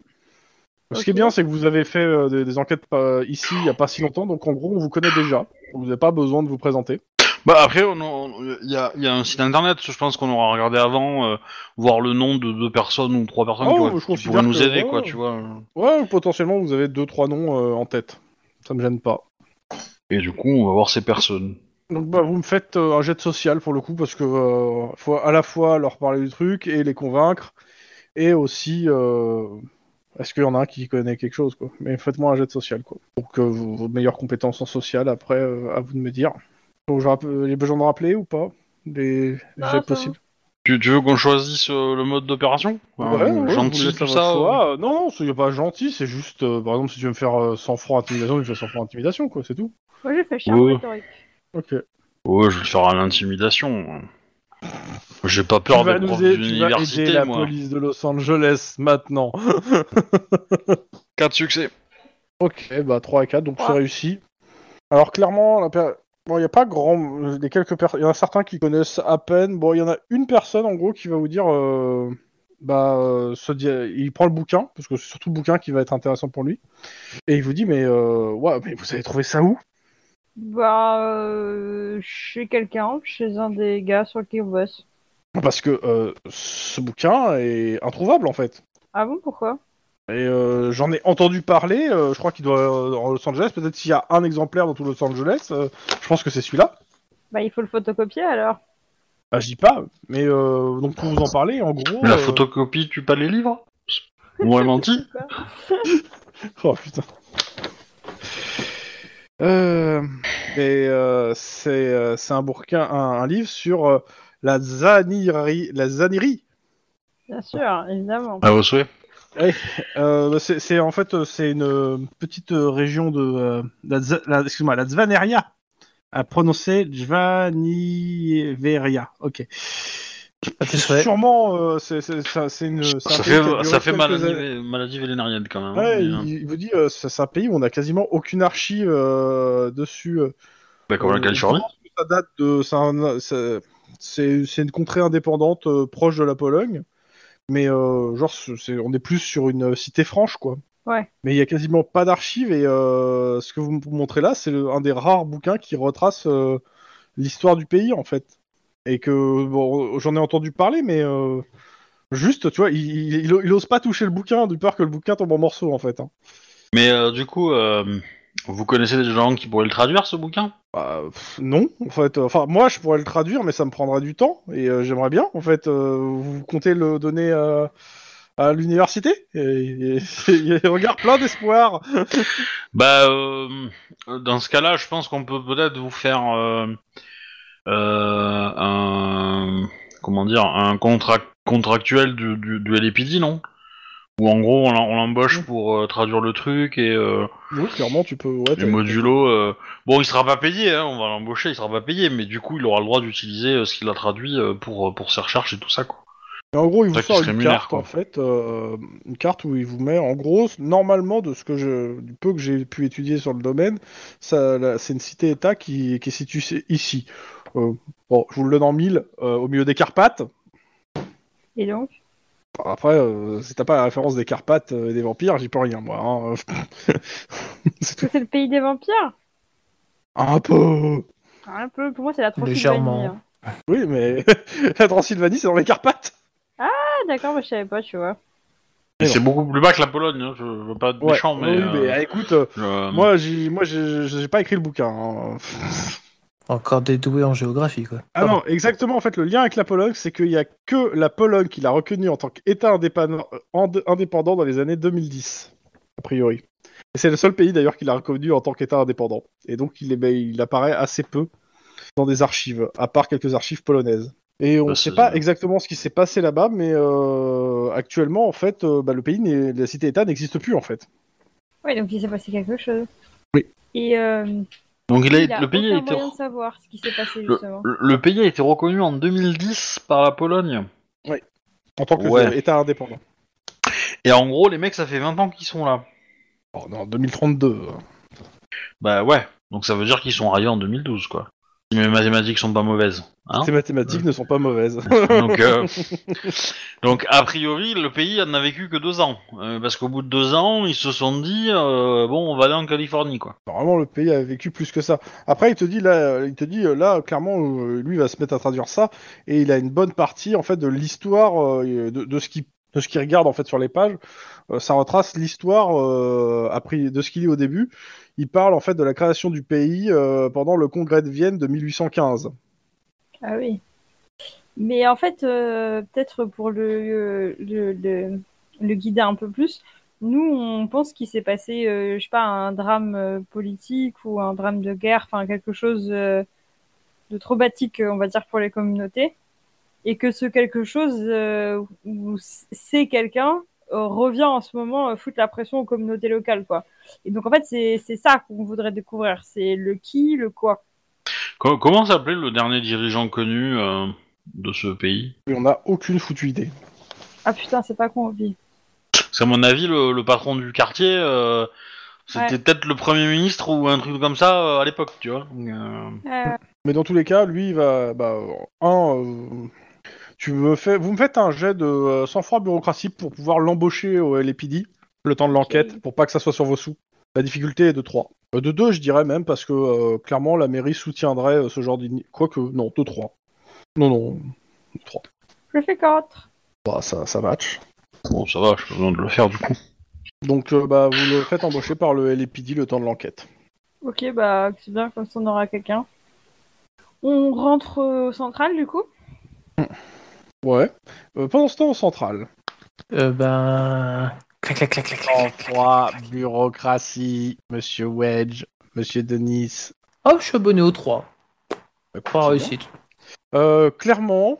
[SPEAKER 2] Ce qui est
[SPEAKER 4] Ok.
[SPEAKER 2] bien, c'est que vous avez fait euh, des, des enquêtes euh, ici il n'y a pas si longtemps, donc en gros on vous connaît déjà. Vous n'avez pas besoin de vous présenter.
[SPEAKER 1] Bah après, on- on- il y, a, il y a un site internet, je pense qu'on aura regardé avant, euh, voir le nom de deux personnes ou trois personnes
[SPEAKER 2] Oh,
[SPEAKER 1] qui, auraient-
[SPEAKER 2] je
[SPEAKER 1] qui
[SPEAKER 2] considère
[SPEAKER 1] pourraient nous
[SPEAKER 2] que-
[SPEAKER 1] aider,
[SPEAKER 2] ouais.
[SPEAKER 1] quoi, tu vois.
[SPEAKER 2] Ouais, potentiellement vous avez deux trois noms euh, en tête. Ça me gêne pas.
[SPEAKER 1] Et du coup, on va voir ces personnes.
[SPEAKER 2] Donc bah vous me faites euh, un jet de social pour le coup parce que euh, faut à la fois leur parler du truc et les convaincre et aussi euh, est-ce qu'il y en a un qui connaît quelque chose quoi. Mais faites-moi un jet de social quoi. Pour que vos, vos meilleures compétences en social après euh, à vous de me dire. Donc je rappelle- il y a besoin de rappeler ou pas les
[SPEAKER 4] Non, ça
[SPEAKER 2] jets
[SPEAKER 4] va.
[SPEAKER 2] possibles.
[SPEAKER 1] Tu, tu veux qu'on choisisse euh, le mode d'opération
[SPEAKER 2] Ouais,
[SPEAKER 1] Euh,
[SPEAKER 2] ouais, vous
[SPEAKER 1] Gentil,
[SPEAKER 2] laissez
[SPEAKER 1] tout
[SPEAKER 2] à votre
[SPEAKER 1] ça euh.
[SPEAKER 2] choix. Euh, Non non, c'est pas gentil, c'est juste euh, par exemple si tu veux me faire euh, 100 francs intimidation, tu me fais 100 francs intimidation quoi, c'est tout.
[SPEAKER 4] Moi, j'ai fait charme
[SPEAKER 1] Ouais.
[SPEAKER 4] rhétorique.
[SPEAKER 2] OK.
[SPEAKER 1] Ouais, je vais le faire à l'intimidation. J'ai pas peur
[SPEAKER 2] tu vas
[SPEAKER 1] des
[SPEAKER 2] nous
[SPEAKER 1] profs
[SPEAKER 2] aider, tu vas aider
[SPEAKER 1] d'université,
[SPEAKER 2] la
[SPEAKER 1] moi.
[SPEAKER 2] police de Los Angeles maintenant.
[SPEAKER 1] 4 succès.
[SPEAKER 2] Ok, bah 3 à 4, donc c'est
[SPEAKER 4] Ouais.
[SPEAKER 2] réussi. Alors clairement, la per- bon, il n'y a pas grand... Il y, quelques per- il y en a certains qui connaissent à peine. Bon, il y en a une personne en gros qui va vous dire... euh, Bah, euh, ce dia- il prend le bouquin, parce que c'est surtout le bouquin qui va être intéressant pour lui. Et il vous dit, mais, euh, ouais, mais vous avez trouvé ça où
[SPEAKER 4] Bah, euh, chez quelqu'un, chez un des gars sur qui on bosse.
[SPEAKER 2] Parce que euh, ce bouquin est introuvable en fait.
[SPEAKER 4] Ah bon, pourquoi
[SPEAKER 2] Et euh, j'en ai entendu parler, euh, je crois qu'il doit euh, en Los Angeles, peut-être s'il y a un exemplaire dans tout Los Angeles, euh, je pense que c'est celui-là.
[SPEAKER 4] Bah, il faut le photocopier alors.
[SPEAKER 2] Bah, je dis pas, mais euh, donc pour vous en parler, en gros.
[SPEAKER 1] Mais La
[SPEAKER 2] euh,
[SPEAKER 1] photocopie tue pas les livres On m'a menti
[SPEAKER 4] Quoi
[SPEAKER 2] [laughs] Oh putain. Euh, et euh, c'est euh, c'est un bouquin, un, un livre sur euh, la zanirie. La zanirie.
[SPEAKER 4] Bien sûr, évidemment.
[SPEAKER 1] À vos souhaits.
[SPEAKER 2] Euh, c'est c'est- en fait euh, c'est une euh, petite euh, région de euh, la, Z- la- excuse-moi la Zvaneria à prononcer Zvaniveria. Ok.
[SPEAKER 3] À tes souhaits.
[SPEAKER 2] Sûrement euh, c'est c'est- Euh, ça- c'est une c'est un
[SPEAKER 1] Ça
[SPEAKER 2] pays qui a
[SPEAKER 1] fait,
[SPEAKER 2] duré
[SPEAKER 1] ça fait
[SPEAKER 2] quelques
[SPEAKER 1] maladie,
[SPEAKER 2] années.
[SPEAKER 1] maladie vénérienne quand même.
[SPEAKER 2] Ouais,
[SPEAKER 1] hein.
[SPEAKER 2] il, il vous dit, euh, c'est c'est un pays où on a quasiment aucune archive euh, dessus. euh.
[SPEAKER 1] Bah, comme la
[SPEAKER 2] Euh,
[SPEAKER 1] Californie.
[SPEAKER 2] Ça date de, c'est un- c'est- c'est c'est une contrée indépendante euh, proche de la Pologne, mais euh, genre, c'est- c'est- on est plus sur une euh, cité franche, quoi.
[SPEAKER 4] Ouais.
[SPEAKER 2] Mais il y a quasiment pas d'archives et euh, ce que vous me montrez là, c'est le- un des rares bouquins qui retrace euh, l'histoire du pays en fait. Et que bon, j'en ai entendu parler, mais euh, juste, tu vois, il, il, il- il ose pas toucher le bouquin de peur que le bouquin tombe en morceaux en fait. hein.
[SPEAKER 1] Mais euh, du coup, euh, vous connaissez des gens qui pourraient le traduire ce bouquin
[SPEAKER 2] Bah, pff, non, en fait. euh, Enfin, moi, je pourrais le traduire, mais ça me prendra du temps. Et euh, j'aimerais bien, en fait. euh, vous comptez le donner euh, à l'université Et- et- et- et Regarde, plein d'espoir.
[SPEAKER 1] Bah, euh, dans ce cas-là, je pense qu'on peut peut-être vous faire euh, euh, un. Comment dire Un contrat contractuel du, du, du LAPD, non Où en gros, on l'en- on l'embauche pour euh, traduire le truc et. euh,
[SPEAKER 2] Oui, clairement, tu peux. Ouais,
[SPEAKER 1] Et
[SPEAKER 2] t'as-
[SPEAKER 1] modulo, euh, bon, il sera pas payé, hein, on va l'embaucher, il sera pas payé, mais du coup, il aura le droit d'utiliser euh, ce qu'il a traduit euh, pour, euh, pour ses recherches et tout ça, quoi.
[SPEAKER 2] Mais en gros, il vous
[SPEAKER 1] Ça qui
[SPEAKER 2] sort
[SPEAKER 1] se
[SPEAKER 2] une
[SPEAKER 1] rémunère,
[SPEAKER 2] carte,
[SPEAKER 1] quoi.
[SPEAKER 2] en fait, euh, une carte où il vous met, en gros, normalement, de ce que je, du peu que j'ai pu étudier sur le domaine, ça, là, c'est une cité-état qui, qui est située ici. Euh, bon, je vous le donne en mille, euh, au milieu des Carpates.
[SPEAKER 4] Et donc
[SPEAKER 2] Après, euh, si t'as pas la référence des Carpates euh, et des vampires, j'y peux rien, moi. hein. [laughs] C'est tout.
[SPEAKER 4] Parce que c'est le pays des vampires
[SPEAKER 2] Un peu.
[SPEAKER 4] Un peu, pour moi, c'est la
[SPEAKER 3] Légèrement.
[SPEAKER 4] Transylvanie. hein.
[SPEAKER 2] Oui, mais [laughs] la Transylvanie, c'est dans les Carpates.
[SPEAKER 4] Ah, d'accord, moi, je savais pas, tu vois.
[SPEAKER 1] Et
[SPEAKER 2] Et
[SPEAKER 1] c'est beaucoup plus bas que la Pologne, hein, je veux pas être méchant, mais.
[SPEAKER 2] oui,
[SPEAKER 1] euh,
[SPEAKER 2] mais ah, écoute, euh,
[SPEAKER 1] euh,
[SPEAKER 2] moi, j'ai, moi, j'ai, j'ai pas écrit le
[SPEAKER 1] [laughs]
[SPEAKER 2] bouquin. hein.
[SPEAKER 3] Encore des doués en géographie, quoi.
[SPEAKER 2] Ah non, exactement. En fait, le lien avec la Pologne, c'est qu'il y a que la Pologne qui l'a reconnu en tant qu'État indépan- euh, ind- indépendant dans les années 2010. a priori. Et c'est le seul pays d'ailleurs qu'il a reconnu en tant qu'État indépendant. Et donc il, est, ben, il apparaît assez peu dans des archives, à part quelques archives polonaises. Et on ne
[SPEAKER 1] Bah,
[SPEAKER 2] sait
[SPEAKER 1] c'est-
[SPEAKER 2] pas exactement ce qui s'est passé là-bas, mais euh, actuellement, en fait, euh, bah, le pays, n'est- la cité-État n'existe plus, en fait.
[SPEAKER 4] Oui, donc il s'est passé quelque chose.
[SPEAKER 2] Oui.
[SPEAKER 4] Et euh,
[SPEAKER 1] Donc il a-
[SPEAKER 4] il a
[SPEAKER 1] le pays a
[SPEAKER 4] aucun
[SPEAKER 1] été
[SPEAKER 4] moyen de savoir ce qui s'est passé
[SPEAKER 1] le,
[SPEAKER 4] justement.
[SPEAKER 1] le- le pays a été reconnu en 2010 par la Pologne.
[SPEAKER 2] En tant que
[SPEAKER 1] Ouais.
[SPEAKER 2] État indépendant.
[SPEAKER 1] Et en gros, les mecs, ça fait 20 ans qu'ils sont là.
[SPEAKER 2] Oh non, 2032. hein.
[SPEAKER 1] Bah ouais. Donc ça veut dire qu'ils sont arrivés en 2012, quoi. Si mes mathématiques sont pas mauvaises. Hein
[SPEAKER 2] Ces mathématiques ne sont pas mauvaises.
[SPEAKER 1] donc, euh, donc, a priori, le pays n'a vécu que deux ans. Euh, parce qu'au bout de deux ans, ils se sont dit, euh, bon, on va aller en Californie, quoi.
[SPEAKER 2] Normalement, le pays a vécu plus que ça. Après, il te dit là, euh, il te dit euh, là, clairement, euh, lui va se mettre à traduire ça, et il a une bonne partie en fait de l'histoire euh, de, de ce qui de ce qu'il regarde en fait sur les pages. Euh, ça retrace l'histoire euh, après- de ce qu'il lit au début. Il parle en fait de la création du pays euh, pendant le congrès de Vienne de 1815.
[SPEAKER 4] Ah oui. Mais en fait, euh, peut-être pour le, le, le- le guider un peu plus, nous, on pense qu'il s'est passé, euh, je sais pas, un drame euh, politique ou un drame de guerre, enfin quelque chose euh, de traumatique, euh, on va dire, pour les communautés. Et que ce quelque chose, euh, ou c- c'est quelqu'un, euh, revient en ce moment euh, foutre la pression aux communautés locales, quoi. Et donc, en fait, c'est c'est ça qu'on voudrait découvrir. C'est le qui, le quoi.
[SPEAKER 1] Co- comment s'appelait le dernier dirigeant connu euh, de ce pays
[SPEAKER 2] Et on n'a aucune foutue idée.
[SPEAKER 4] Ah putain, c'est pas qu'on vit.
[SPEAKER 1] Parce qu'à mon avis, le, le patron du quartier, euh, c'était
[SPEAKER 4] Ouais.
[SPEAKER 1] peut-être le premier ministre ou un truc comme ça euh, à l'époque, tu vois. Donc, euh,
[SPEAKER 4] Euh,
[SPEAKER 2] Mais dans tous les cas, lui, il va. Bah, euh, un. euh, tu me fais, vous me faites un jet de euh, sang-froid bureaucratie pour pouvoir l'embaucher au LPD, le temps de l'enquête, pour pas que ça soit sur vos sous. La difficulté est de 3. Euh, de 2, je dirais même, parce que euh, clairement, la mairie soutiendrait euh, ce genre d'ini... Quoique, non, de 3. Non, non, de 3.
[SPEAKER 4] Je fais 4.
[SPEAKER 2] Bah, ça, ça match.
[SPEAKER 1] bon, ça va, j'ai pas besoin de le faire du coup.
[SPEAKER 2] Donc, euh, bah, vous le faites embaucher par le LPD le temps de l'enquête.
[SPEAKER 4] Ok, bah c'est bien comme ça on aura quelqu'un. On rentre euh, au central du coup
[SPEAKER 2] Ouais. Euh, pendant ce temps, au central.
[SPEAKER 3] Euh, ben. Clac, clac, clac, clac, clac, clac, clac.
[SPEAKER 2] Sang-froid, bureaucratie, monsieur Wedge, monsieur Denis.
[SPEAKER 3] Oh, je suis abonné au 3.
[SPEAKER 2] Écoute,
[SPEAKER 3] Pas
[SPEAKER 2] c'est
[SPEAKER 3] réussite.
[SPEAKER 2] bien. Euh, clairement,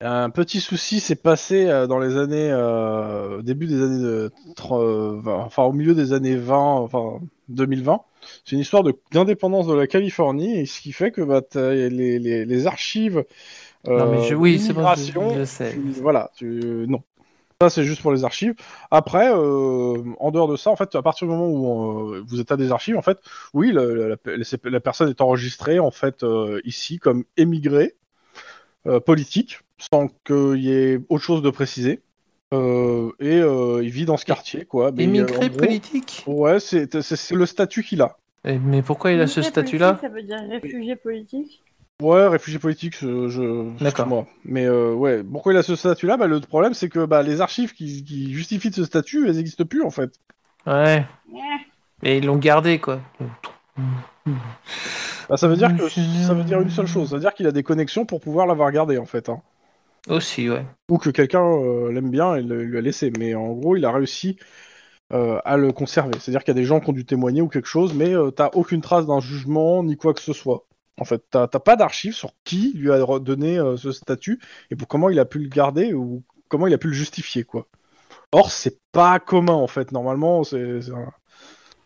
[SPEAKER 2] un petit souci s'est passé euh, dans les années, euh, au début des années de, tr- euh, vingt- enfin au milieu des années 20, enfin 2020. C'est une histoire de- d'indépendance de, la Californie, et ce qui fait que bah, t'as les, les- les archives.
[SPEAKER 3] Non, mais je...
[SPEAKER 2] euh,
[SPEAKER 3] oui, c'est bon, je,
[SPEAKER 2] d'immigration,
[SPEAKER 3] je sais.
[SPEAKER 2] tu- voilà, tu- non. Ça, c'est juste pour les archives. Après, euh, en dehors de ça, en fait, à partir du moment où euh, vous êtes à des archives, en fait, oui, le- le- la, pe- c'est- la personne est enregistrée, en fait, euh, ici, comme émigrée euh, politique, sans qu'il y ait autre chose de précisé. Euh, et euh, il vit dans ce quartier, quoi. Mais, euh,
[SPEAKER 3] Émigré
[SPEAKER 2] en gros,
[SPEAKER 3] politique
[SPEAKER 2] Ouais, c'est c'est- c'est le statut qu'il a.
[SPEAKER 3] Eh, Mais pourquoi il a ce
[SPEAKER 4] Immigré
[SPEAKER 3] statut-là
[SPEAKER 4] politique, Ça veut dire réfugié politique.
[SPEAKER 2] Ouais, réfugié politique, je. je
[SPEAKER 3] D'accord.
[SPEAKER 2] moi. Mais euh, ouais, pourquoi il a ce statut-là bah, Le problème, c'est que bah, les archives qui, qui justifient de ce statut, elles n'existent plus en fait.
[SPEAKER 3] Ouais. Et ils l'ont gardé, quoi.
[SPEAKER 2] Bah, ça veut dire que
[SPEAKER 3] Monsieur le-
[SPEAKER 2] ça veut dire une seule chose, ça veut dire qu'il a des connexions pour pouvoir l'avoir gardé en fait. hein.
[SPEAKER 3] Aussi, ouais.
[SPEAKER 2] Ou que quelqu'un euh, l'aime bien et le- lui a laissé. Mais en gros, il a réussi euh, à le conserver. C'est-à-dire qu'il y a des gens qui ont dû témoigner ou quelque chose, mais euh, t'as aucune trace d'un jugement ni quoi que ce soit. En fait, t'as t'as pas d'archives sur qui lui a re- donné euh, ce statut et pour comment il a pu le garder ou comment il a pu le justifier, quoi. Or, c'est pas commun en fait. Normalement, c'est c'est un-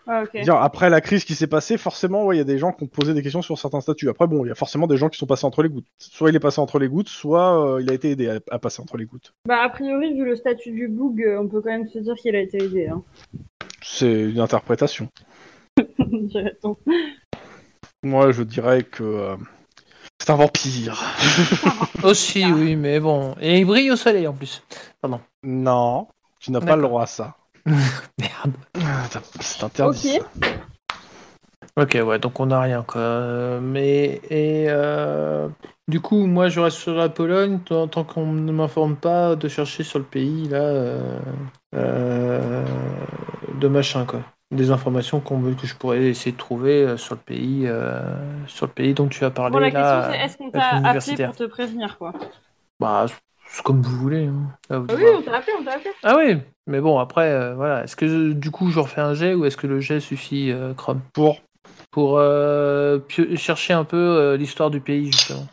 [SPEAKER 4] Ah, ok.
[SPEAKER 2] Dire, après la crise qui s'est passée, forcément, ouais, il y a des gens qui ont posé des questions sur certains statuts. Après, bon, il y a forcément des gens qui sont passés entre les gouttes. Soit il est passé entre les gouttes, soit euh, il a été aidé à, à passer entre les gouttes.
[SPEAKER 4] Bah a priori vu le statut du boug, euh, on peut quand même se dire qu'il a été aidé. Hein. [laughs]
[SPEAKER 2] C'est une interprétation.
[SPEAKER 4] Dirait-on.
[SPEAKER 2] Moi, je dirais que euh, c'est un vampire.
[SPEAKER 3] Aussi,
[SPEAKER 2] Ah.
[SPEAKER 3] oui, mais bon. Et il brille au soleil en plus.
[SPEAKER 2] Non, tu n'as pas le
[SPEAKER 3] D'accord.
[SPEAKER 2] droit à ça.
[SPEAKER 3] Merde.
[SPEAKER 2] Ah, t'as- C'est interdit.
[SPEAKER 4] Ok.
[SPEAKER 2] ça.
[SPEAKER 3] Ok, ouais, donc on n'a rien, quoi. Euh, Mais. Et. euh, Du coup, moi, je reste sur la Pologne, tant, tant qu'on ne m'informe pas de chercher sur le pays, là. euh, euh, de machin, quoi. Des informations qu'on veut- que je pourrais essayer de trouver euh, sur le pays, euh, sur le pays dont tu as parlé
[SPEAKER 4] Bon la
[SPEAKER 3] là.
[SPEAKER 4] question c'est est-ce qu'on
[SPEAKER 3] avec
[SPEAKER 4] t'a appelé
[SPEAKER 3] l'universitaire.
[SPEAKER 4] pour te prévenir quoi
[SPEAKER 3] Bah, c'est comme vous voulez. hein. Là, vous
[SPEAKER 4] Ah oui,
[SPEAKER 3] devrez-
[SPEAKER 4] on t'a appelé, on t'a appelé.
[SPEAKER 3] Ah oui, mais bon, après, euh, voilà. Est-ce que euh, du coup, je refais un jet ou est-ce que le jet suffit, euh, Chrome
[SPEAKER 2] Pour
[SPEAKER 3] Pour euh, pio- chercher un peu euh, l'histoire du pays, justement.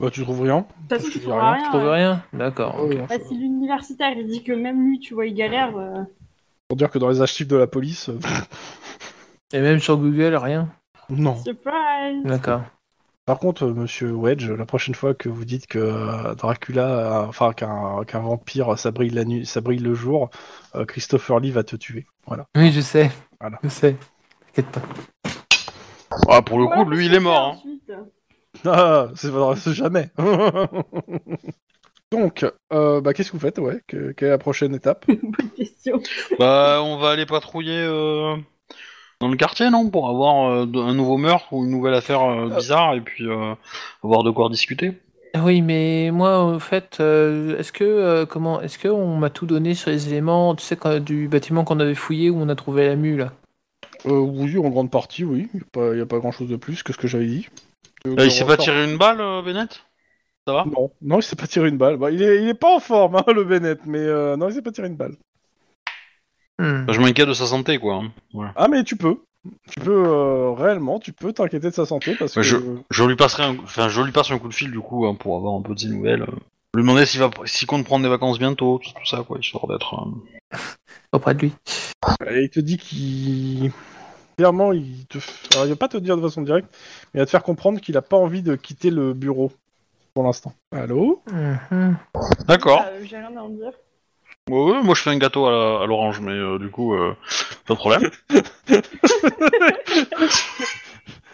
[SPEAKER 2] Bah, tu trouves rien.
[SPEAKER 4] De toute façon,
[SPEAKER 2] Je
[SPEAKER 4] tu trouveras
[SPEAKER 2] dis
[SPEAKER 4] Ah, rien.
[SPEAKER 3] Tu trouves
[SPEAKER 4] ouais.
[SPEAKER 3] rien
[SPEAKER 2] Ah
[SPEAKER 3] D'accord. ok.
[SPEAKER 4] Bah, si l'universitaire il dit que même lui, tu vois, il galère. euh,
[SPEAKER 2] Pour dire que dans les archives de la police, euh, pff,
[SPEAKER 3] Et même sur Google, rien
[SPEAKER 2] non.
[SPEAKER 4] Surprise
[SPEAKER 3] D'accord.
[SPEAKER 2] Par contre, euh, monsieur Wedge, la prochaine fois que vous dites que euh, Dracula, euh, enfin qu'un qu'un vampire, ça brille la nuit, ça brille le jour, euh, Christopher Lee va te tuer. [laughs] Voilà.
[SPEAKER 3] Oui, je sais.
[SPEAKER 2] Voilà.
[SPEAKER 3] Je sais. T'inquiète pas.
[SPEAKER 1] Ah, pour le coup,
[SPEAKER 4] Ouais,
[SPEAKER 1] lui,
[SPEAKER 4] qu'est-ce
[SPEAKER 1] il est
[SPEAKER 4] qu'on
[SPEAKER 1] mort. hein.
[SPEAKER 4] fait ensuite
[SPEAKER 2] Ah, c'est pas c'est jamais. [laughs] Donc, euh, bah, qu'est-ce que vous faites, ouais que- Quelle est la prochaine étape
[SPEAKER 4] Bonne question.
[SPEAKER 1] hein. Bah, on va aller patrouiller euh, dans le quartier, non Pour avoir euh, de- un nouveau meurtre ou une nouvelle affaire euh, bizarre et puis euh, avoir de quoi discuter.
[SPEAKER 3] Oui, mais moi, en fait, euh, est-ce que euh, comment Est-ce que on m'a tout donné sur les éléments, tu sais, quand- du bâtiment qu'on avait fouillé où on a trouvé la mule là
[SPEAKER 2] euh, Oui, en grande partie, oui. Il n'y a, pas grand-chose de plus que ce que j'avais dit. Euh,
[SPEAKER 1] Ah, il s'est pas
[SPEAKER 2] ressort-
[SPEAKER 1] tiré une balle, euh, Bennett Ça va
[SPEAKER 2] Non, non, il s'est pas tiré une balle. Bah, il, est, il est pas en forme, hein, [laughs] le Bennett, mais euh, non, il s'est pas tiré une balle.
[SPEAKER 3] Hmm.
[SPEAKER 1] Bah, Je m'inquiète de sa santé, quoi. hein. Voilà.
[SPEAKER 2] Ah, mais tu peux. Tu peux, euh, réellement, tu peux t'inquiéter de sa santé parce que. euh,
[SPEAKER 1] Bah, Je lui passerai, un... enfin, je lui passe un coup de fil du coup hein, pour avoir un peu de ses nouvelles. euh. Lui demander s'il va, s'il compte prendre des vacances bientôt, tout tout ça quoi, histoire d'être. euh,
[SPEAKER 3] Auprès de lui.
[SPEAKER 2] Et il te dit qu'il. Clairement, il te. f- Alors, il va pas te dire de façon directe, mais il va te faire comprendre qu'il a pas envie de quitter le bureau pour l'instant. Allô
[SPEAKER 3] Mhm.
[SPEAKER 1] D'accord.
[SPEAKER 4] Ah, euh, J'ai rien à en dire.
[SPEAKER 1] Ouais, ouais, moi je fais un gâteau à la- à l'orange, mais euh, du coup, euh, pas de problème.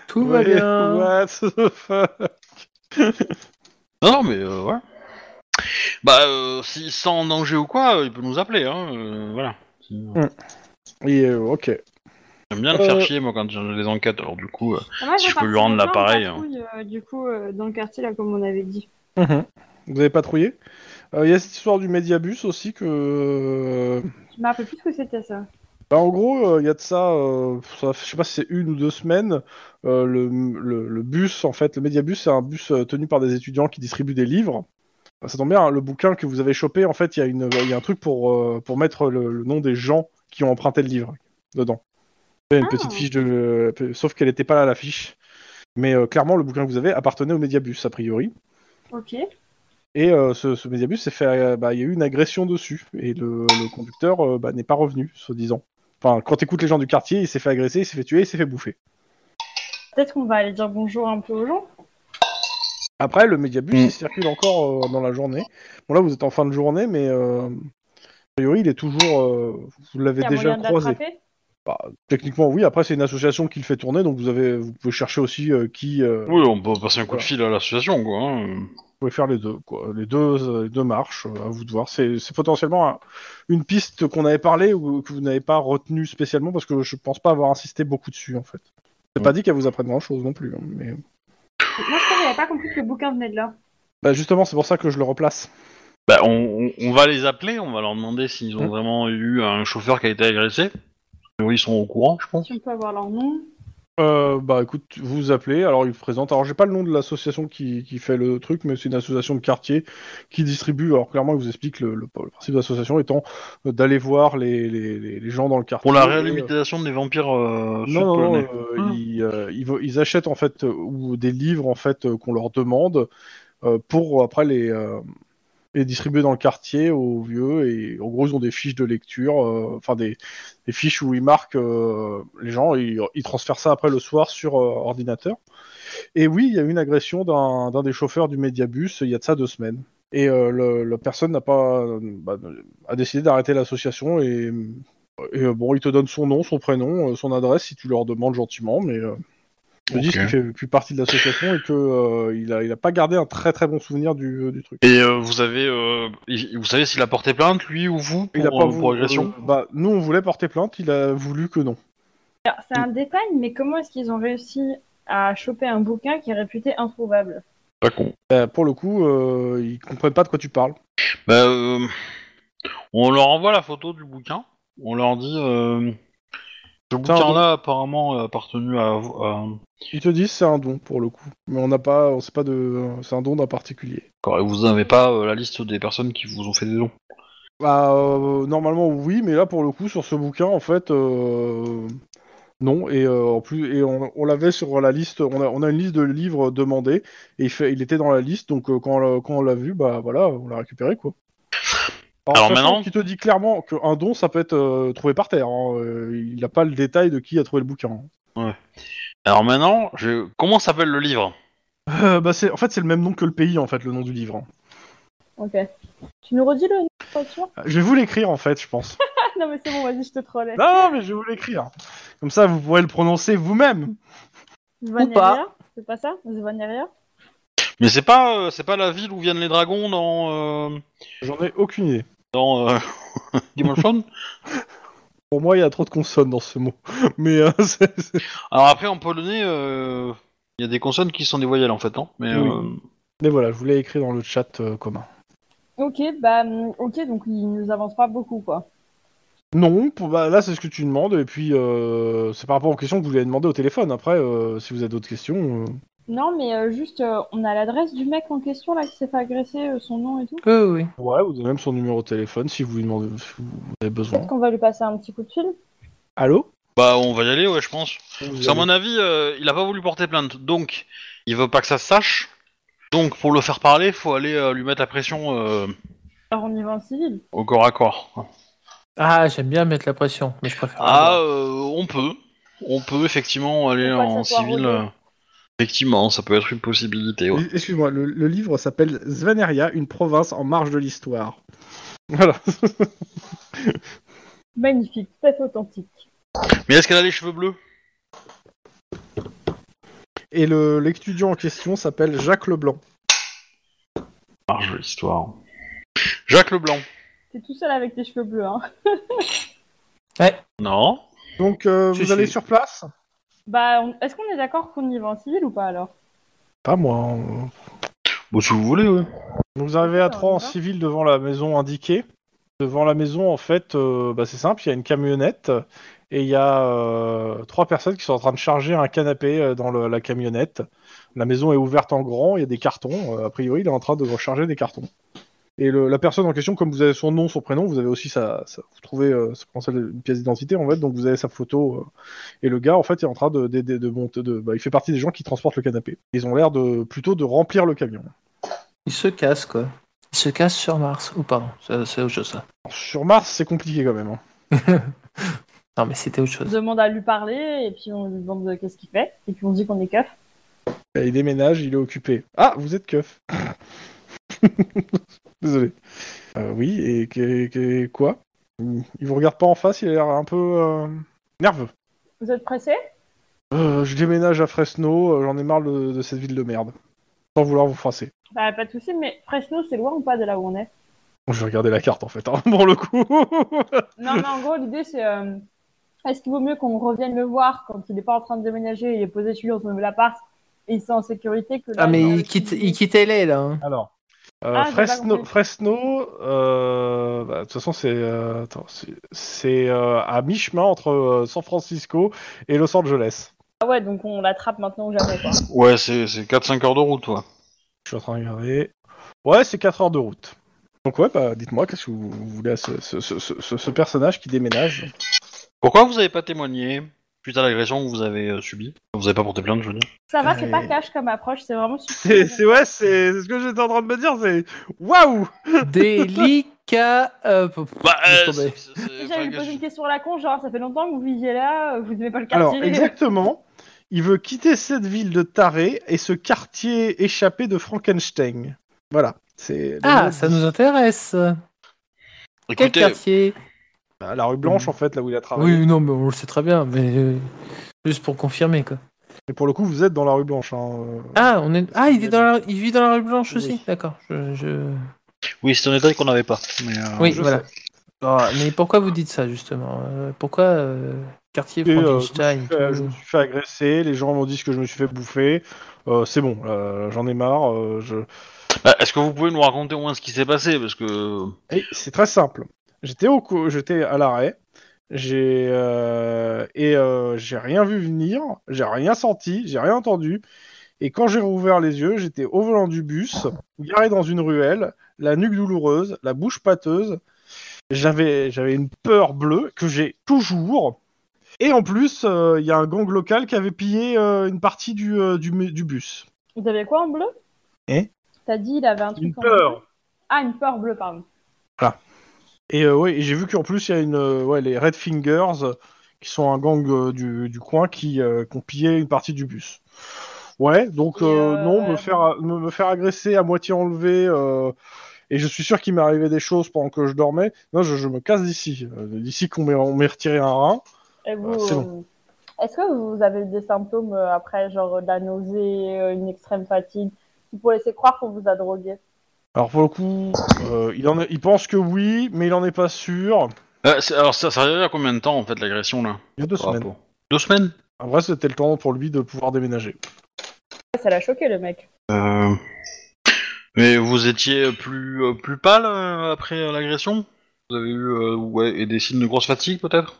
[SPEAKER 3] Tout va
[SPEAKER 2] Ouais, [laughs]
[SPEAKER 3] bien.
[SPEAKER 2] what the fuck
[SPEAKER 1] Non, non, mais euh, ouais. Bah, euh, s'il se sent en danger ou quoi, euh, il peut nous appeler, hein, euh, voilà. J'aime
[SPEAKER 2] Et, euh, ok.
[SPEAKER 1] bien le faire
[SPEAKER 2] Euh.
[SPEAKER 1] chier, moi, quand j'ai les enquêtes, alors du coup, euh,
[SPEAKER 4] Ah, moi,
[SPEAKER 1] Si
[SPEAKER 4] je
[SPEAKER 1] je peux lui
[SPEAKER 4] partirai
[SPEAKER 1] rendre
[SPEAKER 4] pas en
[SPEAKER 1] l'appareil, hein.
[SPEAKER 4] patrouille, euh, du coup, euh, dans le quartier, là, comme on avait dit.
[SPEAKER 2] Vous avez patrouillé Euh, Il y a cette histoire du médiabus aussi que.
[SPEAKER 4] Je me rappelle plus ce que c'était ça.
[SPEAKER 2] Bah, en gros, euh, il y a de ça, euh, ça- je sais pas si c'est une ou deux semaines, euh, le, le- le bus, en fait, le Mediabus, c'est un bus euh, tenu par des étudiants qui distribuent des livres. Bah, ça tombe bien, hein, le bouquin que vous avez chopé, en fait, il y, a une- il y a un truc pour, euh, pour mettre le, le nom des gens qui ont emprunté le livre dedans. Il y a une
[SPEAKER 4] Ah.
[SPEAKER 2] petite fiche de. euh, Sauf qu'elle n'était pas là, la fiche. Mais euh, clairement, le bouquin que vous avez appartenait au Mediabus, a priori.
[SPEAKER 4] Ok.
[SPEAKER 2] Et euh, ce, ce médiabus s'est fait, euh, bah, il y a eu une agression dessus et le, le conducteur euh, bah, n'est pas revenu, soi-disant. Enfin, quand t'écoutes les gens du quartier, il s'est fait agresser, il s'est fait tuer, il s'est fait bouffer.
[SPEAKER 4] Peut-être qu'on va aller dire bonjour un peu aux gens.
[SPEAKER 2] Après, le médiabus
[SPEAKER 1] Mm.
[SPEAKER 2] il circule encore euh, dans la journée. Bon là, vous êtes en fin de journée, mais euh, a priori, il est toujours. euh, vous l'avez
[SPEAKER 4] Il y a
[SPEAKER 2] déjà
[SPEAKER 4] moyen de
[SPEAKER 2] croisé.
[SPEAKER 4] l'attraper.
[SPEAKER 2] Techniquement, oui. Après, c'est une association qui le fait tourner, donc vous avez, vous pouvez chercher aussi euh, qui. euh,
[SPEAKER 1] oui, on peut passer un coup de
[SPEAKER 2] Voilà.
[SPEAKER 1] fil à l'association, quoi. hein.
[SPEAKER 2] Vous pouvez faire les deux, quoi. Les deux, euh, les deux marches, euh, à vous de voir. C'est c'est potentiellement un- une piste qu'on avait parlé ou que vous n'avez pas retenue spécialement parce que je pense pas avoir insisté beaucoup dessus, en fait. C'est pas dit qu'elle vous apprenne grand chose non plus. hein, mais...
[SPEAKER 4] Moi, je crois que j'avais pas compris que le bouquin venait de là.
[SPEAKER 2] bah, justement, c'est pour ça que je le replace.
[SPEAKER 1] Bah, on, on- on va les appeler, on va leur demander s'ils ont
[SPEAKER 2] Mm.
[SPEAKER 1] vraiment eu un chauffeur qui a été agressé. Euh, Oui, ils sont au courant, je pense.
[SPEAKER 4] Si on peut avoir leur nom.
[SPEAKER 2] Euh, bah écoute, vous vous appelez, alors il vous présente. Alors j'ai pas le nom de l'association qui, qui fait le truc, mais c'est une association de quartier qui distribue. Alors clairement, il vous explique le, le- le principe de l'association étant euh, d'aller voir les, les- les- les gens dans le quartier.
[SPEAKER 1] Pour la
[SPEAKER 2] et, euh,
[SPEAKER 1] réhabilitation des vampires euh,
[SPEAKER 2] Non, non, non,
[SPEAKER 1] sud-polonais.
[SPEAKER 2] euh,
[SPEAKER 1] Ah.
[SPEAKER 2] ils, euh, ils, vo- ils achètent en fait euh, ou des livres en fait euh, qu'on leur demande euh, pour euh, après les, euh, les distribuer dans le quartier aux vieux et en gros ils ont des fiches de lecture, euh, enfin des, des fiches où ils marquent euh, les gens, et ils, ils transfèrent ça après le soir sur euh, ordinateur. Et oui, il y a eu une agression d'un d'un des chauffeurs du Mediabus euh, il y a de ça deux semaines. Et euh, le- la personne n'a pas euh, bah, a décidé d'arrêter l'association et et euh, bon, il te donne son nom, son prénom, euh, son adresse si tu leur demandes gentiment, mais euh, ils te disent
[SPEAKER 1] Ok.
[SPEAKER 2] qu'il fait plus partie de l'association et que euh, il, a, il a pas gardé un très très bon souvenir du, du truc.
[SPEAKER 1] Et euh, vous avez, euh, il- vous savez s'il a porté plainte, lui ou vous, pour,
[SPEAKER 2] Il a pas
[SPEAKER 1] euh,
[SPEAKER 2] voulu-
[SPEAKER 1] pour agression
[SPEAKER 2] euh, bah, nous, on voulait porter plainte, il a voulu que non.
[SPEAKER 4] Alors, c'est un détail, mais comment est-ce qu'ils ont réussi à choper un bouquin qui est réputé introuvable
[SPEAKER 1] Pas con.
[SPEAKER 2] Euh, pour le coup, euh, ils comprennent pas de quoi tu parles.
[SPEAKER 1] Bah, euh, on leur envoie la photo du bouquin. On leur dit. Euh, ce
[SPEAKER 2] Tiens,
[SPEAKER 1] bouquin-là, apparemment, a appartenu à, à-
[SPEAKER 2] Ils te disent c'est un don pour le coup, mais on n'a pas, on sait pas de, c'est un don d'un particulier.
[SPEAKER 1] D'accord, et vous n'avez pas euh, la liste des personnes qui vous ont fait des dons
[SPEAKER 2] Bah euh, normalement oui, mais là pour le coup sur ce bouquin en fait euh, non et euh, en plus et on, on l'avait sur la liste, on a, on a une liste de livres demandés et il, fait, il était dans la liste donc euh, quand, on l'a- quand on l'a vu bah voilà on l'a récupéré quoi.
[SPEAKER 1] Alors,
[SPEAKER 2] sachant
[SPEAKER 1] maintenant-
[SPEAKER 2] qu'il te dit clairement qu'un don ça peut être euh, trouvé par terre, hein, euh, il n'a pas le détail de qui a trouvé le bouquin. hein.
[SPEAKER 1] Alors maintenant, je... comment s'appelle le livre
[SPEAKER 2] Euh, bah c'est en fait c'est le même nom que le pays en fait le nom du livre. hein.
[SPEAKER 4] Ok. Tu nous redis le nom, pas sûr
[SPEAKER 2] Je vais vous l'écrire en fait je pense.
[SPEAKER 4] [laughs] Ah, Non, mais c'est bon, vas-y, je te trollais.
[SPEAKER 2] non mais je vais vous l'écrire. Comme ça vous pourrez le prononcer vous-même.
[SPEAKER 4] Zvanaria C'est pas ça Zvanaria
[SPEAKER 1] Mais c'est pas, euh, c'est pas la ville où viennent les dragons dans euh,
[SPEAKER 2] J'en ai aucune idée.
[SPEAKER 1] dans euh, [laughs] Game of Thrones
[SPEAKER 2] Pour moi il y a trop de consonnes dans ce mot. [laughs] Mais euh, c'est- c'est-
[SPEAKER 1] Alors après en polonais, euh, il y a des consonnes qui sont des voyelles en fait, non Mais
[SPEAKER 2] Oui.
[SPEAKER 1] euh,
[SPEAKER 2] mais voilà je vous l'ai écrit dans le chat euh, commun.
[SPEAKER 4] Ok, bah, hum, ok, donc il nous avance pas beaucoup, quoi.
[SPEAKER 2] Non pour- bah, là c'est ce que tu demandes et puis euh, c'est par rapport aux questions que vous lui avez demandé au téléphone. Après euh, si vous avez d'autres questions. euh,
[SPEAKER 4] Non, mais euh, juste, euh, on a l'adresse du mec en question, là, qui s'est fait agresser, euh, son nom et tout.
[SPEAKER 3] Oui, oui.
[SPEAKER 2] Ouais vous avez même son numéro de téléphone si vous lui demandez si vous avez besoin.
[SPEAKER 4] Peut-être qu'on va lui passer un petit coup de fil.
[SPEAKER 2] Allô.
[SPEAKER 1] bah on va y aller, ouais, je pense.
[SPEAKER 2] Vous
[SPEAKER 1] Parce à
[SPEAKER 2] avez-
[SPEAKER 1] mon avis, euh, il a pas voulu porter plainte, donc il veut pas que ça se sache. Donc pour le faire parler, faut aller euh, lui mettre la pression euh,
[SPEAKER 4] Alors, on y va en civil.
[SPEAKER 1] au corps à corps.
[SPEAKER 3] Ah, j'aime bien mettre la pression, mais je préfère.
[SPEAKER 1] Ah, euh, on peut, on peut effectivement aller
[SPEAKER 4] bah. Faut pas que
[SPEAKER 1] en
[SPEAKER 4] ça soit
[SPEAKER 1] civil.
[SPEAKER 4] rodé.
[SPEAKER 1] euh, Effectivement, ça peut être une possibilité. ouais.
[SPEAKER 2] Excuse-moi, le, le livre s'appelle Sveneria, une province en marge de l'histoire. [laughs] Voilà.
[SPEAKER 4] Magnifique, tout à fait authentique.
[SPEAKER 1] Mais est-ce qu'elle a les cheveux bleus
[SPEAKER 2] Et le- l'étudiant en question s'appelle Jacques Leblanc.
[SPEAKER 1] Marge de Ah, l'histoire. Jacques Leblanc.
[SPEAKER 4] T'es tout seul avec tes cheveux bleus, hein. [laughs]
[SPEAKER 1] Non.
[SPEAKER 2] Donc euh,
[SPEAKER 3] Si,
[SPEAKER 2] vous
[SPEAKER 3] si.
[SPEAKER 2] allez sur place
[SPEAKER 4] Bah, on- est-ce qu'on est d'accord qu'on y va en civil ou pas, alors
[SPEAKER 2] Pas moi. hein.
[SPEAKER 1] Bon, Bah, si vous voulez, ouais.
[SPEAKER 2] Donc, vous arrivez à
[SPEAKER 4] Ouais,
[SPEAKER 2] trois
[SPEAKER 4] on
[SPEAKER 2] en
[SPEAKER 4] y va.
[SPEAKER 2] civil devant la maison indiquée. Devant la maison, en fait, euh, bah, c'est simple, il y a une camionnette et il y a euh, trois personnes qui sont en train de charger un canapé euh, dans le- la camionnette. La maison est ouverte en grand, il y a des cartons. euh, a priori, il est en train de recharger des cartons. Et le- la personne en question, comme vous avez son nom, son prénom, vous avez aussi sa, sa- vous trouvez euh, sa- comment ça, une pièce d'identité en fait, donc vous avez sa photo. euh, et le gars, en fait, est en train de, de, de- de monter. De, bah, il fait partie des gens qui transportent le canapé. Ils ont l'air de plutôt de remplir le camion.
[SPEAKER 3] Il se casse, quoi. Il se casse sur Mars. Ou pardon, ça, c'est autre chose, ça.
[SPEAKER 2] Alors, sur Mars, c'est compliqué quand même. hein.
[SPEAKER 3] Non, mais c'était autre
[SPEAKER 4] On
[SPEAKER 3] chose.
[SPEAKER 4] demande à lui parler, et puis on lui demande euh, qu'est-ce qu'il fait, et puis on dit qu'on est keuf.
[SPEAKER 2] Et il déménage, il est occupé. Ah, vous êtes keuf. [laughs] Désolé. Euh, oui, et, que- que- quoi Il il vous regarde pas en face, il a l'air un peu euh, nerveux.
[SPEAKER 4] Vous êtes pressé
[SPEAKER 2] Euh, je déménage à Fresno, euh, j'en ai marre de, de cette ville de merde. Sans vouloir vous froisser.
[SPEAKER 4] Bah, pas de soucis, mais Fresno, c'est loin ou pas de là où on
[SPEAKER 3] [laughs]
[SPEAKER 4] est
[SPEAKER 2] Je vais regarder la carte en fait, hein, [laughs] pour le coup.
[SPEAKER 4] Non, mais en gros, l'idée, c'est euh, est-ce qu'il vaut mieux qu'on revienne le voir quand il n'est pas en train de déménager, il est posé chez lui dans son nouvel appart, et il est en sécurité que là,
[SPEAKER 3] Ah, mais
[SPEAKER 4] dans le
[SPEAKER 3] il quitte,
[SPEAKER 4] sud-
[SPEAKER 3] il quitte LA, là. hein.
[SPEAKER 2] Alors, euh,
[SPEAKER 4] Ah, j'ai pas
[SPEAKER 2] Fresno,
[SPEAKER 4] compris.
[SPEAKER 2] Fresno, euh, bah, de toute façon, c'est euh, attends, c'est- c'est, euh, à mi-chemin entre euh, San Francisco et Los Angeles.
[SPEAKER 4] Ah ouais, donc on l'attrape maintenant ou jamais, quoi.
[SPEAKER 1] Ouais, c'est c'est 4-5 heures de route, ouais.
[SPEAKER 2] Je suis en train de regarder. Ouais, c'est 4 heures de route. Donc ouais, bah dites-moi, qu'est-ce que vous, vous voulez à ce, ce- ce- ce- ce personnage qui déménage
[SPEAKER 1] Pourquoi vous avez pas témoigné suite à l'agression que vous avez euh, subie Vous avez pas porté plainte, je veux dire.
[SPEAKER 4] Ça va, c'est
[SPEAKER 2] Euh,
[SPEAKER 4] pas cash comme approche, c'est vraiment
[SPEAKER 2] C'est
[SPEAKER 4] subtil.
[SPEAKER 2] c'est- ouais, c'est c'est ce que j'étais en train de me dire, c'est... Waouh
[SPEAKER 3] [laughs] Délicat. euh, pff,
[SPEAKER 1] Bah,
[SPEAKER 3] laisse
[SPEAKER 1] euh,
[SPEAKER 3] tomber.
[SPEAKER 1] c'est- c'est- c'est-
[SPEAKER 4] J'allais
[SPEAKER 1] enfin,
[SPEAKER 4] lui poser une
[SPEAKER 1] qu'est-ce-
[SPEAKER 4] question à la con, genre ça fait longtemps que vous viviez là, euh, vous n'aimez pas le
[SPEAKER 2] Alors,
[SPEAKER 4] quartier.
[SPEAKER 2] exactement, il veut quitter cette ville de Taré et ce quartier échappé de Frankenstein. Voilà. c'est le
[SPEAKER 3] Ah,
[SPEAKER 2] mot
[SPEAKER 3] ça
[SPEAKER 2] dit.
[SPEAKER 3] nous intéresse. Quel
[SPEAKER 1] Écoutez,
[SPEAKER 3] quartier
[SPEAKER 2] À Ah, La rue Blanche, en fait, là où il a travaillé.
[SPEAKER 3] Mm. Oui, non, mais on le sait très bien, mais euh, juste pour confirmer, quoi.
[SPEAKER 2] Et pour le coup, vous êtes dans la rue Blanche. hein, euh.
[SPEAKER 3] Ah, on est... ah il, est dans la... il vit dans la rue Blanche
[SPEAKER 2] Oui.
[SPEAKER 3] aussi D'accord. Je, je-
[SPEAKER 1] oui, c'est un détail qu'on n'avait pas. mais, euh,
[SPEAKER 3] Oui,
[SPEAKER 2] je
[SPEAKER 3] voilà. Ah, mais pourquoi vous dites ça, justement Euh, Pourquoi euh, quartier
[SPEAKER 2] Et, euh,
[SPEAKER 3] Frankenstein
[SPEAKER 2] Euh, je
[SPEAKER 3] tout-
[SPEAKER 2] me suis fait agresser, les gens m'ont dit ce que je me suis fait bouffer. Euh, c'est bon, euh, j'en ai marre. euh, je...
[SPEAKER 1] bah, Est-ce que vous pouvez nous raconter au moins ce qui s'est passé Parce que.
[SPEAKER 2] Et c'est très simple. J'étais au cou- j'étais à l'arrêt J'ai euh, et euh, j'ai rien vu venir, j'ai rien senti, j'ai rien entendu. Et quand j'ai rouvert les yeux, j'étais au volant du bus, garé dans une ruelle, la nuque douloureuse, la bouche pâteuse. J'avais j'avais une peur bleue que j'ai toujours. Et en plus, euh, il y a un gang local qui avait pillé euh, une partie du, euh, du, mu- du bus.
[SPEAKER 4] Vous avez quoi en bleu
[SPEAKER 2] Eh
[SPEAKER 4] T'as dit, il avait un truc
[SPEAKER 2] Une
[SPEAKER 4] en
[SPEAKER 2] peur.
[SPEAKER 4] bleu. Ah, une peur bleue, pardon.
[SPEAKER 2] Et euh, ouais, et j'ai vu qu'en plus, il y a une, euh, ouais, les Red Fingers, euh, qui sont un gang euh, du, du coin, qui, euh, qui ont pillé une partie du bus. Ouais, donc
[SPEAKER 4] Et,
[SPEAKER 2] euh,
[SPEAKER 4] euh,
[SPEAKER 2] non, me faire, me, me faire agresser à moitié enlevé, euh, et je suis sûr qu'il m'est arrivé des choses pendant que je dormais. Non, je, je me casse d'ici. Euh, D'ici qu'on m'ait on m'ait retiré un rein.
[SPEAKER 4] Et vous,
[SPEAKER 2] Ah, c'est
[SPEAKER 4] euh, Est-ce que vous avez des symptômes euh, après, genre euh, de la nausée, euh, une extrême fatigue, qui pour laisser croire qu'on vous a drogué
[SPEAKER 2] Alors pour le coup, euh, il, en est- il pense que oui, mais il en est pas sûr.
[SPEAKER 1] Euh, c'est- alors, ça, ça arrive il y a combien de temps, en fait, l'agression, là
[SPEAKER 2] Il y a deux
[SPEAKER 1] par
[SPEAKER 2] semaines.
[SPEAKER 1] rapport Deux semaines
[SPEAKER 2] Après, c'était le temps pour lui de pouvoir déménager.
[SPEAKER 4] Ça l'a choqué, le mec.
[SPEAKER 1] Euh, Mais vous étiez plus, euh, plus pâle euh, après euh, l'agression Vous avez eu euh, ouais, et des signes de grosse fatigue peut-être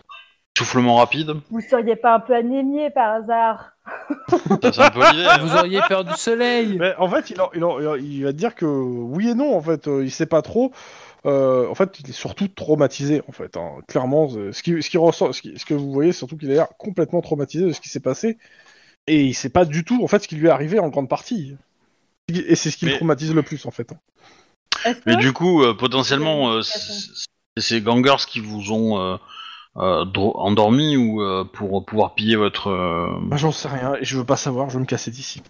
[SPEAKER 1] Soufflement rapide
[SPEAKER 4] Vous seriez pas un peu anémié par hasard
[SPEAKER 1] Ça, C'est un peu l'idée.
[SPEAKER 3] [laughs]
[SPEAKER 1] hein.
[SPEAKER 3] Vous auriez peur du soleil.
[SPEAKER 2] Mais en fait, il, en- il, en- il en- il va te dire que oui et non, en fait, euh, il sait pas trop. Euh, en fait, il est surtout traumatisé, en fait. hein. Clairement, euh, ce, qui, ce, qui ressort, ce, qui- ce que vous voyez, c'est surtout qu'il a l'air complètement traumatisé de ce qui s'est passé. Et il sait pas du tout, en fait, ce qui lui est arrivé en grande partie. Et c'est ce qui le
[SPEAKER 1] Mais-
[SPEAKER 2] traumatise le plus, en fait. hein.
[SPEAKER 4] Est-ce que
[SPEAKER 1] Mais du coup, euh, potentiellement,
[SPEAKER 4] Ouais,
[SPEAKER 1] euh,
[SPEAKER 4] tout à fait.
[SPEAKER 1] c'est c'est ces gangers qui vous ont euh, euh, dro- endormi ou euh, pour pouvoir piller votre. euh,
[SPEAKER 2] Moi, Bah, j'en sais rien, et je veux pas savoir, je veux me casser d'ici.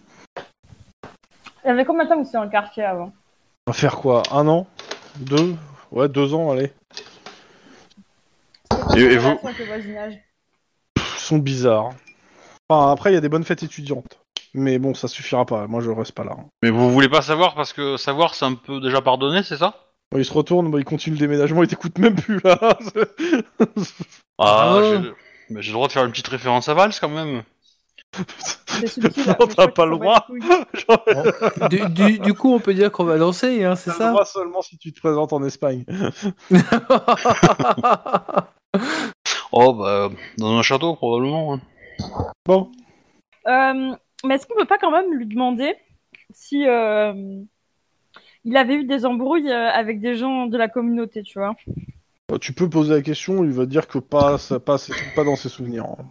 [SPEAKER 4] Il y avait combien de temps que vous étiez dans le quartier avant
[SPEAKER 2] On va faire quoi Un an Deux Ouais, deux ans, allez.
[SPEAKER 4] C'est quoi
[SPEAKER 1] Et- et
[SPEAKER 4] votre
[SPEAKER 1] vous-
[SPEAKER 4] relation avec le voisinage
[SPEAKER 2] Pff, sont bizarres. Enfin, après, il y a des bonnes fêtes étudiantes. Mais bon, ça suffira pas, moi je reste pas là. hein.
[SPEAKER 1] Mais vous voulez pas savoir parce que savoir c'est un peu déjà pardonné, c'est ça
[SPEAKER 2] Bon, il se retourne, bon, il continue le déménagement, il t'écoute même plus là. [laughs]
[SPEAKER 1] Ah,
[SPEAKER 3] Ah.
[SPEAKER 1] j'ai- mais j'ai le droit de faire une petite référence à Valls quand même.
[SPEAKER 2] [laughs]
[SPEAKER 4] C'est subtil, hein,
[SPEAKER 2] Non,
[SPEAKER 4] mais je
[SPEAKER 2] t'as
[SPEAKER 4] crois
[SPEAKER 2] pas
[SPEAKER 4] qu'ils
[SPEAKER 2] le
[SPEAKER 4] s'en battent les couilles.
[SPEAKER 2] Ah,
[SPEAKER 3] Du, du- du coup, on peut dire qu'on va danser, hein, c'est
[SPEAKER 2] T'as le
[SPEAKER 3] ça
[SPEAKER 2] droit seulement si tu te présentes en Espagne.
[SPEAKER 1] Oh bah dans un château probablement. hein.
[SPEAKER 2] Bon,
[SPEAKER 4] Euh, mais est-ce qu'on peut pas quand même lui demander si euh, il avait eu des embrouilles euh, avec des gens de la communauté, tu vois
[SPEAKER 2] euh, tu peux poser la question, il va dire que pas, ça passe, c'est pas dans ses souvenirs. hein.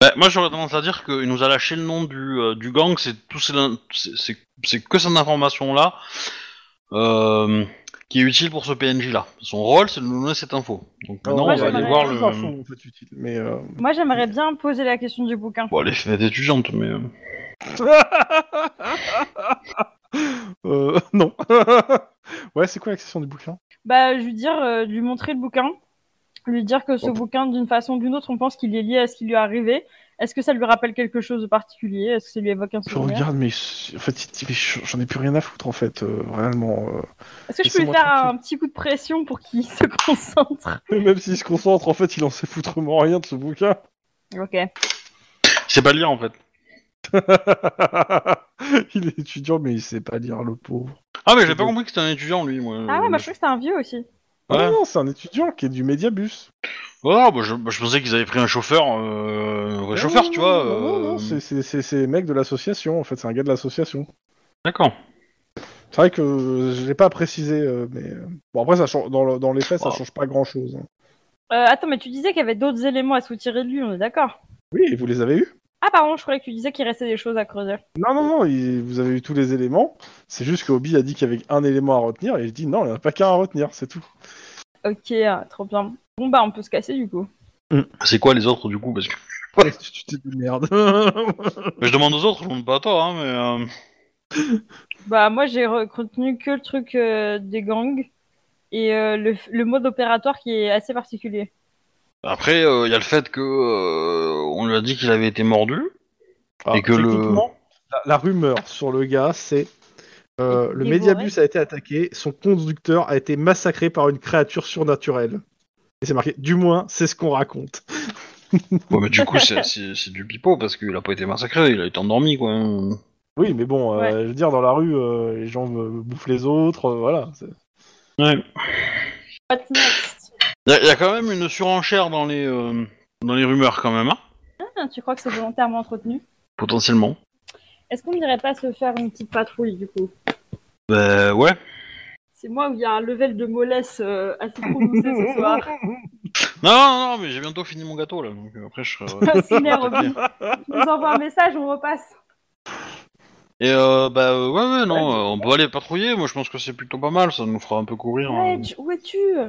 [SPEAKER 1] Bah, moi j'aurais tendance à dire qu'il nous a lâché le nom du, euh, du gang, c'est tout c'est c'est- c'est- c'est que cette information là qui est utile pour ce PNJ là. Son rôle c'est de nous donner cette info. Donc maintenant
[SPEAKER 4] moi,
[SPEAKER 1] Ah on va aller
[SPEAKER 4] Ah j'aimerais
[SPEAKER 1] voir
[SPEAKER 4] bien
[SPEAKER 1] le.
[SPEAKER 2] Infos, en fait, utiles, mais euh,
[SPEAKER 4] Moi, j'aimerais bien poser la question du bouquin.
[SPEAKER 1] Bon, les fenêtres étudiantes, mais. euh,
[SPEAKER 2] euh, [laughs] non. ouais, c'est quoi la question du bouquin
[SPEAKER 4] Bah, je lui dire, euh, lui montrer le bouquin, lui dire que ce
[SPEAKER 2] Hop.
[SPEAKER 4] bouquin, d'une façon ou d'une autre, on pense qu'il est lié à ce qui lui est arrivé. Est-ce que ça lui rappelle quelque chose de particulier Est-ce que ça lui évoque un
[SPEAKER 2] Je
[SPEAKER 4] souvenir
[SPEAKER 2] regarde, mais en fait, il- il- j'en ai plus rien à foutre en fait, euh, réellement. euh.
[SPEAKER 4] Est-ce que je peux lui
[SPEAKER 2] Laissez-moi
[SPEAKER 4] faire
[SPEAKER 2] tranquille.
[SPEAKER 4] un petit coup de pression pour qu'il [laughs] se concentre
[SPEAKER 2] Et [laughs] Même s'il se concentre, en fait, il en sait foutrement rien de ce bouquin. [laughs]
[SPEAKER 4] Ok. Ah
[SPEAKER 1] C'est pas le lien en fait.
[SPEAKER 2] il est étudiant, mais il sait pas lire le pauvre.
[SPEAKER 1] Ah, mais j'ai pas compris que c'était un étudiant lui, moi.
[SPEAKER 4] Ah ouais,
[SPEAKER 2] Euh,
[SPEAKER 4] moi je crois que c'était un vieux aussi.
[SPEAKER 2] Ah
[SPEAKER 1] Ouais.
[SPEAKER 2] non, c'est un étudiant qui est du médiabus.
[SPEAKER 1] Voilà, bah, je, bah, je pensais qu'ils avaient pris un chauffeur, euh, un vrai chauffeur,
[SPEAKER 2] Non,
[SPEAKER 1] tu vois.
[SPEAKER 2] Non, non,
[SPEAKER 1] euh,
[SPEAKER 2] non, c'est- c'est c'est- c'est les mecs de l'association, en fait, c'est un gars de l'association.
[SPEAKER 1] D'accord.
[SPEAKER 2] C'est vrai que euh, je l'ai pas précisé, euh, mais. euh, Bon, après, ça change- dans, le- dans les faits, ça
[SPEAKER 1] Wow.
[SPEAKER 2] change pas hein. grand chose.
[SPEAKER 4] Euh, attends, mais tu disais qu'il y avait d'autres éléments à soutirer de lui, on est d'accord
[SPEAKER 2] Oui, et vous les avez eus
[SPEAKER 4] Ah pardon, je croyais que tu disais qu'il restait des choses à creuser.
[SPEAKER 2] Non, non, non, il- vous avez eu tous les éléments. C'est juste que Obi a dit qu'il y avait un élément à retenir, et il dit non, il n'y en a pas qu'un à retenir, c'est tout.
[SPEAKER 4] Ok, euh, trop bien. Bon bah on peut se casser du coup.
[SPEAKER 1] C'est quoi les autres du coup Parce que
[SPEAKER 2] [laughs] tu t'es dit merde.
[SPEAKER 1] je demande aux autres, je demande pas à toi, hein, mais. euh,
[SPEAKER 4] Bah moi j'ai retenu que le truc euh, des gangs et euh, le, le mode opératoire qui est assez particulier.
[SPEAKER 1] Après, il y a le fait que euh, on lui a dit qu'il avait été mordu.
[SPEAKER 2] Alors,
[SPEAKER 1] que le-
[SPEAKER 2] Ah, techniquement, la, la rumeur sur le gars, c'est euh, le
[SPEAKER 4] Dévoré.
[SPEAKER 2] médiabus a été attaqué, son conducteur a été massacré par une créature surnaturelle. Et c'est marqué, du moins, c'est ce qu'on raconte.
[SPEAKER 1] Ouais, mais du coup, c'est- c'est c'est du pipeau parce qu'il a pas été massacré, il a été endormi, quoi. hein.
[SPEAKER 2] Oui, mais bon, euh,
[SPEAKER 4] Ouais.
[SPEAKER 2] je veux dire, dans la rue, euh, les gens euh, bouffent les autres, euh, voilà. c'est-
[SPEAKER 4] What next
[SPEAKER 1] Il y, a quand même une surenchère dans les, euh, dans les rumeurs, quand même, hein
[SPEAKER 4] Ah, Tu crois que c'est volontairement entretenu
[SPEAKER 1] potentiellement.
[SPEAKER 4] Est-ce qu'on n'irait pas se faire une petite patrouille du coup
[SPEAKER 1] Bah ouais.
[SPEAKER 4] C'est moi où il y a un level de mollesse euh, assez prononcé ce soir.
[SPEAKER 1] Non, non, non, mais j'ai bientôt fini mon gâteau, là, donc euh, après je serai...
[SPEAKER 4] C'est nerveux. Je vous envoie un message, on repasse.
[SPEAKER 1] Et euh, bah euh, ouais, ouais, non, euh, on peut aller patrouiller, moi je pense que c'est plutôt pas mal, ça nous fera un peu courir. hein.
[SPEAKER 4] Wedge, où es-tu Euh,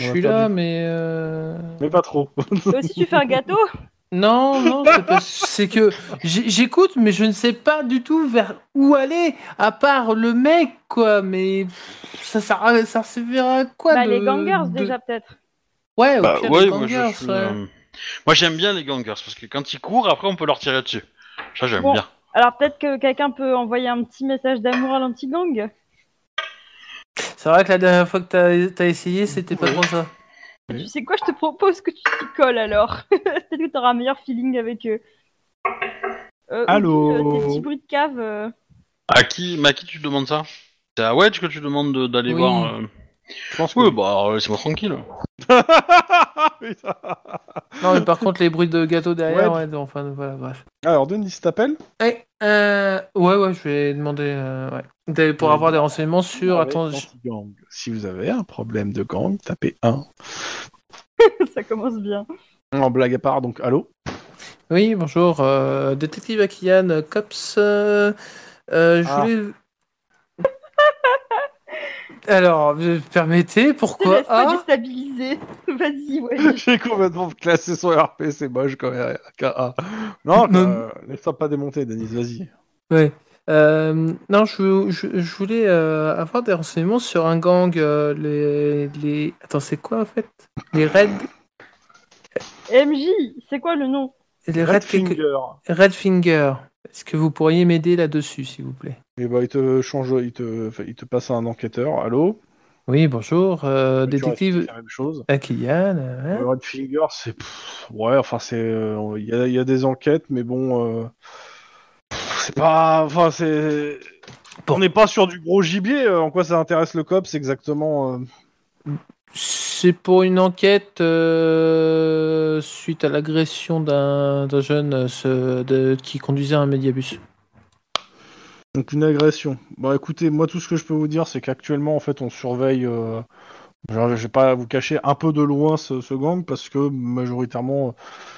[SPEAKER 2] On
[SPEAKER 3] [laughs] Je
[SPEAKER 2] va
[SPEAKER 3] suis
[SPEAKER 2] faire
[SPEAKER 3] là, mais. euh,
[SPEAKER 2] Mais pas [laughs] trop.
[SPEAKER 4] Toi aussi tu fais un gâteau
[SPEAKER 3] Non, non, c'est parce- c'est que j'ai- j'écoute, mais je ne sais pas du tout vers où aller, à part le mec, quoi. Mais ça, sert à- ça servira à quoi
[SPEAKER 4] Bah
[SPEAKER 3] de-
[SPEAKER 4] les gangers
[SPEAKER 3] de-
[SPEAKER 4] déjà peut-être.
[SPEAKER 3] Ouais, au
[SPEAKER 1] Bah,
[SPEAKER 3] pire,
[SPEAKER 1] ouais,
[SPEAKER 3] les
[SPEAKER 1] moi, je
[SPEAKER 3] gangers,
[SPEAKER 1] suis,
[SPEAKER 3] ouais.
[SPEAKER 1] euh, moi, j'aime bien les gangers parce que quand ils courent, après on peut leur tirer dessus. Ça j'aime
[SPEAKER 4] Bon.
[SPEAKER 1] bien.
[SPEAKER 4] Alors peut-être que quelqu'un peut envoyer un petit message d'amour à l'anti-gang.
[SPEAKER 3] C'est vrai que la dernière fois que t'as- t'as essayé, c'était pas trop ça.
[SPEAKER 4] Tu sais quoi, je te propose que tu t'y colles alors. [laughs] peut-être que t'auras un meilleur feeling avec eux. Euh,
[SPEAKER 2] Allô
[SPEAKER 4] oublie, euh, Tes petits bruits de cave. euh, [laughs]
[SPEAKER 1] À qui, mais à qui tu demandes ça C'est à Wedge que tu demandes de- d'aller
[SPEAKER 3] Oui.
[SPEAKER 1] voir. euh,
[SPEAKER 2] Je pense que.
[SPEAKER 1] Oui, bah alors, laissez-moi tranquille.
[SPEAKER 2] Ah, Putain.
[SPEAKER 3] Non, mais par contre, les bruits de gâteau derrière,
[SPEAKER 2] Ouais.
[SPEAKER 3] ouais, enfin, voilà, bref.
[SPEAKER 2] Alors, Denis t'appelle
[SPEAKER 3] Ouais, euh, ouais, ouais, je vais demander euh, ouais. D'aller- pour
[SPEAKER 2] Ouais.
[SPEAKER 3] avoir des renseignements sur.
[SPEAKER 1] Ah
[SPEAKER 2] Avec
[SPEAKER 3] Attends, je-
[SPEAKER 2] anti-gang. Si vous avez un problème de gang, tapez 1.
[SPEAKER 4] ça commence bien.
[SPEAKER 2] En blague à part, donc allô
[SPEAKER 3] Oui, bonjour, euh, détective Akian, euh, cops. euh, euh, je
[SPEAKER 2] Ah.
[SPEAKER 3] voulais. [laughs] Alors, vous permettez,
[SPEAKER 4] Tu
[SPEAKER 3] pourquoi
[SPEAKER 4] laisse pas
[SPEAKER 3] Ah
[SPEAKER 4] déstabiliser. [laughs] Vas-y, ouais.
[SPEAKER 2] [laughs] J'ai complètement classé son RP, c'est moche quand même. K.A. Non,
[SPEAKER 3] Non.
[SPEAKER 2] euh, laisse-toi pas démonter, Denis, vas-y.
[SPEAKER 3] Ouais. Euh, non, je, je- je voulais euh, avoir des renseignements sur un gang. euh, les, les. Attends, c'est quoi en fait Les Red.
[SPEAKER 4] MJ, c'est quoi le nom
[SPEAKER 3] Les Red, quelque-
[SPEAKER 2] Finger.
[SPEAKER 3] Redfinger, est-ce que vous pourriez m'aider là-dessus, s'il vous plaît
[SPEAKER 2] Et bah, il te change, il te, enfin, il te passe un enquêteur. Allô
[SPEAKER 3] Oui, bonjour, euh,
[SPEAKER 2] Tu aurais fait
[SPEAKER 3] détective
[SPEAKER 2] la même chose.
[SPEAKER 3] Akian. euh, hein
[SPEAKER 2] Le Redfinger, c'est. pff, Ouais, enfin, c'est. euh, Il y, a, il y a des enquêtes, mais bon. euh, pff, C'est pas. Enfin, c'est.
[SPEAKER 3] Bon.
[SPEAKER 2] On n'est pas sur du gros gibier. euh, En quoi ça intéresse le COPS exactement euh,
[SPEAKER 3] C'est pour une enquête euh, suite à l'agression d'un d'un jeune euh, ce- de- qui conduisait un médiabus.
[SPEAKER 2] Donc une agression. Bon écoutez, moi tout ce que je peux vous dire, c'est qu'actuellement en fait on surveille, euh, genre, je vais pas vous cacher, un peu de loin ce, ce gang parce que majoritairement euh,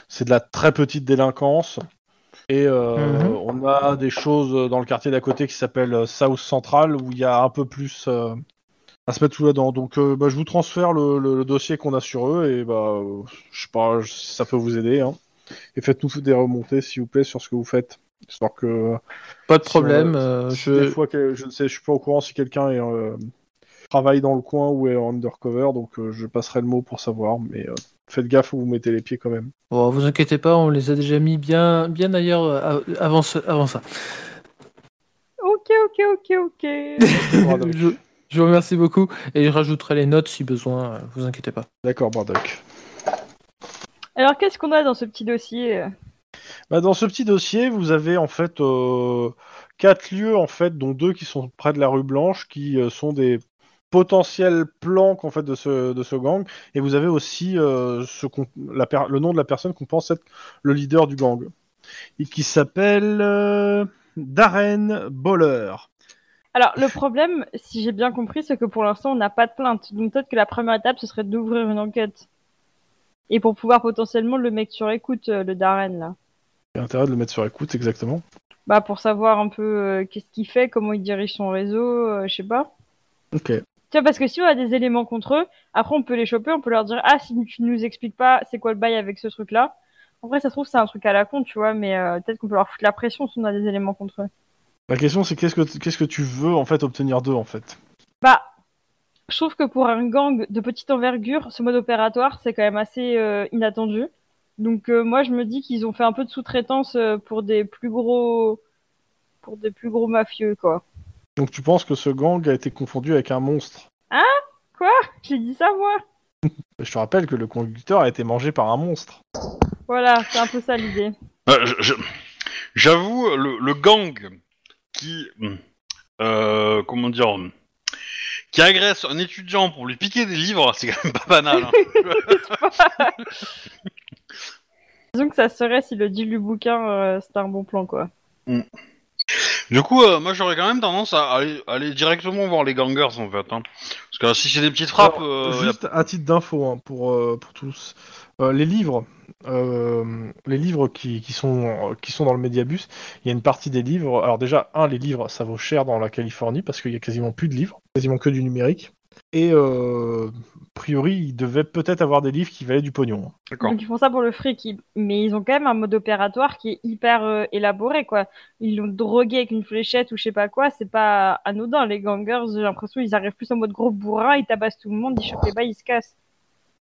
[SPEAKER 2] c'est de la très petite délinquance. Et euh,
[SPEAKER 3] Mhm.
[SPEAKER 2] on a des choses euh, dans le quartier d'à côté qui s'appelle euh, South Central où il y a un peu plus euh, à se mettre sous la dent. Donc euh, bah, je vous transfère le, le- le dossier qu'on a sur eux et bah euh, je sais pas si ça peut vous aider. hein. Et faites-nous des remontées s'il vous plaît sur ce que vous faites. Histoire que
[SPEAKER 3] Pas de
[SPEAKER 2] Si on-
[SPEAKER 3] problème, euh,
[SPEAKER 2] si
[SPEAKER 3] je...
[SPEAKER 2] Des fois, que- je ne sais, je suis pas au courant si quelqu'un est, euh, travaille dans le coin ou est undercover, donc euh, je passerai le mot pour savoir. Mais euh, faites gaffe où vous mettez les pieds quand
[SPEAKER 3] [laughs]
[SPEAKER 2] même.
[SPEAKER 3] Bon, Oh, vous inquiétez pas, on les a déjà mis bien, bien ailleurs euh, av- avant, ce- avant ça.
[SPEAKER 4] Ok, ok, ok, ok.
[SPEAKER 2] Bardock.
[SPEAKER 3] [laughs] je, je vous remercie beaucoup et je rajouterai les notes si besoin, euh, vous inquiétez pas.
[SPEAKER 2] D'accord, Bardock.
[SPEAKER 4] Alors qu'est-ce qu'on a dans ce petit dossier
[SPEAKER 2] Bah, dans ce petit dossier, vous avez en fait euh, quatre lieux en fait, dont deux qui sont près de la rue Blanche, qui euh, sont des potentiels planques en fait de ce, de ce gang. Et vous avez aussi euh, ce qu'on- la per- le nom de la personne qu'on pense être le leader du gang, et qui s'appelle euh, Darren Boller.
[SPEAKER 4] Alors le problème, si j'ai bien compris, c'est que pour l'instant on n'a pas de plainte. Donc peut-être que la première étape ce serait d'ouvrir une enquête. Et pour pouvoir potentiellement le mettre sur écoute, euh, le Darren là.
[SPEAKER 2] Il y a intérêt de le mettre sur écoute, exactement.
[SPEAKER 4] Bah pour savoir un peu euh, qu'est-ce qu'il fait, comment il dirige son réseau, euh, je sais pas.
[SPEAKER 2] Ok.
[SPEAKER 4] Tu vois, parce que si on a des éléments contre eux, après on peut les choper, on peut leur dire ah si tu nous expliques pas c'est quoi le bail avec ce truc là. En vrai ça se trouve c'est un truc à la con, tu vois, mais euh, peut-être qu'on peut leur foutre la pression si on a des éléments contre eux.
[SPEAKER 2] La question, c'est qu'est-ce que t- qu'est-ce que tu veux en fait obtenir d'eux en fait
[SPEAKER 4] Bah, je trouve que pour un gang de petite envergure, ce mode opératoire, c'est quand même assez euh, inattendu. Donc euh, moi, je me dis qu'ils ont fait un peu de sous-traitance euh, pour des plus gros, pour des plus gros mafieux, quoi.
[SPEAKER 2] Donc tu penses que ce gang a été confondu avec un monstre
[SPEAKER 4] J'ai dit ça moi.
[SPEAKER 2] Je te rappelle que le conducteur a été mangé par un monstre.
[SPEAKER 4] Voilà, c'est un peu ça l'idée.
[SPEAKER 1] Euh, je- je- J'avoue, le, le gang qui. euh, comment dire. qui agresse un étudiant pour lui piquer des livres, c'est quand même pas banal. hein.
[SPEAKER 4] Disons que ça serait si le deal du bouquin, euh, c'était un bon plan, quoi.
[SPEAKER 1] Du coup, euh, moi j'aurais quand même tendance à aller, aller directement voir les gangers en fait. hein. Parce que si c'est des petites frappes, euh, y a-
[SPEAKER 2] Juste à titre d'info hein, pour, euh, pour tous, Euh, les livres, euh, les livres qui, qui sont, qui sont dans le médiabus, il y a une partie des livres. Alors déjà, un, les livres, ça vaut cher dans la Californie parce qu'il y a quasiment plus de livres, quasiment que du numérique. Et euh, a priori, il devait peut-être avoir des livres qui valaient du pognon. hein.
[SPEAKER 1] D'accord.
[SPEAKER 4] Donc ils font ça pour le fric, ils- mais ils ont quand même un mode opératoire qui est hyper euh, élaboré, quoi. Ils l'ont drogué avec une fléchette ou je sais pas quoi, c'est pas anodin. Les gangers, j'ai l'impression, ils arrivent plus en mode gros bourrin, ils tabassent tout le monde, ils chopent les bails, ils se cassent.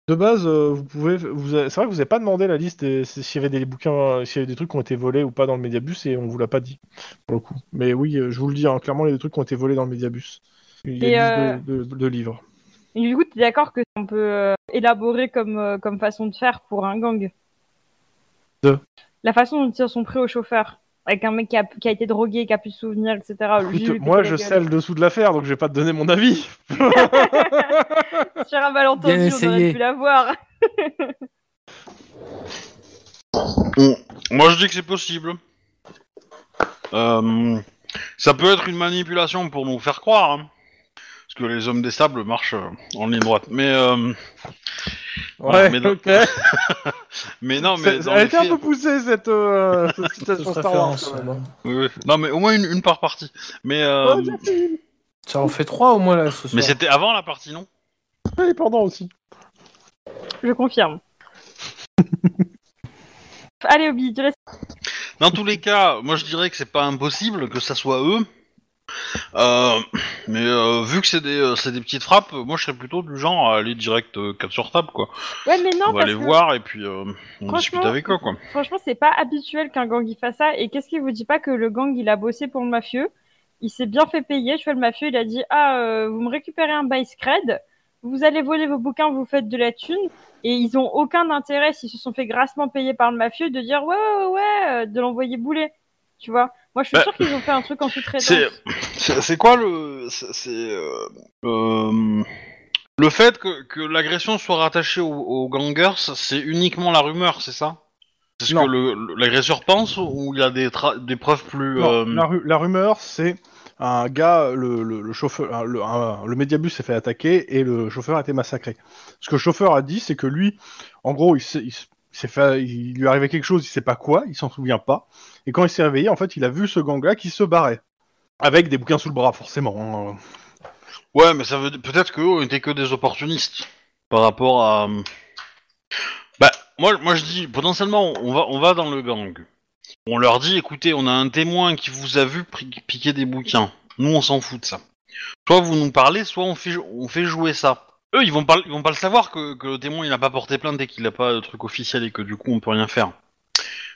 [SPEAKER 2] De base, euh, vous pouvez, vous avez- c'est vrai que vous n'avez pas demandé la liste des- s'il y avait des bouquins, s'il y avait des trucs qui ont été volés ou pas dans le médiabus et on vous l'a pas dit pour le coup. Mais oui, euh, je vous le dis, hein, clairement, il y a des trucs qui ont été volés dans le médiabus. Il y
[SPEAKER 4] Et, euh,
[SPEAKER 2] a une liste de, de- de livres.
[SPEAKER 4] Et du coup, t'es d'accord que c'est un peu euh, élaboré comme, euh, comme façon de faire pour un gang
[SPEAKER 2] De
[SPEAKER 4] La façon dont ils se sont pris au chauffeur. Avec un mec qui a, qui a été drogué, qui a plus de souvenirs, etc. Le
[SPEAKER 2] Écoute,
[SPEAKER 4] jus,
[SPEAKER 2] moi,
[SPEAKER 4] péter la
[SPEAKER 2] je
[SPEAKER 4] gueule.
[SPEAKER 2] sais le dessous de l'affaire, donc je vais pas te donner mon avis.
[SPEAKER 4] Sur un malentendu,
[SPEAKER 3] Bien
[SPEAKER 4] on aurait
[SPEAKER 3] essayé.
[SPEAKER 4] pu l'avoir.
[SPEAKER 1] moi je dis que c'est possible. Euh, ça peut être une manipulation pour nous faire croire. hein. Parce que les hommes des sables marchent euh, en ligne droite. Mais, euh, Ouais, mais non.
[SPEAKER 2] ok.
[SPEAKER 1] mais non, mais
[SPEAKER 2] C'est-
[SPEAKER 1] dans
[SPEAKER 2] Elle a
[SPEAKER 1] les
[SPEAKER 2] été un
[SPEAKER 1] faits-
[SPEAKER 2] peu poussée cette, euh,
[SPEAKER 1] [laughs]
[SPEAKER 2] cette citation
[SPEAKER 3] Cette
[SPEAKER 2] Star Wars.
[SPEAKER 3] référence,
[SPEAKER 2] quand même. hein.
[SPEAKER 3] ouais.
[SPEAKER 1] Oui, oui. Non, mais au moins une, une par partie. Mais, euh,
[SPEAKER 2] Oh, Jackie
[SPEAKER 3] Ça en fait trois au moins là ce soir.
[SPEAKER 1] mais c'était avant la partie, non
[SPEAKER 2] Oui, pendant aussi.
[SPEAKER 4] Je confirme. Allez, Obi, te laisse.
[SPEAKER 1] Dans tous les cas, moi je dirais que c'est pas impossible que ça soit eux. Euh, mais euh, vu que c'est des, euh, c'est des petites frappes, moi je serais plutôt du genre à aller direct euh, cap sur table quoi.
[SPEAKER 4] Ouais, mais non,
[SPEAKER 1] on va
[SPEAKER 4] parce
[SPEAKER 1] les
[SPEAKER 4] que
[SPEAKER 1] voir et puis euh, on
[SPEAKER 4] Franchement,
[SPEAKER 1] discute avec eux quoi.
[SPEAKER 4] franchement, c'est pas habituel qu'un gang il fasse ça. Et qu'est-ce qui vous dit pas que le gang il a bossé pour le mafieux Il s'est bien fait payer. Tu vois, le mafieux il a dit Ah, euh, vous me récupérez un bail scred, vous allez voler vos bouquins, vous faites de la thune. Et ils ont aucun intérêt, s'ils se sont fait grassement payer par le mafieux, de dire Ouais, ouais, ouais, euh, de l'envoyer bouler. Tu vois Moi, je suis
[SPEAKER 1] Bah,
[SPEAKER 4] sûre qu'ils ont fait un truc en sous-traitance.
[SPEAKER 1] C'est c'est c'est quoi le c'est c'est, euh, euh, le fait que, que l'agression soit rattachée aux au gangers, c'est uniquement la rumeur, c'est ça C'est ce
[SPEAKER 2] Non.
[SPEAKER 1] que le- le- l'agresseur pense ou il y a des, tra- des preuves plus
[SPEAKER 2] Non,
[SPEAKER 1] euh,
[SPEAKER 2] la, ru- la rumeur, c'est un gars, le, le- le chauffeur, un- le, un- le médiabus s'est fait attaquer et le chauffeur a été massacré. Ce que le chauffeur a dit, c'est que lui, en gros, il s'est, il s- il s'est fait, il lui arrivait quelque chose, il sait pas quoi, il s'en souvient pas. Et quand il s'est réveillé, en fait, il a vu ce gang-là qui se barrait. Avec des bouquins sous le bras, forcément. hein.
[SPEAKER 1] Ouais, mais ça veut peut-être qu'eux ont été que des opportunistes par rapport à. euh, Bah, moi, moi je dis potentiellement, on va, on va dans le gang. On leur dit, écoutez, on a un témoin qui vous a vu pri- piquer des bouquins. Nous, on s'en fout de ça. Soit vous nous parlez, soit on fait, jou- on fait jouer ça. Eux, ils vont pas, ils vont pas le savoir que, que le témoin il n'a pas porté plainte et qu'il n'a pas de truc officiel et que du coup on peut rien faire.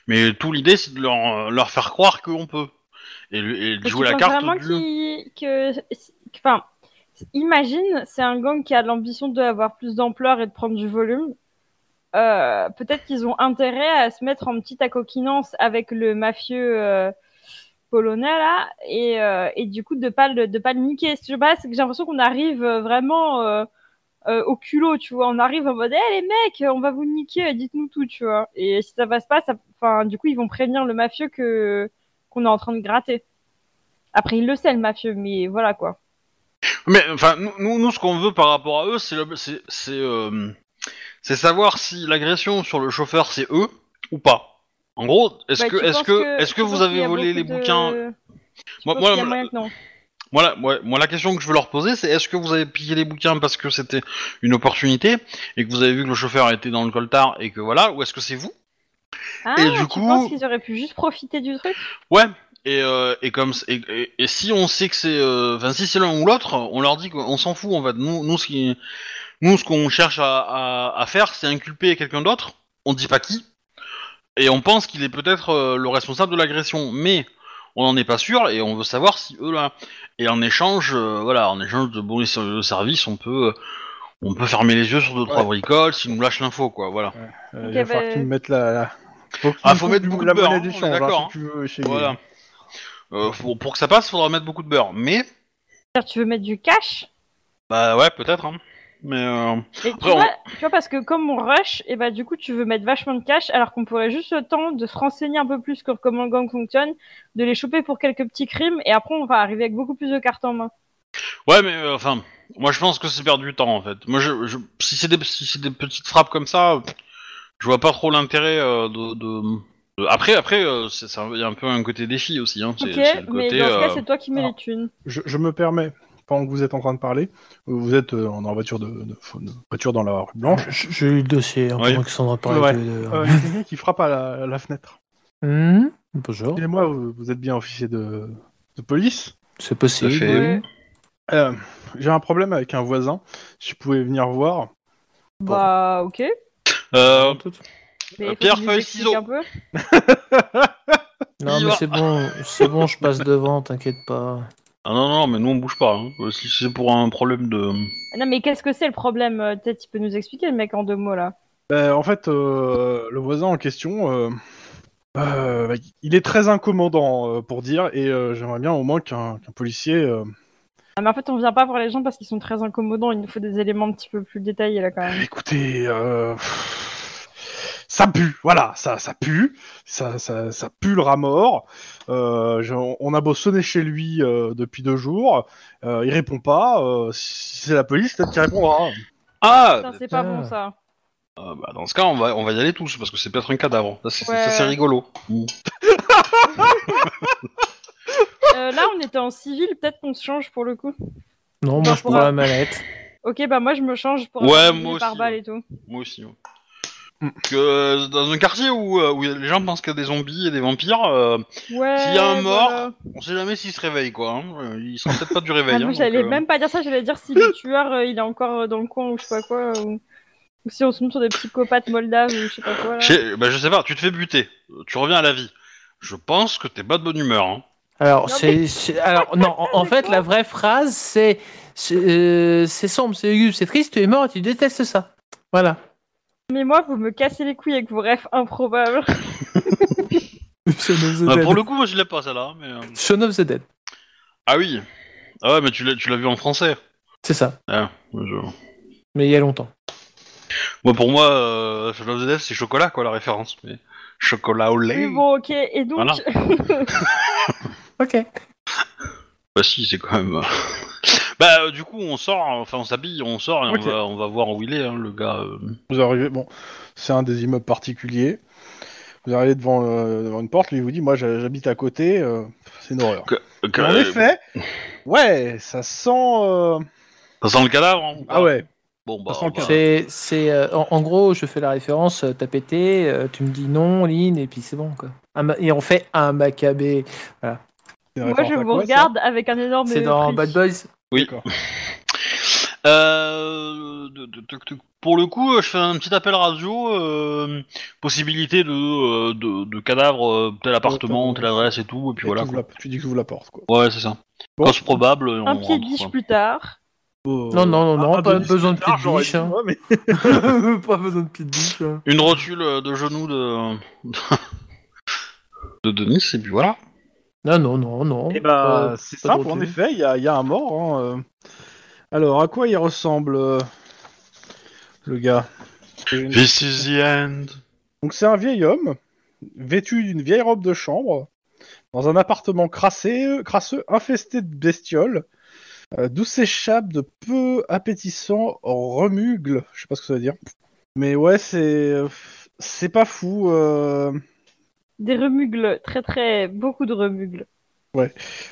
[SPEAKER 1] Mais tout l'idée, c'est de leur, leur faire croire qu'on peut et, et de
[SPEAKER 4] Parce
[SPEAKER 1] jouer la
[SPEAKER 4] qu'ils
[SPEAKER 1] carte
[SPEAKER 4] pensent vraiment
[SPEAKER 1] du.
[SPEAKER 4] qu'il- que, enfin, imagine, c'est un gang qui a l'ambition d'avoir plus d'ampleur et de prendre du volume. Euh, Peut-être qu'ils ont intérêt à se mettre en petite acoquinance avec le mafieux euh, polonais là, et, euh, et du coup de pas le, de pas le niquer. Ce que je sais pas, c'est que j'ai l'impression qu'on arrive euh, vraiment euh, euh, au culot, tu vois. On arrive en mode, Eh, les mecs, on va vous niquer, dites-nous tout, tu vois. Et si ça passe pas, ça, enfin, du coup ils vont prévenir le mafieux que qu'on est en train de gratter. Après, il le sait, le mafieux, mais voilà quoi.
[SPEAKER 1] Mais enfin, nous, nous, nous, ce qu'on veut par rapport à eux, c'est le- c'est c'est, euh, c'est savoir si l'agression sur le chauffeur c'est eux ou pas. En gros, est-ce
[SPEAKER 4] Bah,
[SPEAKER 1] que
[SPEAKER 4] tu
[SPEAKER 1] est-ce
[SPEAKER 4] penses
[SPEAKER 1] que est-ce
[SPEAKER 4] tu
[SPEAKER 1] que
[SPEAKER 4] penses
[SPEAKER 1] vous
[SPEAKER 4] qu'il y
[SPEAKER 1] avez
[SPEAKER 4] a
[SPEAKER 1] volé les
[SPEAKER 4] beaucoup de-
[SPEAKER 1] bouquins
[SPEAKER 4] Tu
[SPEAKER 1] Moi-
[SPEAKER 4] penses
[SPEAKER 1] moi,
[SPEAKER 4] qu'il y a
[SPEAKER 1] la-
[SPEAKER 4] moyen que non.
[SPEAKER 1] Voilà, moi, moi, la question que je veux leur poser, c'est est-ce que vous avez pillé les bouquins parce que c'était une opportunité et que vous avez vu que le chauffeur était dans le coltard et que voilà, ou est-ce que c'est vous
[SPEAKER 4] Ah,
[SPEAKER 1] et du
[SPEAKER 4] tu
[SPEAKER 1] coup-
[SPEAKER 4] penses qu'ils auraient pu juste profiter du truc
[SPEAKER 1] Ouais. Et, euh, et comme c- et, et- et si on sait que c'est euh, enfin si c'est l'un ou l'autre, on leur dit qu'on s'en fout en fait. Nous nous ce qui nous ce qu'on cherche à, à- à faire, c'est inculper quelqu'un d'autre. On dit pas qui. Et on pense qu'il est peut-être euh, le responsable de l'agression, mais on n'en est pas sûr et on veut savoir si eux là. Et en échange, euh, voilà, en échange de bons de services, on peut euh, on peut fermer les yeux sur deux trois
[SPEAKER 2] Ouais.
[SPEAKER 1] bricoles s'ils nous lâchent l'info quoi. Voilà.
[SPEAKER 2] Euh,
[SPEAKER 4] Ok,
[SPEAKER 2] il va falloir
[SPEAKER 4] bah-
[SPEAKER 2] que tu me mettes la. la... Faut, que tu
[SPEAKER 1] Ah,
[SPEAKER 2] me
[SPEAKER 1] faut
[SPEAKER 2] coupes
[SPEAKER 1] mettre beaucoup
[SPEAKER 2] la
[SPEAKER 1] de beurre,
[SPEAKER 2] monnaie
[SPEAKER 1] hein, on est
[SPEAKER 2] d'échange,
[SPEAKER 1] d'accord,
[SPEAKER 2] alors,
[SPEAKER 1] hein.
[SPEAKER 2] si tu veux, chez-
[SPEAKER 1] Voilà. Euh, pour, pour que ça passe, faudra mettre beaucoup de beurre, mais
[SPEAKER 4] C'est-à-dire, Tu veux mettre du cash
[SPEAKER 1] Bah ouais, peut-être. hein. Mais euh,
[SPEAKER 4] Et tu,
[SPEAKER 1] Après, on-
[SPEAKER 4] vois, tu vois, parce que comme on rush, et bah du coup, tu veux mettre vachement de cash, alors qu'on pourrait juste le temps de se renseigner un peu plus sur comment le gang fonctionne, de les choper pour quelques petits crimes, et après, on va arriver avec beaucoup plus de cartes en main.
[SPEAKER 1] ouais, mais euh, enfin, moi je pense que c'est perdre du temps en fait. Moi, je, je- si c'est des, si c'est des petites frappes comme ça, pff, je vois pas trop l'intérêt euh, de, de- de- Après, après, euh, c'est ça- il y a un peu un côté défi aussi. Hein. C'est,
[SPEAKER 4] Ok,
[SPEAKER 1] c'est le
[SPEAKER 4] mais
[SPEAKER 1] côté,
[SPEAKER 4] dans ce cas,
[SPEAKER 1] euh,
[SPEAKER 4] c'est toi qui mets
[SPEAKER 2] alors-
[SPEAKER 4] les thunes.
[SPEAKER 2] Je, je me permets, pendant que vous êtes en train de parler, vous êtes euh, en en voiture, de, de- de- voiture dans la rue blanche,
[SPEAKER 3] J- J'ai eu le dossier, hein,
[SPEAKER 1] Oui.
[SPEAKER 3] pendant que Sandra parlait
[SPEAKER 2] Ouais.
[SPEAKER 3] de- de-
[SPEAKER 2] euh, il y a quelqu'un qui frappe à la, à la fenêtre.
[SPEAKER 3] Hmm, bonjour,
[SPEAKER 2] Et moi, vous, vous êtes bien officier de, de police
[SPEAKER 3] c'est possible.
[SPEAKER 1] Tout à fait.
[SPEAKER 3] Eh oui.
[SPEAKER 4] Ouais.
[SPEAKER 2] Euh, J'ai un problème avec un voisin, si vous pouvez venir voir.
[SPEAKER 4] Bah, ok.
[SPEAKER 1] euh,
[SPEAKER 4] Mais
[SPEAKER 1] Euh,
[SPEAKER 4] faut que
[SPEAKER 1] pierre,
[SPEAKER 4] tu nous
[SPEAKER 1] feuille,
[SPEAKER 4] expliques
[SPEAKER 1] ciseaux.
[SPEAKER 4] un peu.
[SPEAKER 3] Non,
[SPEAKER 1] Il
[SPEAKER 3] mais
[SPEAKER 1] va.
[SPEAKER 3] c'est bon, c'est bon, je passe devant, t'inquiète pas.
[SPEAKER 1] Ah non, non, mais nous on bouge pas. hein. Euh, Si c'est pour un problème de.
[SPEAKER 4] Non, mais qu'est-ce que c'est le problème euh, Peut-être tu peux nous expliquer, le mec, en deux mots là.
[SPEAKER 2] Ben, en fait, euh, le voisin en question, euh, euh, ben, il est très incommodant euh, pour dire, et euh, j'aimerais bien au moins qu'un qu'un policier. euh,
[SPEAKER 4] Ah, mais en fait, on vient pas voir les gens parce qu'ils sont très incommodants. Il nous faut des éléments un petit peu plus détaillés là quand même.
[SPEAKER 2] Bah, Écoutez, euh, ça pue, voilà, ça, ça pue, ça, ça, ça pue le rat mort. Euh, je- on a beau sonner chez lui euh, depuis deux jours, euh, il répond pas. euh, si c'est la police, peut-être qu'il répondra.
[SPEAKER 1] Ah
[SPEAKER 4] Putain, c'est pas
[SPEAKER 3] putain.
[SPEAKER 4] bon ça.
[SPEAKER 1] Euh, bah, Dans ce cas, on va, on va y aller tous parce que c'est peut-être un cadavre. Ça, c'est,
[SPEAKER 4] Ouais.
[SPEAKER 1] ça, c'est rigolo.
[SPEAKER 4] Euh, là, on était en civil, peut-être qu'on se change pour le coup.
[SPEAKER 3] Non, moi je prends la mallette.
[SPEAKER 4] Ok, bah moi je me change pour
[SPEAKER 1] Ouais,
[SPEAKER 4] avoir
[SPEAKER 1] moi
[SPEAKER 4] des
[SPEAKER 1] aussi,
[SPEAKER 4] pare-balles
[SPEAKER 1] ouais.
[SPEAKER 4] et tout.
[SPEAKER 1] Moi aussi. ouais.
[SPEAKER 2] Mm.
[SPEAKER 1] Que, euh, dans un quartier où, euh, où les gens pensent qu'il y a des zombies et des vampires, euh,
[SPEAKER 4] Ouais.
[SPEAKER 1] S'il y a un mort,
[SPEAKER 4] voilà.
[SPEAKER 1] on sait jamais s'il se réveille quoi. hein. Euh, Il sera peut-être pas du
[SPEAKER 4] Ah,
[SPEAKER 1] réveil.
[SPEAKER 4] moi,
[SPEAKER 1] hein,
[SPEAKER 4] j'allais
[SPEAKER 1] donc, euh,
[SPEAKER 4] même pas dire ça, j'allais dire
[SPEAKER 1] [laughs]
[SPEAKER 4] si le tueur euh, il est encore euh, dans le coin ou je sais pas quoi. euh, Ou, ou si on se met sur des psychopathes moldaves ou je sais pas quoi. là.
[SPEAKER 1] Je sais, bah, je sais pas, tu te fais buter. Euh, Tu reviens à la vie. Je pense que t'es pas de bonne humeur. Hein.
[SPEAKER 3] Alors,
[SPEAKER 4] Non,
[SPEAKER 3] c'est, c'est- alors non, en, en fait, la vraie phrase, c'est c'est, euh, c'est sombre, c'est lugubre, c'est triste, tu es mort, tu détestes ça. [laughs] Voilà.
[SPEAKER 4] Mais moi, vous me cassez les couilles avec vos rêves improbables.
[SPEAKER 3] Son of the
[SPEAKER 1] Bah,
[SPEAKER 3] Dead.
[SPEAKER 1] pour le coup, moi je l'ai pas celle-là. Mais... euh,
[SPEAKER 3] Shaun of the Dead,
[SPEAKER 1] Ah oui. Ah ouais, mais tu l'as, tu l'as vu en français.
[SPEAKER 3] c'est ça,
[SPEAKER 1] Ah, je-
[SPEAKER 3] mais il y a longtemps.
[SPEAKER 1] Moi pour moi, euh, Shaun of the Dead, c'est chocolat quoi la référence. Mais... Chocolat au lait.
[SPEAKER 4] Oui, bon, ok. Et donc,
[SPEAKER 1] Bah Voilà.
[SPEAKER 3] Ok.
[SPEAKER 1] Bah si, c'est quand même. euh, [laughs] bah euh, du coup, on sort, enfin on s'habille, on sort et
[SPEAKER 2] Ok.
[SPEAKER 1] on, va, on va voir où il est, hein, le gars. euh.
[SPEAKER 2] Vous arrivez, bon, c'est un des immeubles particuliers. Vous arrivez devant, euh, devant une porte, lui il vous dit, moi j'a- j'habite à côté, euh, c'est une horreur.
[SPEAKER 1] Que-
[SPEAKER 2] en effet, ouais, ça sent, euh,
[SPEAKER 1] Ça sent le cadavre. hein, ou pas
[SPEAKER 2] ah ouais,
[SPEAKER 1] Bon bah.
[SPEAKER 2] Ça sent le
[SPEAKER 1] bah,
[SPEAKER 3] C'est, c'est, euh, en, en gros, je fais la référence, euh, t'as pété, euh, tu me dis non, Lynn, et puis c'est bon, quoi. Un ma- et on fait un macabé.
[SPEAKER 2] c'est une
[SPEAKER 4] moi
[SPEAKER 2] référence
[SPEAKER 4] je
[SPEAKER 2] à
[SPEAKER 4] vous
[SPEAKER 2] quoi, ça
[SPEAKER 4] regarde avec un énorme.
[SPEAKER 3] C'est dans Bad
[SPEAKER 4] mépris.
[SPEAKER 3] Boys.
[SPEAKER 1] Oui.
[SPEAKER 2] D'accord.
[SPEAKER 1] Euh, de- de- toc, toc. pour le coup, euh, je fais un petit appel radio, euh, possibilité de, euh, de, de cadavre, euh, tel appartement, telle adresse et tout, et puis
[SPEAKER 2] Et
[SPEAKER 1] voilà.
[SPEAKER 2] t'ouvres
[SPEAKER 1] Quoi.
[SPEAKER 2] la- tu dis que j'ouvre la porte, quoi.
[SPEAKER 1] Ouais, c'est ça.
[SPEAKER 2] Bon.
[SPEAKER 1] Cause probable, et on
[SPEAKER 4] Un pied de
[SPEAKER 1] rentre,
[SPEAKER 4] biche
[SPEAKER 1] quoi.
[SPEAKER 4] plus tard.
[SPEAKER 3] Non, non, non, non,
[SPEAKER 2] Ah,
[SPEAKER 3] pas
[SPEAKER 2] Denis,
[SPEAKER 3] besoin de
[SPEAKER 2] c'est tard,
[SPEAKER 3] petite
[SPEAKER 2] j'aurais
[SPEAKER 3] biche.
[SPEAKER 2] dit,
[SPEAKER 3] hein.
[SPEAKER 2] ouais, mais-
[SPEAKER 3] [laughs] pas besoin de petite biche. hein.
[SPEAKER 1] Une rotule euh, de genou de... [laughs] de Denis, et puis voilà.
[SPEAKER 3] Non, Ah, non, non, non.
[SPEAKER 2] Eh bah,
[SPEAKER 3] Euh,
[SPEAKER 2] c'est
[SPEAKER 3] pas
[SPEAKER 2] simple, en
[SPEAKER 3] drôle.
[SPEAKER 2] effet, il y a, il y a un mort. hein, euh. Alors, à quoi il ressemble, euh, le gars
[SPEAKER 1] This is the end.
[SPEAKER 2] Donc, c'est un vieil homme, vêtu d'une vieille robe de chambre, dans un appartement crassé, crasseux, infesté de bestioles, euh, d'où s'échappe de peu appétissants remugles. Je sais pas ce que ça veut dire. Mais ouais, c'est. euh, C'est pas fou. euh.
[SPEAKER 4] Des remugles, très très. Beaucoup de remugles.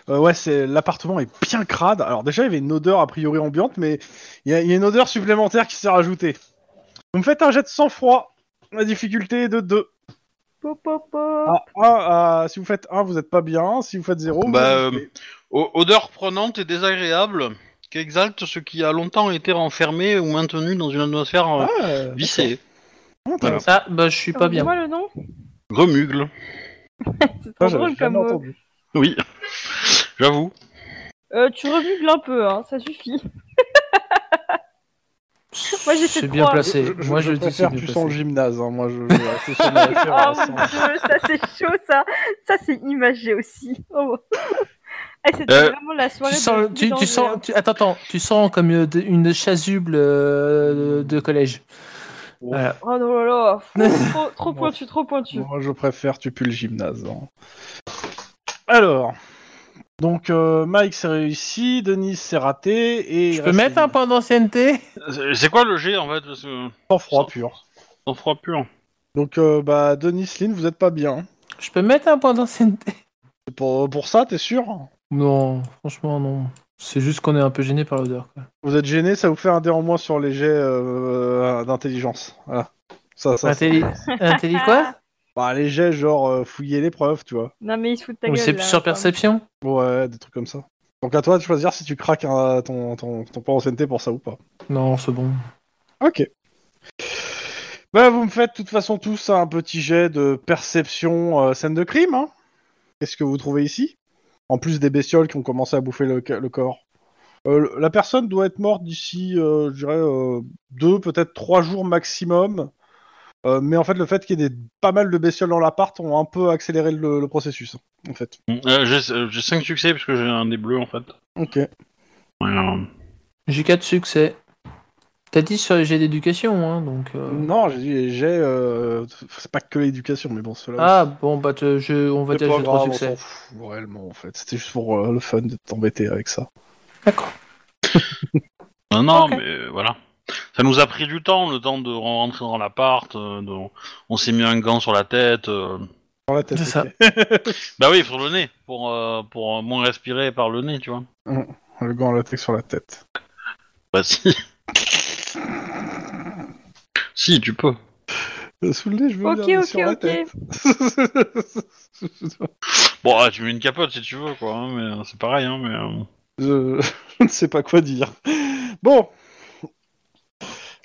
[SPEAKER 2] Euh, ouais, c'est l'appartement est bien crade. Alors déjà, il y avait une odeur a priori ambiante, mais il y, a- il y a une odeur supplémentaire qui s'est rajoutée. Vous me faites un jet de sang-froid. La difficulté est de 2.
[SPEAKER 4] Pop, pop, pop.
[SPEAKER 2] À un, à- ah, si vous faites 1, vous n'êtes pas bien. Si vous faites 0,
[SPEAKER 1] Bah, euh, O- odeur prenante et désagréable qui exalte ce qui a longtemps été renfermé ou maintenu dans une atmosphère euh, vissée.
[SPEAKER 3] Ah, bah, je suis pas bien.
[SPEAKER 4] Moi le nom
[SPEAKER 1] Remugle.
[SPEAKER 4] C'est trop drôle comme euh, mot.
[SPEAKER 1] Oui, [laughs] j'avoue.
[SPEAKER 4] Euh, tu remugles un peu, hein, ça suffit. Moi, j'ai fait
[SPEAKER 3] C'est bien
[SPEAKER 4] trois.
[SPEAKER 3] placé. Moi, je, dis c'est
[SPEAKER 2] préfère
[SPEAKER 3] bien
[SPEAKER 2] tu
[SPEAKER 3] placé.
[SPEAKER 2] sens le gymnase. hein.
[SPEAKER 3] [laughs]
[SPEAKER 2] Moi, je je vais rester sur ma
[SPEAKER 4] [laughs] Oh
[SPEAKER 2] référence,
[SPEAKER 4] mon
[SPEAKER 2] hein.
[SPEAKER 4] dieu, ça c'est chaud ça. Ça c'est imagé aussi. Oh. Eh, C'était
[SPEAKER 1] Euh,
[SPEAKER 4] vraiment la soirée.
[SPEAKER 3] Tu sens,
[SPEAKER 4] de-
[SPEAKER 3] le- tu,
[SPEAKER 4] du
[SPEAKER 3] tu sens,
[SPEAKER 4] danger,
[SPEAKER 3] tu- attends, attends, tu sens comme euh, de- une chasuble euh, de collège.
[SPEAKER 4] hein. Oh non, là, là.
[SPEAKER 3] [laughs]
[SPEAKER 4] Pff, trop, trop pointu, trop pointu.
[SPEAKER 2] Moi, je préfère tu pues le gymnase. hein. Alors, donc euh, Mike c'est réussi, Denis c'est raté et il
[SPEAKER 3] Je peux
[SPEAKER 2] reste
[SPEAKER 3] mettre un point d'ancienneté
[SPEAKER 1] Euh, C'est- C'est quoi le G en fait parce que-
[SPEAKER 2] sang froid pur.
[SPEAKER 1] Sans froid pur.
[SPEAKER 2] Donc euh, bah Denis Lynn, vous êtes pas bien.
[SPEAKER 3] Je peux mettre un point d'ancienneté
[SPEAKER 2] C'est Pour, pour ça, t'es sûr
[SPEAKER 3] Non, franchement, non. C'est juste qu'on est un peu gêné par l'odeur. quoi.
[SPEAKER 2] Vous êtes gêné, ça vous fait un dé en moins sur les jets euh, d'intelligence. Voilà. Ça, ça,
[SPEAKER 3] Intelli...
[SPEAKER 2] [laughs]
[SPEAKER 3] Intelli quoi
[SPEAKER 2] Bah, les jets, genre euh, fouiller l'épreuve, tu vois.
[SPEAKER 4] Non, mais il se fout de ta
[SPEAKER 3] Ou
[SPEAKER 4] gueule.
[SPEAKER 3] c'est
[SPEAKER 4] là,
[SPEAKER 3] sur
[SPEAKER 4] enfin.
[SPEAKER 3] perception
[SPEAKER 2] Ouais, des trucs comme ça. Donc à toi de choisir si tu craques un- ton, ton, ton point d'ancienneté pour ça ou pas.
[SPEAKER 3] Non, c'est bon.
[SPEAKER 2] Ok. Bah, vous me faites de toute façon tous un petit jet de perception euh, scène de crime. Hein Qu'est-ce que vous trouvez ici En plus des bestioles qui ont commencé à bouffer le, ca- le corps. Euh, le- la personne doit être morte d'ici, euh, je dirais, euh, deux, peut-être trois jours maximum. Euh, mais en fait, le fait qu'il y ait des, pas mal de bestioles dans l'appart ont un peu accéléré le, le processus, en fait.
[SPEAKER 1] Euh, j'ai- euh, j'ai 5 succès parce que j'ai un des bleus en fait.
[SPEAKER 2] Ok.
[SPEAKER 1] Ouais, euh,
[SPEAKER 3] J'ai 4 succès. T'as dit sur les jets d'éducation, hein, donc... euh,
[SPEAKER 2] Non, j'ai dit, j'ai, euh, c'est pas que l'éducation, mais bon, cela.
[SPEAKER 3] Ah, bon, bah, te- je... on va
[SPEAKER 2] C'est
[SPEAKER 3] dire que
[SPEAKER 2] pas
[SPEAKER 3] j'ai 3
[SPEAKER 2] grave, on
[SPEAKER 3] succès.
[SPEAKER 2] s'en fout réellement en fait. C'était juste pour euh, le fun de t'embêter avec ça.
[SPEAKER 3] D'accord.
[SPEAKER 1] Non, non,
[SPEAKER 3] Ok.
[SPEAKER 1] mais euh, voilà. Ça nous a pris du temps, le temps de rentrer dans l'appart. euh, de- On s'est mis un gant sur la tête. euh.
[SPEAKER 2] Dans la tête.
[SPEAKER 3] C'est ça.
[SPEAKER 2] ok.
[SPEAKER 1] Bah oui, sur le nez, pour, euh, pour euh, moins respirer par le nez, tu vois.
[SPEAKER 2] Le gant latex sur la tête.
[SPEAKER 1] Bah si. [laughs] si, tu peux.
[SPEAKER 2] Euh, Sous le nez, je veux
[SPEAKER 4] Ok,
[SPEAKER 2] bien mais
[SPEAKER 4] ok,
[SPEAKER 2] sur la
[SPEAKER 4] ok.
[SPEAKER 2] tête.
[SPEAKER 1] Bon, ah, tu mets une capote si tu veux, quoi. hein, mais euh, c'est pareil, hein, mais... euh,
[SPEAKER 2] je... [laughs] je ne sais pas quoi dire. Bon.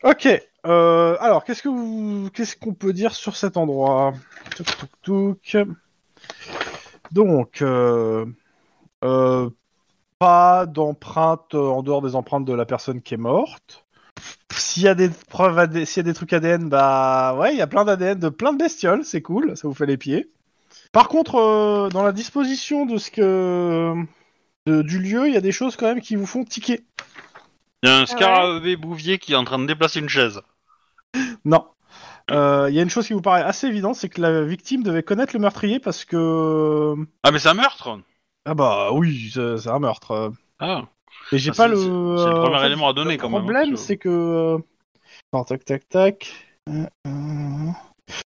[SPEAKER 2] Ok. euh, alors, qu'est-ce que vous, qu'est-ce qu'on peut dire sur cet endroit Touk, touk, touk. Donc, euh, euh, pas d'empreinte euh, en dehors des empreintes de la personne qui est morte. S'il y a des preuves, AD s'il y a des trucs ADN, bah ouais, il y a plein d'ADN de plein de bestioles, c'est cool, ça vous fait les pieds. Par contre, euh, dans la disposition de ce que de- du lieu, il y a des choses quand même qui vous font tiquer.
[SPEAKER 1] Il y a un scarabée bouvier qui est en train de déplacer une chaise.
[SPEAKER 2] Non. Euh, Il y a une chose qui vous paraît assez évidente, c'est que la victime devait connaître le meurtrier parce que...
[SPEAKER 1] Ah, mais c'est un meurtre
[SPEAKER 2] Ah bah oui, c'est c'est un meurtre.
[SPEAKER 1] Ah,
[SPEAKER 2] Et j'ai
[SPEAKER 1] Ah,
[SPEAKER 2] pas
[SPEAKER 1] c'est-
[SPEAKER 2] le...
[SPEAKER 1] c'est- c'est le premier
[SPEAKER 2] Euh, en fait,
[SPEAKER 1] élément à donner, quand même,
[SPEAKER 2] Le
[SPEAKER 1] hein,
[SPEAKER 2] problème,
[SPEAKER 1] parce que-
[SPEAKER 2] c'est que... Non, tac, tac, tac. Euh, euh,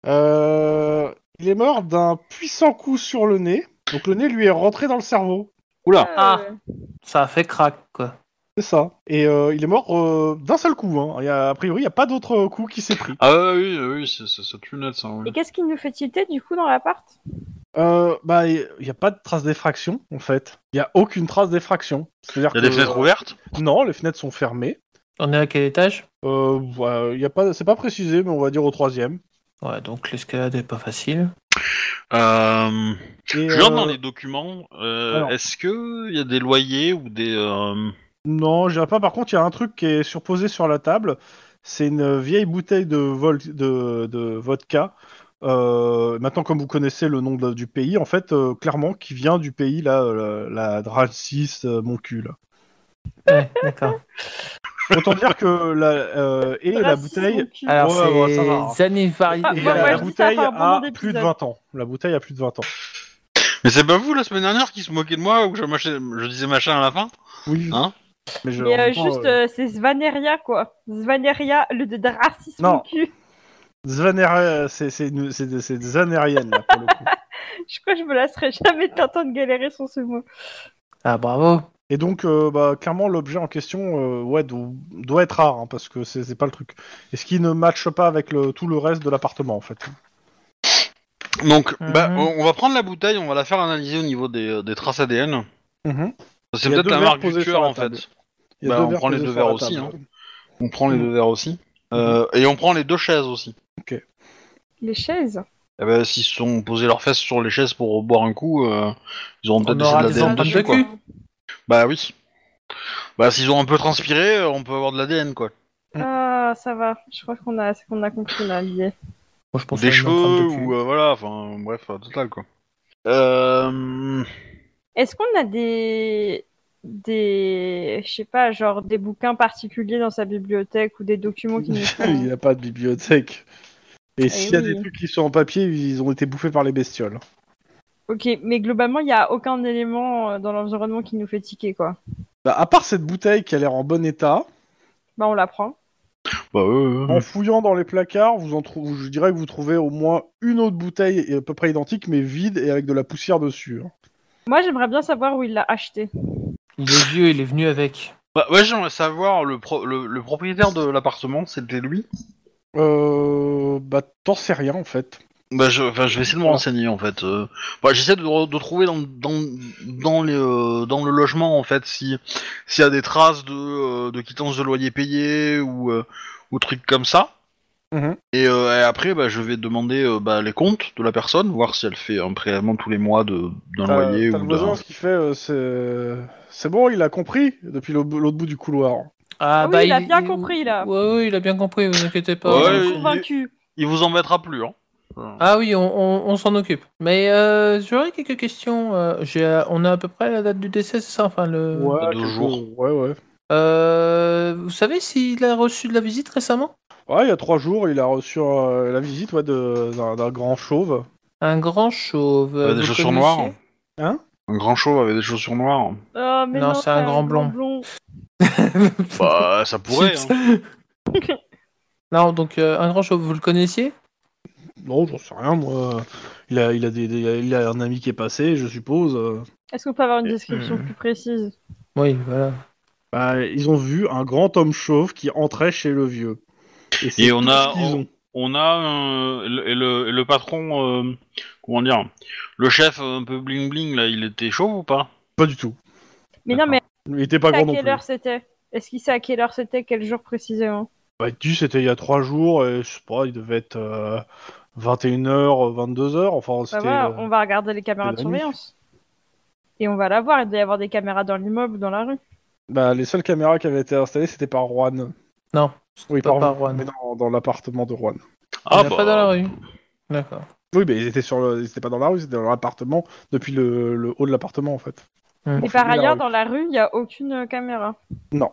[SPEAKER 2] euh, Il est mort d'un puissant coup sur le nez. Donc le nez lui est rentré dans le cerveau.
[SPEAKER 1] Oula
[SPEAKER 3] Ah.
[SPEAKER 4] Euh,
[SPEAKER 3] Ça a fait crack, quoi.
[SPEAKER 2] C'est ça. Et euh, il est mort euh, d'un seul coup. Hein. Il y a, a priori, il n'y a pas d'autre coup qui s'est pris.
[SPEAKER 1] Ah ouais, oui, oui, c'est- c'est c'est tout net, ça,
[SPEAKER 4] Et
[SPEAKER 1] ouais.
[SPEAKER 4] qu'est-ce qui nous fait tilter du coup dans l'appart
[SPEAKER 2] Euh, bah, il n'y a pas de trace d'effraction, en fait. Il n'y a aucune trace d'effraction. C'est-à-dire
[SPEAKER 1] Il y a des
[SPEAKER 2] que-
[SPEAKER 1] fenêtres ouvertes
[SPEAKER 2] Non, les fenêtres sont fermées.
[SPEAKER 3] On est à quel étage
[SPEAKER 2] Euh, ouais, il y a pas... C'est pas précisé, mais on va dire au troisième.
[SPEAKER 3] Ouais, donc l'escalade est pas facile.
[SPEAKER 1] Euh...
[SPEAKER 2] Et,
[SPEAKER 1] Je regarde
[SPEAKER 2] euh,
[SPEAKER 1] dans les documents, euh,
[SPEAKER 2] alors.
[SPEAKER 1] est-ce que il y a des loyers ou des... euh,
[SPEAKER 2] Non, je dirais pas. Par contre, il y a un truc qui est surposé sur la table. C'est une vieille bouteille de, vol... de... de vodka. Euh, maintenant, comme vous connaissez le nom de- du pays, en fait, euh, clairement, qui vient du pays, là, euh, la, la Dracis, euh, mon cul, là.
[SPEAKER 3] Ouais, [laughs] d'accord.
[SPEAKER 2] Autant dire que la, euh, et la
[SPEAKER 4] Racisme
[SPEAKER 2] bouteille
[SPEAKER 4] cul.
[SPEAKER 3] Alors,
[SPEAKER 2] Ouais, ouais, ça va, hein.
[SPEAKER 3] c'est Zanifari...
[SPEAKER 4] Ah,
[SPEAKER 2] Et
[SPEAKER 4] moi,
[SPEAKER 2] la,
[SPEAKER 4] moi, je dis ça,
[SPEAKER 2] bouteille
[SPEAKER 4] enfin, un bon
[SPEAKER 2] a
[SPEAKER 4] nom d'épisode.
[SPEAKER 2] plus de 20 ans. La bouteille a plus de 20 ans.
[SPEAKER 1] Mais c'est pas vous la semaine dernière qui se moquait de moi ou que je, mâchais- je disais machin à la fin
[SPEAKER 2] Oui.
[SPEAKER 1] Hein
[SPEAKER 2] mais je,
[SPEAKER 4] Mais euh,
[SPEAKER 2] reprends,
[SPEAKER 4] juste,
[SPEAKER 2] euh,
[SPEAKER 4] euh, c'est Svaneria quoi. Svaneria, le de de racisme
[SPEAKER 2] Non.
[SPEAKER 4] au cul. [laughs]
[SPEAKER 2] Zvanera- euh, c'est c'est une- c'est des- c'est des Zanériennes, là, pour le coup.
[SPEAKER 4] Je crois que je me lasserai jamais de t'entendre galérer sur ce mot.
[SPEAKER 3] Ah, bravo.
[SPEAKER 2] Et donc, euh, bah, clairement, l'objet en question, euh, ouais, do- doit être rare, hein, parce que c'est c'est pas le truc. Et ce qui ne matche pas avec le, tout le reste de l'appartement, en fait.
[SPEAKER 1] Donc, bah,
[SPEAKER 3] Mhm.
[SPEAKER 1] on on va prendre la bouteille, on va la faire analyser au niveau des, euh, des traces ADN. C'est
[SPEAKER 2] Il y a
[SPEAKER 1] peut-être
[SPEAKER 2] deux
[SPEAKER 1] la
[SPEAKER 2] verres
[SPEAKER 1] marque du
[SPEAKER 2] posés
[SPEAKER 1] tueur
[SPEAKER 2] sur la
[SPEAKER 1] en
[SPEAKER 2] table.
[SPEAKER 1] fait.
[SPEAKER 2] Il y a
[SPEAKER 1] Bah,
[SPEAKER 2] deux
[SPEAKER 1] on
[SPEAKER 2] verres
[SPEAKER 1] prend les
[SPEAKER 2] posés
[SPEAKER 1] deux
[SPEAKER 2] sur la
[SPEAKER 1] verres aussi, hein.
[SPEAKER 2] table.
[SPEAKER 1] On prend les
[SPEAKER 2] Mhm.
[SPEAKER 1] deux verres aussi. Euh, et on prend les deux chaises aussi.
[SPEAKER 4] Les chaises.
[SPEAKER 1] Eh ben, S'ils se sont posés leurs fesses sur les chaises pour boire un coup, euh, ils auront peut-être
[SPEAKER 3] On aura
[SPEAKER 1] laissé de
[SPEAKER 3] des
[SPEAKER 1] l'ADN
[SPEAKER 3] empreintes de
[SPEAKER 1] dessus quoi.
[SPEAKER 3] cul.
[SPEAKER 1] Bah oui. Bah s'ils ont un peu transpiré, euh, on peut avoir de l'ADN quoi.
[SPEAKER 2] Mm.
[SPEAKER 4] Ah, ça va. Je crois qu'on a, qu'on a compris là, l'idée.
[SPEAKER 3] Moi, je pense
[SPEAKER 1] Des
[SPEAKER 2] euh,
[SPEAKER 1] euh,
[SPEAKER 3] à une empreinte
[SPEAKER 1] cheveux
[SPEAKER 3] de cul.
[SPEAKER 1] ou euh, voilà, enfin bref, euh, total quoi. Euh...
[SPEAKER 4] Est-ce qu'on a des des je sais pas genre des bouquins particuliers dans sa bibliothèque ou des documents
[SPEAKER 3] [laughs]
[SPEAKER 4] qui nous
[SPEAKER 2] [laughs] il n'y a pas de bibliothèque. Et s'il y a
[SPEAKER 4] Eh oui.
[SPEAKER 2] des trucs qui sont en papier, ils ont été bouffés par les bestioles.
[SPEAKER 4] Ok, mais globalement, il n'y a aucun élément euh, dans l'environnement qui nous fait tiquer, quoi.
[SPEAKER 2] Bah, à part cette bouteille qui a l'air en bon état,
[SPEAKER 4] Bah, on la prend.
[SPEAKER 1] Bah, ouais, ouais,
[SPEAKER 2] en
[SPEAKER 1] ouais.
[SPEAKER 2] fouillant dans les placards, vous en trouvez, je dirais que vous trouvez au moins une autre bouteille à peu près identique, mais vide et avec de la poussière dessus. hein.
[SPEAKER 4] Moi, j'aimerais bien savoir où il l'a acheté.
[SPEAKER 3] Il est vieux, il est venu avec.
[SPEAKER 1] Bah, ouais, j'aimerais savoir, le, pro- le, le propriétaire de l'appartement, c'était lui
[SPEAKER 2] Euh, bah, t'en sais rien en fait.
[SPEAKER 1] Bah, je, enfin, je vais essayer de me renseigner en fait. Euh, bah, j'essaie de, re- de trouver dans, dans, dans, les, euh, dans le logement en fait si s'il y a des traces de, euh, de quittance de loyer payé ou, euh, ou trucs comme ça.
[SPEAKER 2] Mhm.
[SPEAKER 1] Et, euh, et après, bah, je vais demander euh, bah, les comptes de la personne, voir si elle fait un prélèvement tous les mois de- d'un
[SPEAKER 2] T'as Euh, t'as
[SPEAKER 1] loyer
[SPEAKER 2] le
[SPEAKER 1] ou d'un.
[SPEAKER 2] voisin ce qui fait, euh, c'est... c'est bon, il a compris depuis l'au- l'autre bout du couloir.
[SPEAKER 4] Ah oui,
[SPEAKER 3] bah,
[SPEAKER 4] il a bien compris, là.
[SPEAKER 3] Ouais, ouais, il a bien compris, vous inquiétez pas.
[SPEAKER 1] Ouais,
[SPEAKER 4] Je
[SPEAKER 1] il-
[SPEAKER 4] suis convaincu.
[SPEAKER 1] Il vous embêtera plus. Hein.
[SPEAKER 3] Ah oui, on, on- on s'en occupe. Mais euh, j'aurais quelques questions. Euh, j'ai, euh, on a à peu près la date du décès, c'est ça enfin, le...
[SPEAKER 1] Euh, deux
[SPEAKER 2] quelque-
[SPEAKER 1] jours.
[SPEAKER 2] Ouais, ouais.
[SPEAKER 3] Euh, vous savez s'il a reçu de la visite récemment
[SPEAKER 2] Ouais, il y a trois jours, il a reçu euh, la visite ouais, de, d'un, d'un grand chauve.
[SPEAKER 3] Un grand chauve.
[SPEAKER 1] Bah, des
[SPEAKER 3] vous
[SPEAKER 1] chaussures
[SPEAKER 3] connaissez [laughs]
[SPEAKER 1] noires.
[SPEAKER 2] Euh, Hein
[SPEAKER 1] Un grand chauve avec des chaussures noires.
[SPEAKER 4] Oh, mais
[SPEAKER 3] Non,
[SPEAKER 4] non,
[SPEAKER 3] c'est un grand blond.
[SPEAKER 1] bah, [laughs] ça pourrait.
[SPEAKER 3] Chips.
[SPEAKER 1] hein.
[SPEAKER 3] non, donc euh, un grand chauve, vous le connaissiez
[SPEAKER 2] Non, j'en sais rien, moi. Il a, il a, des, des- il a un ami qui est passé, je suppose. euh.
[SPEAKER 4] Est-ce qu'on peut avoir une description
[SPEAKER 3] Hmm.
[SPEAKER 4] plus précise
[SPEAKER 3] Oui, voilà.
[SPEAKER 2] Bah, ils ont vu un grand homme chauve qui entrait chez le vieux. c'est
[SPEAKER 1] Et on
[SPEAKER 2] tout
[SPEAKER 1] a-
[SPEAKER 2] ce qu'ils
[SPEAKER 1] on-
[SPEAKER 2] ont.
[SPEAKER 1] on a euh, le, et le, et le patron, euh, comment dire, le chef euh, un peu bling bling là, il était chaud ou pas
[SPEAKER 2] Pas du tout.
[SPEAKER 4] Mais non, mais
[SPEAKER 2] Il était pas
[SPEAKER 4] à
[SPEAKER 2] grand non
[SPEAKER 4] quelle
[SPEAKER 2] plus.
[SPEAKER 4] heure c'était Est-ce qu'il sait à quelle heure c'était Quel jour précisément
[SPEAKER 2] Bah, tu sais, c'était il y a trois jours, et je sais pas, il devait être euh, 21h, 22h, enfin,
[SPEAKER 4] Bah
[SPEAKER 2] c'était...
[SPEAKER 4] voilà,
[SPEAKER 2] euh,
[SPEAKER 4] on va regarder les caméras
[SPEAKER 2] la
[SPEAKER 4] de
[SPEAKER 2] nuit.
[SPEAKER 4] surveillance. Et on va la voir, il doit y avoir des caméras dans l'immeuble ou dans la rue.
[SPEAKER 2] bah, les seules caméras qui avaient été installées, c'était par Juan.
[SPEAKER 3] Non,
[SPEAKER 2] Oui,
[SPEAKER 3] pas
[SPEAKER 2] par,
[SPEAKER 3] par Juan.
[SPEAKER 2] Mais dans, dans l'appartement de Juan.
[SPEAKER 1] Ah, bah,
[SPEAKER 3] il n'est pas dans la rue.
[SPEAKER 1] euh,
[SPEAKER 3] D'accord.
[SPEAKER 2] Oui, mais ils étaient, sur le- ils étaient pas dans la rue, ils étaient dans l'appartement, depuis le, le haut de l'appartement, en fait.
[SPEAKER 3] Hmm.
[SPEAKER 4] Et par
[SPEAKER 2] filmer la
[SPEAKER 4] ailleurs,
[SPEAKER 2] rue.
[SPEAKER 4] dans la rue, il n'y a aucune euh, caméra.
[SPEAKER 2] Non.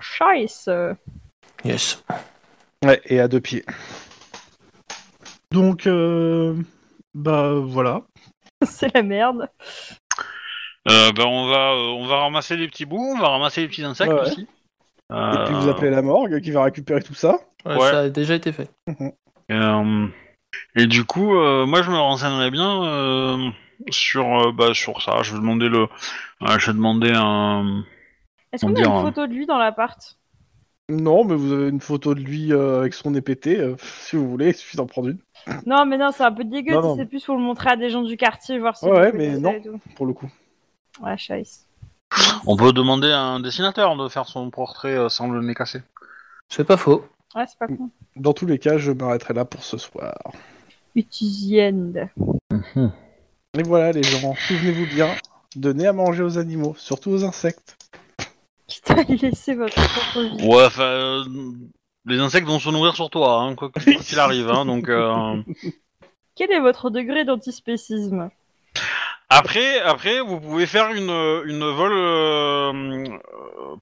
[SPEAKER 4] Scheiße [laughs]
[SPEAKER 3] Yes.
[SPEAKER 2] Ouais, et à deux pieds. Donc, euh, bah, voilà.
[SPEAKER 4] C'est la merde.
[SPEAKER 1] Euh, ben on va, euh, on va ramasser les petits bouts, on va ramasser les petits insectes
[SPEAKER 2] Ouais, ouais.
[SPEAKER 1] aussi. Euh,
[SPEAKER 2] Et puis, vous appelez la morgue, qui va récupérer tout ça.
[SPEAKER 3] Ouais,
[SPEAKER 1] Ouais.
[SPEAKER 3] Ça a déjà été fait.
[SPEAKER 1] Euh, et du coup, euh, moi je me renseignerai bien euh, sur, euh, bah, sur ça. Je vais demander le, euh, je vais demander un.
[SPEAKER 4] Est-ce
[SPEAKER 1] On
[SPEAKER 4] qu'on a une
[SPEAKER 1] dira.
[SPEAKER 4] photo de lui dans l'appart
[SPEAKER 2] Non, mais vous avez une photo de lui euh, avec son nez pété, euh, si vous voulez, il suffit d'en prendre une.
[SPEAKER 4] Non, mais non, c'est un peu dégueu.
[SPEAKER 2] Non,
[SPEAKER 4] tu
[SPEAKER 2] non.
[SPEAKER 4] sais, C'est plus pour le montrer à des gens du quartier, voir si.
[SPEAKER 2] Ouais,
[SPEAKER 4] vous
[SPEAKER 2] ouais,
[SPEAKER 4] connaissez
[SPEAKER 2] mais non.
[SPEAKER 4] et tout.
[SPEAKER 2] pour le coup.
[SPEAKER 4] Ouais, scheiße.
[SPEAKER 1] On peut demander à un dessinateur de faire son portrait euh, sans le nez cassé.
[SPEAKER 3] C'est pas faux.
[SPEAKER 4] Ouais, c'est pas
[SPEAKER 2] Mm.
[SPEAKER 4] con.
[SPEAKER 2] Dans tous les cas, je m'arrêterai là pour ce soir.
[SPEAKER 4] Utisienne.
[SPEAKER 2] Et voilà les gens, souvenez-vous bien, donnez à manger aux animaux, surtout aux insectes.
[SPEAKER 4] Putain, il laissait votre propre vie.
[SPEAKER 1] Ouais, enfin, euh, les insectes vont se nourrir sur toi, hein, quoi que- quoi qu'il arrive. Hein, donc. euh,
[SPEAKER 4] Quel est votre degré d'antispécisme
[SPEAKER 1] Après, après, vous pouvez faire une, une vol euh, euh,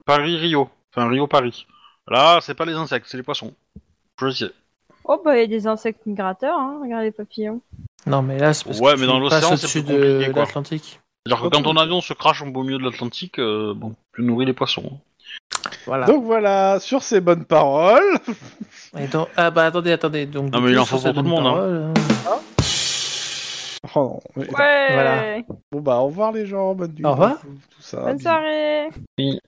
[SPEAKER 1] Paris-Rio. Enfin, Rio-Paris. Là, c'est pas les insectes, c'est les poissons. Je sais.
[SPEAKER 4] Oh, bah, il y a des insectes migrateurs, hein. Regarde les papillons.
[SPEAKER 3] Non, mais là, c'est parce
[SPEAKER 1] Ouais,
[SPEAKER 3] que
[SPEAKER 1] mais
[SPEAKER 3] tu
[SPEAKER 1] dans l'océan,
[SPEAKER 3] passes
[SPEAKER 1] c'est
[SPEAKER 3] au-dessus
[SPEAKER 1] plus compliqué,
[SPEAKER 3] de
[SPEAKER 1] quoi.
[SPEAKER 3] l'Atlantique.
[SPEAKER 1] C'est-à-dire que quand ton avion se crache au beau milieu de l'Atlantique, euh, bon, tu nourris les poissons. hein.
[SPEAKER 3] Voilà.
[SPEAKER 2] Donc voilà, sur ces bonnes paroles, [laughs]
[SPEAKER 3] Et donc- ah bah attendez, attendez. Donc,
[SPEAKER 1] Non,
[SPEAKER 3] du
[SPEAKER 1] mais il
[SPEAKER 3] coup,
[SPEAKER 1] en faut pour
[SPEAKER 3] sur
[SPEAKER 1] tout
[SPEAKER 3] cette
[SPEAKER 1] le monde, hein.
[SPEAKER 3] parole, euh,
[SPEAKER 2] Oh non, mais-
[SPEAKER 4] Ouais
[SPEAKER 3] Voilà.
[SPEAKER 2] bon bah au revoir les gens, bonne nuit,
[SPEAKER 3] Au revoir.
[SPEAKER 2] tout ça.
[SPEAKER 4] Bonne
[SPEAKER 2] bisous.
[SPEAKER 4] soirée
[SPEAKER 1] Oui.